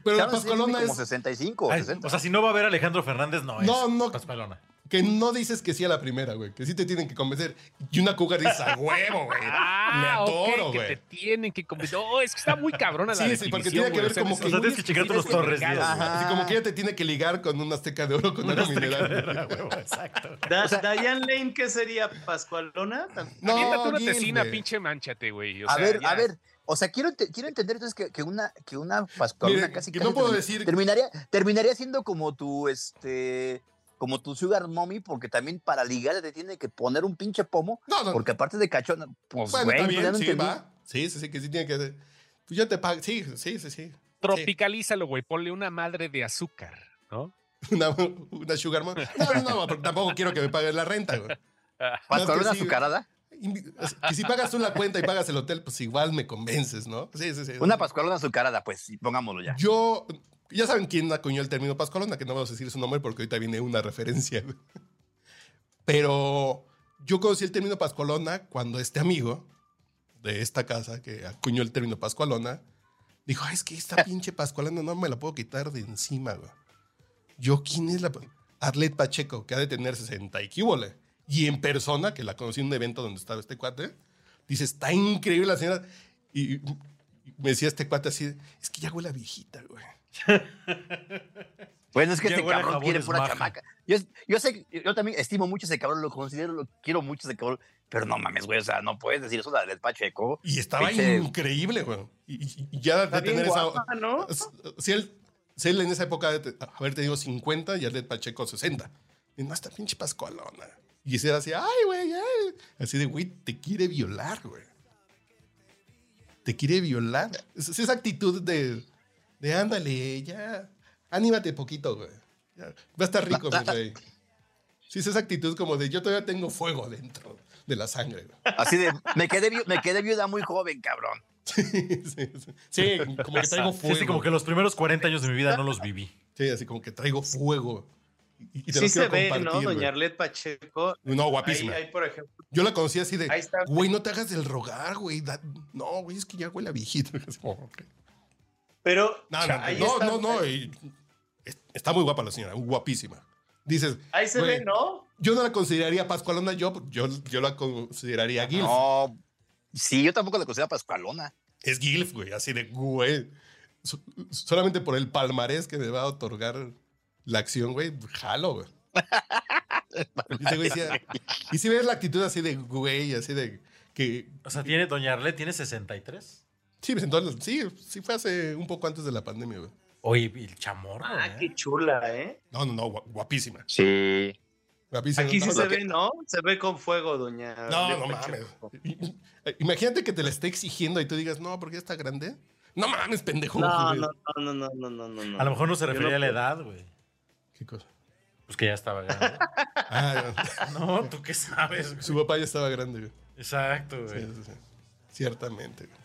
Speaker 5: Pero la
Speaker 8: la
Speaker 5: pascualona
Speaker 8: como
Speaker 5: es-
Speaker 8: 65 o
Speaker 6: Ay,
Speaker 8: 60.
Speaker 6: o sea, si no va a haber Alejandro Fernández, no es.
Speaker 5: No, no.
Speaker 6: Pascualona.
Speaker 5: Que no dices que sí a la primera, güey. Que sí te tienen que convencer. Y una cougar dice, a huevo, güey. Me
Speaker 7: Ah,
Speaker 5: atoro,
Speaker 7: ok, que te
Speaker 5: güey.
Speaker 7: tienen que convencer. Oh, es que está muy cabrona la
Speaker 5: Sí, sí, porque tiene
Speaker 7: definición, güey.
Speaker 5: que ver
Speaker 7: O sea,
Speaker 5: como
Speaker 6: O
Speaker 5: que...
Speaker 6: sea, tienes que checarte los torres,
Speaker 7: mercado,
Speaker 6: Díaz, güey.
Speaker 8: Ajá.
Speaker 5: Así como que ella te tiene que ligar con una azteca de oro, con algo mineral. güey.
Speaker 9: Da- Diane Lane, ¿qué sería Pascualona?
Speaker 5: No,
Speaker 7: Aviéntate una
Speaker 5: Gil,
Speaker 7: tesina,
Speaker 5: Ah, güey.
Speaker 7: pinche manchate, güey. O
Speaker 8: a
Speaker 7: sea,
Speaker 8: ver,
Speaker 7: ya.
Speaker 8: a ver, O sea, quiero, ente- quiero entender entonces que, que una, que una pascualona
Speaker 5: Mire,
Speaker 8: casi
Speaker 5: que
Speaker 8: casi
Speaker 5: no puedo
Speaker 8: termi-
Speaker 5: decir-
Speaker 8: terminaría, terminaría siendo como tu este como tu sugar mommy, porque también para ligar te tiene que poner un pinche pomo,
Speaker 5: No, no.
Speaker 8: porque aparte de cachona, pues
Speaker 5: bueno,
Speaker 8: güey,
Speaker 5: está
Speaker 8: pues, ya
Speaker 5: bien,
Speaker 8: no
Speaker 5: sí,
Speaker 8: entendí.
Speaker 5: va. Sí, sí, sí, que sí tiene que. Pues ya te pago. Sí, sí, sí, sí.
Speaker 7: Tropicalízalo, güey. Ponle una madre de azúcar, ¿no?
Speaker 5: Una, una sugar mom. No, no, no, porque tampoco quiero que me paguen la renta, güey. Ah.
Speaker 8: Pascualona
Speaker 5: que sí.
Speaker 8: azucarada,
Speaker 5: Invi- Que si pagas tú la cuenta y pagas el hotel, pues igual me convences, ¿no? Sí, sí, sí.
Speaker 8: una pascualona azucarada, pues sí, pongámoslo ya.
Speaker 5: Yo. Ya saben quién acuñó el término Pascualona, que no vamos a decir su nombre porque ahorita viene una referencia. güey. Pero yo conocí el término Pascualona cuando este amigo de esta casa que acuñó el término Pascualona dijo: "Ay, Es que esta pinche Pascualona no me la puedo quitar de encima, güey. Yo, ¿quién es la. pa- Arlet Pacheco, que ha de tener 60 y quíbole. Y en persona, que la conocí en un evento donde estaba este cuate, dice: Está increíble la señora. Y, y me decía este cuate así: Es que ya huele a viejita, güey.
Speaker 8: Bueno, es que
Speaker 6: Ya
Speaker 8: este
Speaker 6: huele a
Speaker 8: cabrón quiere
Speaker 6: jabones
Speaker 8: pura
Speaker 6: Maja.
Speaker 8: chamaca. Yo, yo sé, que- yo también estimo mucho a ese cabrón, lo considero, lo quiero mucho a ese cabrón, pero no mames, güey, o sea, no puedes decir eso del Pacheco.
Speaker 5: Y estaba
Speaker 8: Pinche-
Speaker 5: increíble, güey. Y, y- y ya de tener esa. s- Si él, si él en esa época de te- haber tenido 50 y Arlet Pacheco 60. Y no, esta pinche Pascualona. Y era así: Ay, güey, ay. Así de, güey, te quiere violar, güey. te quiere violar. Es, es esa actitud de, de ándale, ya, anímate poquito, güey. Ya, va a estar rico, mi güey. Sí, es esa actitud como de yo todavía tengo fuego dentro de la sangre, güey.
Speaker 8: Así de, me quedé, viu- me quedé viuda muy joven, cabrón.
Speaker 5: Sí, sí, sí. Sí, como que traigo
Speaker 6: Sí,
Speaker 5: fuego.
Speaker 6: así como que los primeros 40 años de mi vida no los viví.
Speaker 5: Sí, así como que traigo fuego. Y, y te
Speaker 9: Sí
Speaker 5: lo
Speaker 9: se
Speaker 5: quiero
Speaker 9: ve, ¿no?
Speaker 5: compartir,
Speaker 9: Doña
Speaker 5: güey.
Speaker 9: Arlet Pacheco.
Speaker 5: No,
Speaker 9: Ahí,
Speaker 5: guapísima.
Speaker 9: ahí, por ejemplo,
Speaker 5: Yo la conocí así de,
Speaker 9: ahí está.
Speaker 5: güey, no te hagas el rogar, güey. da- No, güey, es que ya huele a viejito. Es como, ok.
Speaker 9: Pero
Speaker 5: No, no,
Speaker 9: ahí
Speaker 5: no,
Speaker 9: está-
Speaker 5: no, no, y- es- está muy guapa la señora, guapísima. Dices,
Speaker 9: Ahí se
Speaker 5: Güey.
Speaker 9: ve, ¿no?
Speaker 5: yo no la consideraría Pascualona, yo, yo, yo la consideraría Gilf.
Speaker 8: No, sí, yo tampoco la considero Pascualona.
Speaker 5: Es Gilf, güey, así de güey. So- solamente por el palmarés que me va a otorgar la acción, güey, jalo, güey. Y ese güey decía- y si ves la actitud así de güey, así de que.
Speaker 6: O sea, tiene, Doña Arlet tiene 63.
Speaker 5: Sí, pues, entonces, sí, sí fue hace un poco antes de la pandemia, güey.
Speaker 6: Oye, y el chamorro.
Speaker 9: Ah,
Speaker 6: ¿eh?
Speaker 9: qué chula, ¿eh?
Speaker 5: No, no, no, gua- guapísima.
Speaker 8: Sí.
Speaker 5: Guapísima.
Speaker 9: Aquí sí
Speaker 5: No,
Speaker 9: se
Speaker 5: no,
Speaker 9: ve, ¿no? Se ve con fuego, doña.
Speaker 5: No,
Speaker 9: Arlet
Speaker 5: no mames.
Speaker 9: Pacheco.
Speaker 5: Imagínate que te la esté exigiendo y tú digas, no, porque ya está grande. No mames, pendejo.
Speaker 9: No,
Speaker 5: güey.
Speaker 9: no, no, no, no, no, no, no.
Speaker 6: A lo mejor no se
Speaker 9: Yo
Speaker 6: refería a la
Speaker 9: puedo.
Speaker 6: edad, güey.
Speaker 5: ¿Qué cosa?
Speaker 6: Pues que ya estaba grande.
Speaker 5: Ah, ya.
Speaker 6: No, tú qué sabes, güey.
Speaker 5: su papá ya estaba grande. güey.
Speaker 6: Exacto, güey.
Speaker 5: Sí, sí, sí. Ciertamente. güey.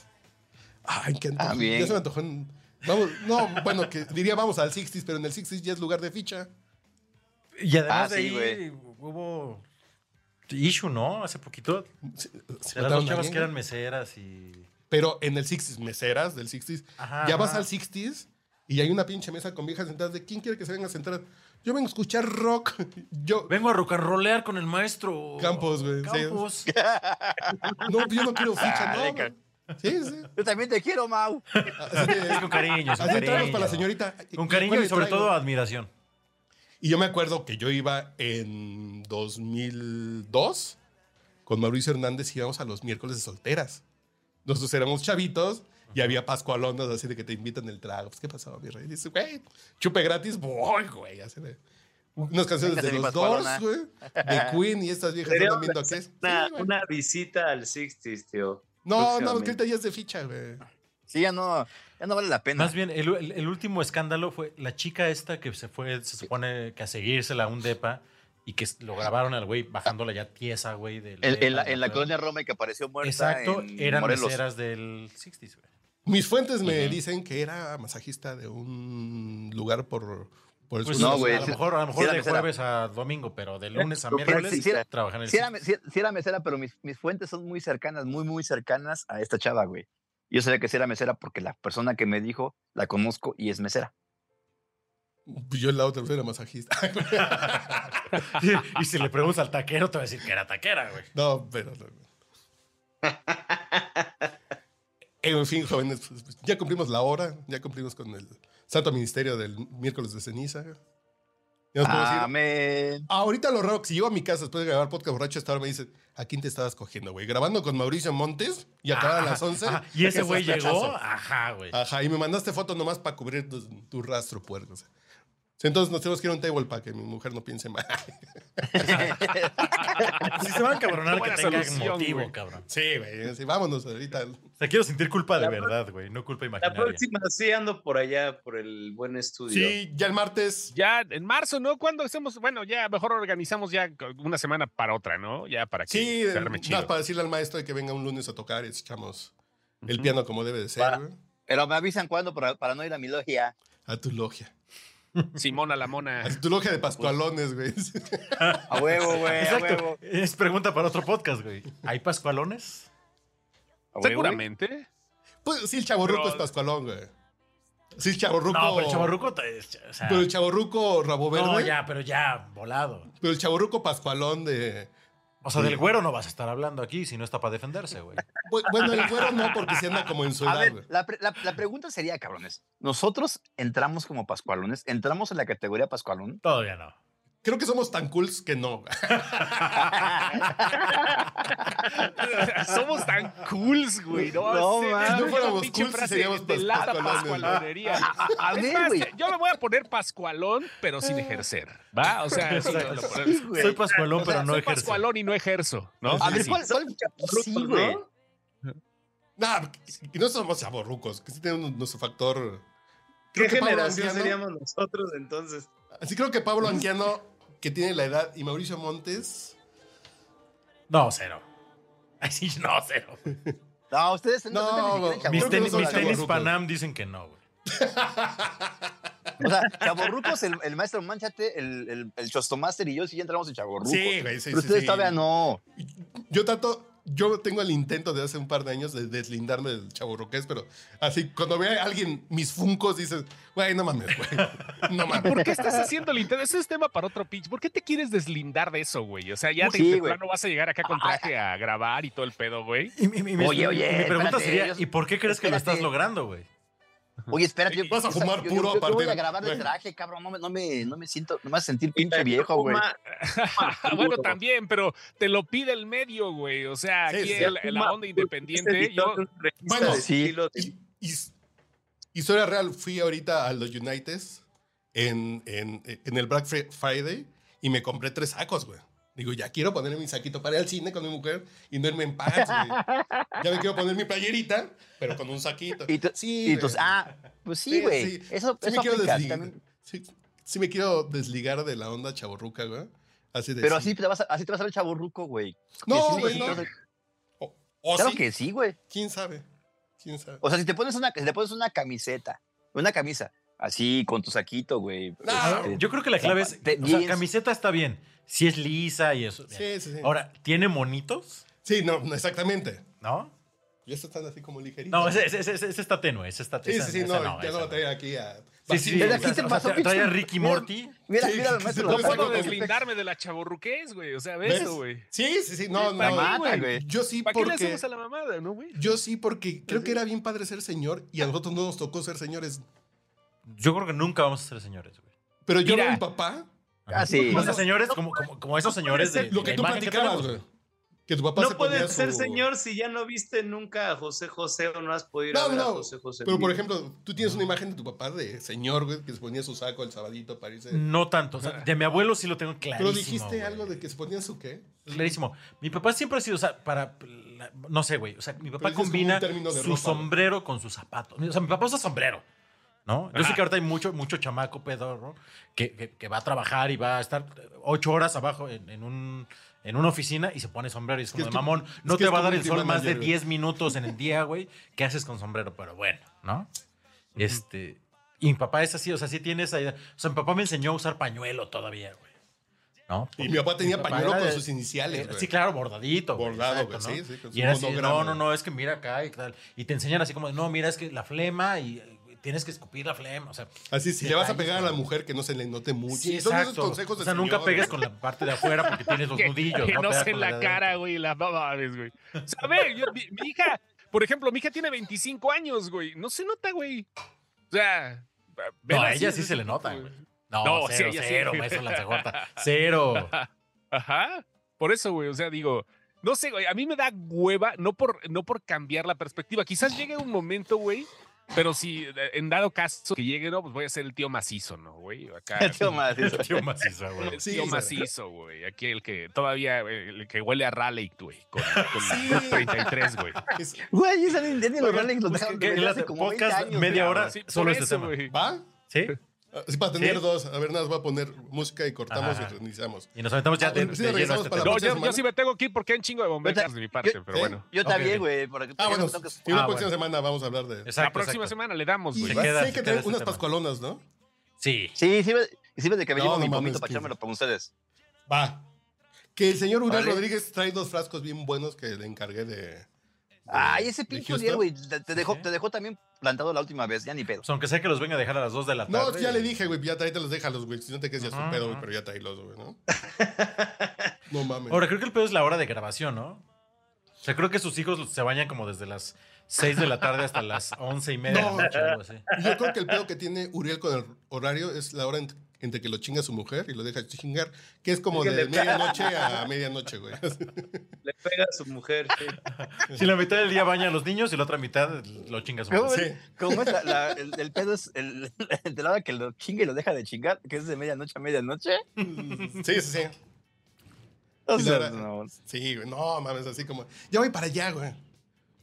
Speaker 5: Ay, qué antojo.
Speaker 8: Ah, bien.
Speaker 5: Ya se me antojó. en- Vamos, no, bueno, que diría vamos al 60s, pero en el 60s ya es lugar de ficha.
Speaker 6: Y además
Speaker 8: Ah,
Speaker 6: de
Speaker 8: sí,
Speaker 6: ahí hubo issue, ¿no? Hace poquito.
Speaker 5: Se- se
Speaker 6: De las
Speaker 5: mataron
Speaker 6: dos
Speaker 5: a
Speaker 6: chavas
Speaker 5: alguien,
Speaker 6: que eran meseras y.
Speaker 5: Pero en el 60s, meseras del 60s,
Speaker 6: Ajá,
Speaker 5: ya vas
Speaker 6: ajá.
Speaker 5: al 60s y hay una pinche mesa con viejas sentadas de quién quiere que se venga a sentar. Yo vengo a escuchar rock. Yo,
Speaker 6: Vengo a rocarrolear con el maestro.
Speaker 5: Campos, güey, sí.
Speaker 6: Campos.
Speaker 5: no, yo no quiero ficha,
Speaker 8: Ah,
Speaker 5: no.
Speaker 8: venga.
Speaker 5: güey. Sí, sí.
Speaker 8: Yo también te quiero, Mau.
Speaker 5: Así de-
Speaker 6: Sí, con cariño, con
Speaker 5: así de tragos
Speaker 6: cariño.
Speaker 5: para la señorita.
Speaker 6: Con
Speaker 5: ¿Cuál
Speaker 6: cariño y
Speaker 5: le
Speaker 6: sobre
Speaker 5: traigo?
Speaker 6: todo admiración.
Speaker 5: Y yo me acuerdo que yo iba en 2002 con Mauricio Hernández y íbamos a los miércoles de solteras. Nosotros éramos chavitos y había Pascualonas así de que te invitan el trago. Pues, ¿qué pasaba, mi rey? Dice, güey, chupe gratis, voy, güey. Así de- Unas canciones
Speaker 8: Véngase,
Speaker 5: de
Speaker 8: mi
Speaker 5: los
Speaker 8: Pascualona.
Speaker 5: Doors, güey, de Queen y estas viejas
Speaker 9: Sería
Speaker 5: andan viendo qué es.
Speaker 9: Una,
Speaker 5: Sí, güey.
Speaker 9: una visita al 60s, tío.
Speaker 5: No, no,
Speaker 9: próximamente.
Speaker 5: que ahorita ya es de ficha, güey.
Speaker 8: Sí, ya no, ya no vale la pena.
Speaker 6: Más bien, el, el- el último escándalo fue la chica esta que se fue, se supone que a seguírsela a un depa y que lo grabaron al güey bajándola ya pieza, güey. del
Speaker 8: En,
Speaker 6: depa,
Speaker 8: en la, en la
Speaker 6: creo.
Speaker 8: colonia Roma y que apareció muerta
Speaker 6: Exacto,
Speaker 8: en
Speaker 6: eran
Speaker 8: Morelos.
Speaker 6: meseras del 60s, güey.
Speaker 5: Mis fuentes me
Speaker 8: Ujú.
Speaker 5: dicen que era masajista de un lugar por, por el
Speaker 6: Pues
Speaker 5: sur
Speaker 8: no,
Speaker 5: de la
Speaker 8: güey,
Speaker 6: A
Speaker 5: ciudad.
Speaker 6: lo
Speaker 8: sí-
Speaker 6: mejor, a lo
Speaker 8: sí
Speaker 6: mejor
Speaker 8: era
Speaker 6: de
Speaker 8: mesera.
Speaker 6: jueves a domingo, pero de lunes a
Speaker 8: Pero
Speaker 6: miércoles
Speaker 8: sí, sí era-
Speaker 6: trabajan en el
Speaker 8: Sí era,
Speaker 6: 60s.
Speaker 8: me- sí- sí era mesera, pero mis, mis fuentes son muy cercanas, muy, muy cercanas a esta chava, güey. Yo sabía que sí era mesera porque la persona que me dijo la conozco y es mesera.
Speaker 5: Pues Yo la otra vez era masajista.
Speaker 6: y si le preguntas al taquero, te va a decir que era taquera, güey.
Speaker 5: no, pero. no, no. En fin, jóvenes, pues, pues, ya cumplimos la hora, ya cumplimos con el Santo Ministerio del miércoles de ceniza. Ya nos podemos ir.
Speaker 8: Amén.
Speaker 5: Ahorita lo raro, que si llego a mi casa después de grabar podcast borracho, hasta ahora me dicen, ¿a quién te estabas cogiendo, güey? Grabando con Mauricio Montes y acabar a las 11.
Speaker 6: Ajá, y ese
Speaker 5: Eso
Speaker 6: güey
Speaker 5: es cachazo.
Speaker 6: llegó. Ajá, güey.
Speaker 5: Ajá, y me mandaste foto nomás para cubrir tu, tu rastro, puerco. o sea. Entonces nos tenemos que ir a un table para que mi mujer no piense mal.
Speaker 6: Si se van a cabronar, que
Speaker 7: Buena
Speaker 6: tengan
Speaker 7: solución,
Speaker 6: motivo,
Speaker 7: güey.
Speaker 6: cabrón.
Speaker 5: Sí, güey, sí, vámonos ahorita.
Speaker 6: O sea, quiero sentir culpa de verdad, güey. No culpa
Speaker 9: La
Speaker 6: imaginaria.
Speaker 9: próxima sí ando por allá, por el buen estudio.
Speaker 5: Sí, ya el martes.
Speaker 7: Ya en marzo, ¿no? ¿Cuándo hacemos? Bueno, ya mejor organizamos ya una semana para otra, ¿no? Ya para que
Speaker 5: Sí,
Speaker 7: se arme chido.
Speaker 5: nada, para decirle al maestro que venga un lunes a tocar y echamos el piano como debe de ser,
Speaker 8: Para-
Speaker 5: güey.
Speaker 8: Pero me avisan cuándo para, para no ir a mi logia.
Speaker 5: A tu logia.
Speaker 7: Simona la mona.
Speaker 5: A tu logia de pascualones, güey.
Speaker 8: A huevo, güey, a
Speaker 6: Exacto.
Speaker 8: huevo.
Speaker 6: Es pregunta para otro podcast, güey. ¿Hay pascualones?
Speaker 8: A huevo.
Speaker 7: Seguramente.
Speaker 5: Pues sí, el chaborruco
Speaker 7: Pero-
Speaker 5: es pascualón, güey. Sí, el chaborruco.
Speaker 6: No, pero el chavarruco. O sea,
Speaker 5: Pero el chaborruco rabo verde.
Speaker 6: no, ya, pero ya, volado.
Speaker 5: Pero el chaborruco pascualón de.
Speaker 6: O sea, del güero no vas a estar hablando aquí si no está para defenderse, güey.
Speaker 5: Bu- Bueno, el güero no, porque se anda como en su
Speaker 8: A
Speaker 5: edad,
Speaker 8: ver,
Speaker 5: Pues güey.
Speaker 8: la, pre- la- la pregunta sería, cabrones, ¿nosotros entramos como pascualones? ¿Entramos en la categoría pascualón?
Speaker 6: Todavía no.
Speaker 5: Creo que somos tan cools que no. güey.
Speaker 7: Somos tan cools, güey. No,
Speaker 8: No,
Speaker 7: Sí,
Speaker 8: man.
Speaker 7: es
Speaker 5: Si no
Speaker 7: una
Speaker 5: fuéramos
Speaker 7: pinche
Speaker 5: cool, sí
Speaker 7: frase
Speaker 5: seríamos
Speaker 7: de lata
Speaker 5: pascualones, güey.
Speaker 7: pascualonería.
Speaker 8: A
Speaker 7: Es
Speaker 8: ver,
Speaker 7: más,
Speaker 8: güey.
Speaker 7: yo le voy a poner pascualón, pero sin ejercer. ¿Va? O sea, sí, lo ponemos.
Speaker 8: Sí, güey.
Speaker 6: Soy pascualón,
Speaker 7: O sea,
Speaker 6: pero no
Speaker 7: soy
Speaker 6: ejerzo.
Speaker 7: pascualón y no ejerzo, ¿no?
Speaker 8: A
Speaker 7: Sí,
Speaker 8: ver,
Speaker 7: sí.
Speaker 8: ¿cuál? cuál- Sí, güey.
Speaker 5: Nah, y no somos chaborrucos, que sí tenemos nuestro factor.
Speaker 9: ¿Qué
Speaker 5: Creo que Pablo
Speaker 9: generación
Speaker 5: Anguiano-
Speaker 9: seríamos nosotros entonces?
Speaker 5: Sí, creo que Pablo Anquiano, que tiene la edad, y Mauricio Montes.
Speaker 6: No, cero. Ay, sí, no, cero.
Speaker 8: No, ustedes
Speaker 5: No,
Speaker 8: no,
Speaker 5: mis
Speaker 6: Mis,
Speaker 5: Creo que no
Speaker 6: tenis,
Speaker 5: son
Speaker 6: mis tenis
Speaker 5: chavorrucos.
Speaker 6: Panam dicen que no, güey.
Speaker 8: O sea, chaborrucos, el, el maestro Manchate, el, el, el Chostomaster y yo sí ya entramos en chaborrucos.
Speaker 5: Sí, güey, sí,
Speaker 8: Pero
Speaker 5: sí,
Speaker 8: ustedes
Speaker 5: sí.
Speaker 8: todavía no.
Speaker 5: Yo tanto. Yo tengo el intento de hace un par de años de deslindarme del chaborruqués, pero así, cuando ve a alguien mis funcos, dices, güey, no mames, güey. No mames.
Speaker 7: ¿Por qué estás haciendo el intento? Ese es tema para otro pitch. ¿Por qué te quieres deslindar de eso, güey? O sea, ya
Speaker 8: Sí,
Speaker 7: te, de
Speaker 8: güey.
Speaker 7: plano vas a llegar acá con
Speaker 5: Ah,
Speaker 7: traje a grabar y todo el pedo, güey.
Speaker 6: Y mi- mi- mi-
Speaker 8: Oye,
Speaker 6: mi-
Speaker 8: oye,
Speaker 6: Mi pregunta
Speaker 8: espérate,
Speaker 6: sería,
Speaker 8: ellos-
Speaker 6: ¿y por qué crees que lo estás
Speaker 8: espérate.
Speaker 6: logrando, güey?
Speaker 8: Oye, espérate. Yo,
Speaker 5: Vas a fumar
Speaker 8: yo- yo-
Speaker 5: puro
Speaker 8: yo,
Speaker 5: a
Speaker 8: yo voy a
Speaker 5: partir-
Speaker 8: grabar de
Speaker 5: Bueno.
Speaker 8: traje, cabrón. No me, no me, no me siento, no me vas a sentir pinche viejo, güey.
Speaker 9: Fuma-
Speaker 7: Ah, bueno, también, pero te lo pide el medio, güey. O sea,
Speaker 5: Sí,
Speaker 7: aquí
Speaker 5: sí.
Speaker 7: el- la
Speaker 9: este
Speaker 7: onda independiente. Yo,
Speaker 5: Bueno,
Speaker 8: sí.
Speaker 5: Y- y- historia real, fui ahorita a los Uniteds en, en- en el Black Fri- Friday y me compré tres sacos, güey. Digo, ya quiero ponerme mi saquito para ir al cine con mi mujer y no irme en pants, güey. Ya me quiero poner mi playerita, pero con un saquito.
Speaker 8: Y tú-
Speaker 5: sí,
Speaker 8: Y
Speaker 5: güey.
Speaker 8: entonces, ah, pues sí, güey.
Speaker 5: sí.
Speaker 8: Eso,
Speaker 5: Sí
Speaker 8: eso
Speaker 5: me quiero
Speaker 8: aplica.
Speaker 5: desligar.
Speaker 8: también.
Speaker 5: Sí, sí me quiero desligar de la onda chaborruca, güey. Así de
Speaker 8: Pero
Speaker 5: sí.
Speaker 8: así te vas a, así te vas a ver chaborruco, güey.
Speaker 5: No,
Speaker 8: Sí,
Speaker 5: güey,
Speaker 8: sí,
Speaker 5: no.
Speaker 8: entonces-
Speaker 5: O, o
Speaker 8: Claro
Speaker 5: sí,
Speaker 8: que sí, güey.
Speaker 5: quién sabe. ¿Quién sabe?
Speaker 8: O sea, si te pones una, si te pones una camiseta, una camisa, así con tu saquito, güey.
Speaker 5: No,
Speaker 8: este,
Speaker 6: Yo creo que la clave es,
Speaker 8: Te-
Speaker 6: o sea,
Speaker 8: jeans.
Speaker 6: camiseta está bien, si es lisa y eso. bien.
Speaker 5: Sí, sí, sí.
Speaker 6: Ahora, ¿tiene monitos?
Speaker 5: Sí, no, no, exactamente.
Speaker 6: ¿No?
Speaker 5: Ya están así como ligeritos.
Speaker 6: No, ese, ese, ese- ese está tenue, ese está
Speaker 5: Sí, sí,
Speaker 6: esa-
Speaker 5: sí,
Speaker 6: esa
Speaker 5: no, ya
Speaker 6: esa
Speaker 5: no lo traía aquí a.
Speaker 6: Sí, sí, sí.
Speaker 8: Desde
Speaker 6: o
Speaker 8: aquí
Speaker 6: sea,
Speaker 8: te
Speaker 6: o sea,
Speaker 8: pasó,
Speaker 6: tra- trae a
Speaker 8: pinche-
Speaker 6: Ricky Morty.
Speaker 8: Mira,
Speaker 5: Sí,
Speaker 8: mira al
Speaker 5: que
Speaker 8: maestro.
Speaker 5: se
Speaker 8: lo
Speaker 5: lo
Speaker 7: no puedo
Speaker 5: saco
Speaker 8: saca-
Speaker 7: deslindarme de la chaborruquez, güey. O sea,
Speaker 5: ¿Ves?
Speaker 7: ves, güey.
Speaker 5: Sí, sí, sí, no,
Speaker 7: ¿Para
Speaker 5: no.
Speaker 7: qué,
Speaker 8: mata,
Speaker 7: güey?
Speaker 8: güey.
Speaker 5: Yo sí
Speaker 7: ¿Para qué le
Speaker 5: porque.
Speaker 7: hacemos a la mamada, no, güey?
Speaker 5: Yo sí porque creo que era bien padre ser señor y a nosotros no nos tocó ser señores.
Speaker 6: Yo creo que nunca vamos a ser señores, güey.
Speaker 5: Pero yo
Speaker 7: Mira.
Speaker 5: era mi papá.
Speaker 8: Ah, sí.
Speaker 6: O sea, señores como, como, como esos señores de.
Speaker 5: Lo
Speaker 6: de
Speaker 5: que tú
Speaker 6: imagen que
Speaker 5: platicabas,
Speaker 6: tenemos,
Speaker 5: güey. Que tu papá se
Speaker 9: No
Speaker 5: ponía
Speaker 9: puedes ser
Speaker 5: su-
Speaker 9: señor si ya no viste nunca a José José o no has podido ir
Speaker 5: No,
Speaker 9: a ver a
Speaker 5: no,
Speaker 9: José José.
Speaker 5: Pero por ejemplo, tú tienes una imagen de tu papá de señor, güey, que se ponía su saco el sabadito para irse.
Speaker 6: No tanto. o sea, de mi abuelo sí lo tengo Mm, clarísimo.
Speaker 5: Pero dijiste
Speaker 6: güey.
Speaker 5: algo de que se ponía su qué?
Speaker 6: Clarísimo. Mi papá siempre ha sido, o sea, para. la- No sé, güey. O sea, mi
Speaker 5: Pero ese
Speaker 6: papá
Speaker 5: es como
Speaker 6: combina
Speaker 5: un término de
Speaker 6: su
Speaker 5: ropa, güey.
Speaker 6: sombrero con sus zapatos. O sea, mi papá usa sombrero, ¿no? Yo sé que ahorita hay mucho, mucho chamaco pedorro que, que, que va a trabajar y va a estar ocho horas abajo en, en un. En una oficina y se pone sombrero y es como
Speaker 5: es
Speaker 6: de
Speaker 5: que-
Speaker 6: mamón. No
Speaker 5: es que
Speaker 6: te
Speaker 5: es
Speaker 6: va a
Speaker 5: como
Speaker 6: dar
Speaker 5: un
Speaker 6: el sol
Speaker 5: team
Speaker 6: más de
Speaker 5: manager, güey.
Speaker 6: 10 minutos en el día, güey. ¿Qué haces con sombrero? Pero bueno, ¿no? Este. Y mi papá es así, o sea, sí tiene esa idea. O sea, mi papá me enseñó a usar pañuelo todavía, güey. ¿No?
Speaker 5: Y mi papá tenía
Speaker 6: papá
Speaker 5: pañuelo
Speaker 6: era
Speaker 5: con
Speaker 6: de-
Speaker 5: sus iniciales,
Speaker 6: era-
Speaker 5: güey.
Speaker 6: Sí, claro, bordadito. güey,
Speaker 5: Bordado,
Speaker 6: exacto,
Speaker 5: güey,
Speaker 6: ¿no?
Speaker 5: sí, sí, con
Speaker 6: Y
Speaker 5: su
Speaker 6: era así,
Speaker 5: monograma,
Speaker 6: no, no,
Speaker 5: güey.
Speaker 6: no, es que mira acá y tal. Y te enseñan así como, no, mira, es que la flema y eh, tienes que escupir la flema. O sea,
Speaker 5: Así, si le vas a
Speaker 6: detalles,
Speaker 5: pegar a la
Speaker 6: güey.
Speaker 5: mujer, que no se le note mucho.
Speaker 6: sí,
Speaker 5: Y son esos
Speaker 6: exacto.
Speaker 5: consejos de
Speaker 6: o sea, nunca
Speaker 5: señor,
Speaker 6: pegues
Speaker 5: güey.
Speaker 6: con la parte de afuera porque tienes los
Speaker 7: que,
Speaker 6: nudillos.
Speaker 7: que no
Speaker 6: Pegas
Speaker 7: se en
Speaker 6: con
Speaker 7: la
Speaker 6: de adentro.
Speaker 7: cara, güey, las mamadas, güey. O sea, a ver, yo- mi, mi hija, por ejemplo, mi hija tiene 25 años, güey. No se nota, güey. O sea,
Speaker 6: No,
Speaker 7: ven
Speaker 6: a
Speaker 7: así,
Speaker 6: ella sí
Speaker 7: es
Speaker 6: se le
Speaker 7: tipo,
Speaker 6: nota, güey. No,
Speaker 7: No,
Speaker 6: cero,
Speaker 7: sí, ella sí.
Speaker 6: cero, maestro Lanzagorta. Cero.
Speaker 7: Ajá. Por eso, güey. O sea, digo, no sé, güey. A mí me da hueva, no por, no por cambiar la perspectiva. Quizás llegue un momento, güey. Pero si eh, en dado caso que llegue, no, pues voy a ser el tío macizo, ¿no, güey? Acá.
Speaker 8: El tío macizo.
Speaker 6: Tío macizo, güey.
Speaker 7: El
Speaker 5: Sí,
Speaker 7: tío
Speaker 5: sí.
Speaker 7: macizo, güey. Aquí el que todavía, eh, el que huele a Raleigh, güey. Con, con 33, güey.
Speaker 5: Es-
Speaker 8: Güey, esa Nintendo y los
Speaker 5: Oigan,
Speaker 8: Rallings los
Speaker 6: pues,
Speaker 8: dejaron
Speaker 6: que-
Speaker 8: de
Speaker 6: que
Speaker 8: vender
Speaker 6: la-
Speaker 8: hace como 20
Speaker 6: podcast
Speaker 8: años.
Speaker 6: media
Speaker 8: güey.
Speaker 6: hora.
Speaker 7: Sí, por
Speaker 6: Solo este
Speaker 7: eso,
Speaker 6: tema.
Speaker 7: güey.
Speaker 5: ¿Va?
Speaker 6: ¿Sí?
Speaker 5: Ah, Sí, para tener
Speaker 6: Sí.
Speaker 5: dos. A ver, nada más voy a poner música y cortamos
Speaker 6: Ajá.
Speaker 5: y reiniciamos.
Speaker 6: Y nos aventamos ya
Speaker 5: Ah,
Speaker 6: de,
Speaker 5: bueno, sí,
Speaker 6: de lleno a
Speaker 5: regresamos
Speaker 6: este
Speaker 5: para
Speaker 7: No,
Speaker 5: la
Speaker 6: tema.
Speaker 7: yo,
Speaker 5: próxima
Speaker 7: yo sí me tengo que ir porque hay un chingo de bomberos de mi parte, pero
Speaker 5: ¿sí?
Speaker 7: bueno.
Speaker 8: Yo
Speaker 6: Ok,
Speaker 8: también,
Speaker 6: ok.
Speaker 8: güey. porque-
Speaker 5: Ah, bueno,
Speaker 8: porque no toques-
Speaker 5: y una
Speaker 6: Ah,
Speaker 5: próxima
Speaker 6: bueno.
Speaker 5: semana vamos a hablar de eso.
Speaker 7: La
Speaker 6: Exacto,
Speaker 7: próxima
Speaker 6: exacto.
Speaker 7: semana le damos,
Speaker 5: Y
Speaker 7: güey.
Speaker 6: Se queda-
Speaker 5: sí hay que
Speaker 6: se queda
Speaker 5: tener
Speaker 6: ese
Speaker 5: unas
Speaker 6: tema.
Speaker 5: pascualonas, ¿no?
Speaker 6: Sí.
Speaker 8: Sí, sí, me- y sí me de que me
Speaker 5: No,
Speaker 8: llevo
Speaker 5: no
Speaker 8: mi
Speaker 5: mames,
Speaker 8: pomito para
Speaker 5: que-
Speaker 8: echármelo para ustedes.
Speaker 5: Va. Que el señor Uriel
Speaker 8: Órale.
Speaker 5: Rodríguez trae dos frascos bien buenos que le encargué de. de-
Speaker 8: Ay, ese
Speaker 5: de
Speaker 8: pinche Uriel,
Speaker 5: Houston.
Speaker 8: güey, te te dejó,
Speaker 6: Sí.
Speaker 8: te dejó también plantado la última vez, ya ni pedo.
Speaker 6: Pues aunque sea que los venga a dejar a las 2 de la tarde.
Speaker 5: No, ya le dije, güey, ya tráetelos, déjalos, güey. Si no te quedes ya es
Speaker 6: Ajá,
Speaker 5: un pedo,
Speaker 6: ajá.
Speaker 5: güey, pero ya tráelos, güey, ¿no? No mames.
Speaker 6: Ahora, creo que el pedo es la hora de grabación, ¿no? O sea, creo que sus hijos se bañan como desde las 6 de la tarde hasta las 11 y media de la noche, algo así.
Speaker 5: Yo creo que el pedo que tiene Uriel con el horario es la hora ent- entre que lo chinga su mujer y lo deja chingar, que es como
Speaker 9: Es que
Speaker 5: de
Speaker 9: le-
Speaker 5: medianoche a medianoche, güey.
Speaker 9: Le pega a su mujer. sí.
Speaker 6: Si la mitad del día baña a los niños y la otra mitad lo chingas.
Speaker 5: Sí.
Speaker 8: ¿Cómo es? La- la- el, el pedo es el, de la hora que lo chinga y lo deja de chingar, que es de medianoche a medianoche.
Speaker 5: Sí, sí, sí.
Speaker 8: O
Speaker 5: Y la
Speaker 8: sea,
Speaker 5: hora-
Speaker 8: no.
Speaker 5: Sí, güey. No mames, así como. Ya voy para allá, güey.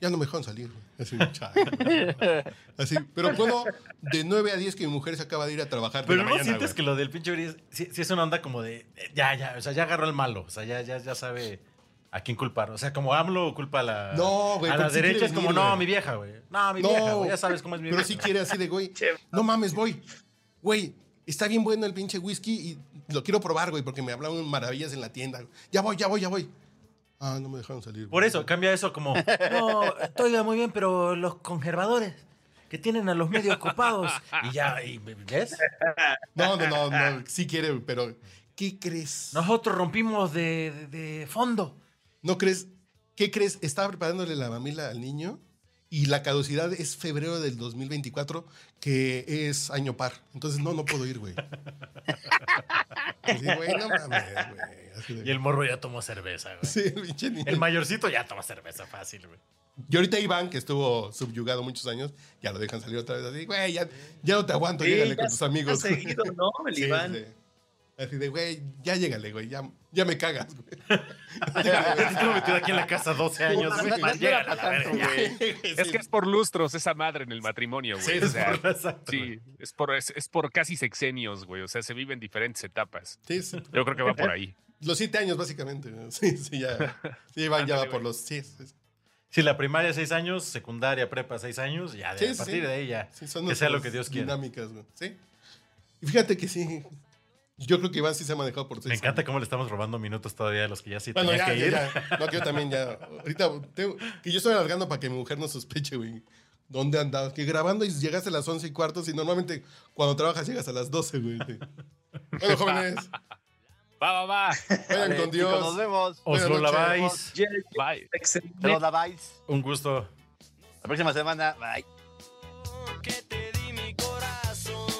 Speaker 5: Ya no me dejan salir, güey. Así, chale, güey. Así, pero puedo de 9 a 10 que mi mujer se acaba de ir a trabajar. de
Speaker 6: Pero
Speaker 5: la
Speaker 6: no
Speaker 5: mañana,
Speaker 6: sientes
Speaker 5: güey.
Speaker 6: que lo del pinche Uri es, sí, sí es una onda como de eh, ya, ya, o sea, ya agarró el malo, o sea, ya, ya, ya sabe a quién culpar. O sea, como AMLO culpa a la,
Speaker 5: No, güey,
Speaker 6: a
Speaker 5: porque
Speaker 6: la
Speaker 5: sí quiere
Speaker 6: derecha, es como,
Speaker 5: venir,
Speaker 6: no,
Speaker 5: güey.
Speaker 6: mi vieja, güey. No, mi
Speaker 5: No,
Speaker 6: vieja, güey, ya sabes cómo es mi
Speaker 5: Pero
Speaker 6: vieja.
Speaker 5: sí quiere así de, güey,
Speaker 9: Che,
Speaker 5: no mames, voy. Güey, está bien bueno el pinche whisky y lo quiero probar, güey, porque me hablaron maravillas en la tienda. Ya voy, ya voy, ya voy. Ah, no me dejaron salir. güey.
Speaker 6: Por eso, cambia eso como, no, oiga, muy bien, pero los conservadores que tienen a los medios copados y ya, y, ¿ves?
Speaker 5: No, no, no, no, sí quiere, pero ¿qué crees? No,
Speaker 6: Nosotros rompimos de, de- de fondo.
Speaker 5: crees. ¿Qué crees? Estaba preparándole la mamila al niño y la caducidad es febrero del 2024, que es año par. Entonces, no, no puedo ir, güey. Así, güey, no mames, güey. Así de-
Speaker 6: Y el morro ya tomó cerveza, güey.
Speaker 5: Sí, el pinche niño.
Speaker 6: El mayorcito ya toma cerveza fácil, güey.
Speaker 5: Y ahorita Iván, que estuvo subyugado muchos años, ya lo dejan salir otra vez así, güey, ya, ya no te aguanto,
Speaker 9: Sí,
Speaker 5: llégale
Speaker 9: ya
Speaker 5: con tus amigos.
Speaker 9: Ha seguido, ¿no? El
Speaker 5: Sí,
Speaker 9: Iván.
Speaker 5: sí. Así de, güey, ya llégale, güey, ya, ya me cagas, güey.
Speaker 6: Estuve metido aquí en la casa 12 años,
Speaker 8: No,
Speaker 6: güey.
Speaker 8: no, no era
Speaker 6: Llégale a
Speaker 8: pa'
Speaker 6: la
Speaker 8: tanto,
Speaker 6: verga, ya.
Speaker 8: güey.
Speaker 7: Es que es por lustros esa madre en el matrimonio, güey.
Speaker 6: Sí,
Speaker 7: o sea,
Speaker 6: es por- exacto, güey.
Speaker 7: sí, es por, es, es por casi sexenios, güey. O sea, se viven diferentes etapas.
Speaker 5: Sí, sí.
Speaker 7: Yo creo que va por ahí.
Speaker 5: Los siete años, básicamente. güey. Sí, sí, ya. Sí, Iván ya va por los. Sí, sí, sí.
Speaker 6: Sí, la primaria seis años, secundaria, prepa seis años, ya de-
Speaker 5: Sí,
Speaker 6: a
Speaker 5: sí,
Speaker 6: partir
Speaker 5: sí.
Speaker 6: de ahí ya.
Speaker 5: Sí,
Speaker 6: que sea lo
Speaker 5: nuestras
Speaker 6: que Dios quiera.
Speaker 5: Dinámicas, güey. Sí. Y fíjate que sí. Yo creo que Iván sí se ha manejado por seis
Speaker 6: Me encanta
Speaker 5: años.
Speaker 6: cómo le estamos robando minutos todavía a los que ya sí
Speaker 5: Bueno,
Speaker 6: tenían
Speaker 5: ya,
Speaker 6: que
Speaker 5: ya,
Speaker 6: ir.
Speaker 5: ya. No, que yo también ya. Ahorita, tengo- que yo estoy alargando para que mi mujer no sospeche, güey. ¿Dónde andabas? Que grabando y llegaste a las once y cuartos y normalmente cuando trabajas llegas a las 12, güey. Sí. Bueno, jóvenes,
Speaker 7: Va, va, va.
Speaker 5: vayan
Speaker 8: Vale,
Speaker 5: con
Speaker 8: chicos, Nos
Speaker 5: Dios.
Speaker 8: vemos.
Speaker 6: Os lo
Speaker 5: Buenas noches.
Speaker 6: laváis.
Speaker 9: Ya,
Speaker 7: Bye.
Speaker 8: Te
Speaker 9: excelente.
Speaker 8: los laváis.
Speaker 6: Un gusto.
Speaker 8: La próxima semana. Bye.
Speaker 10: que te di mi corazón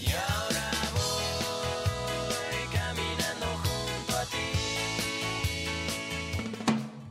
Speaker 10: y ahora voy caminando junto a ti.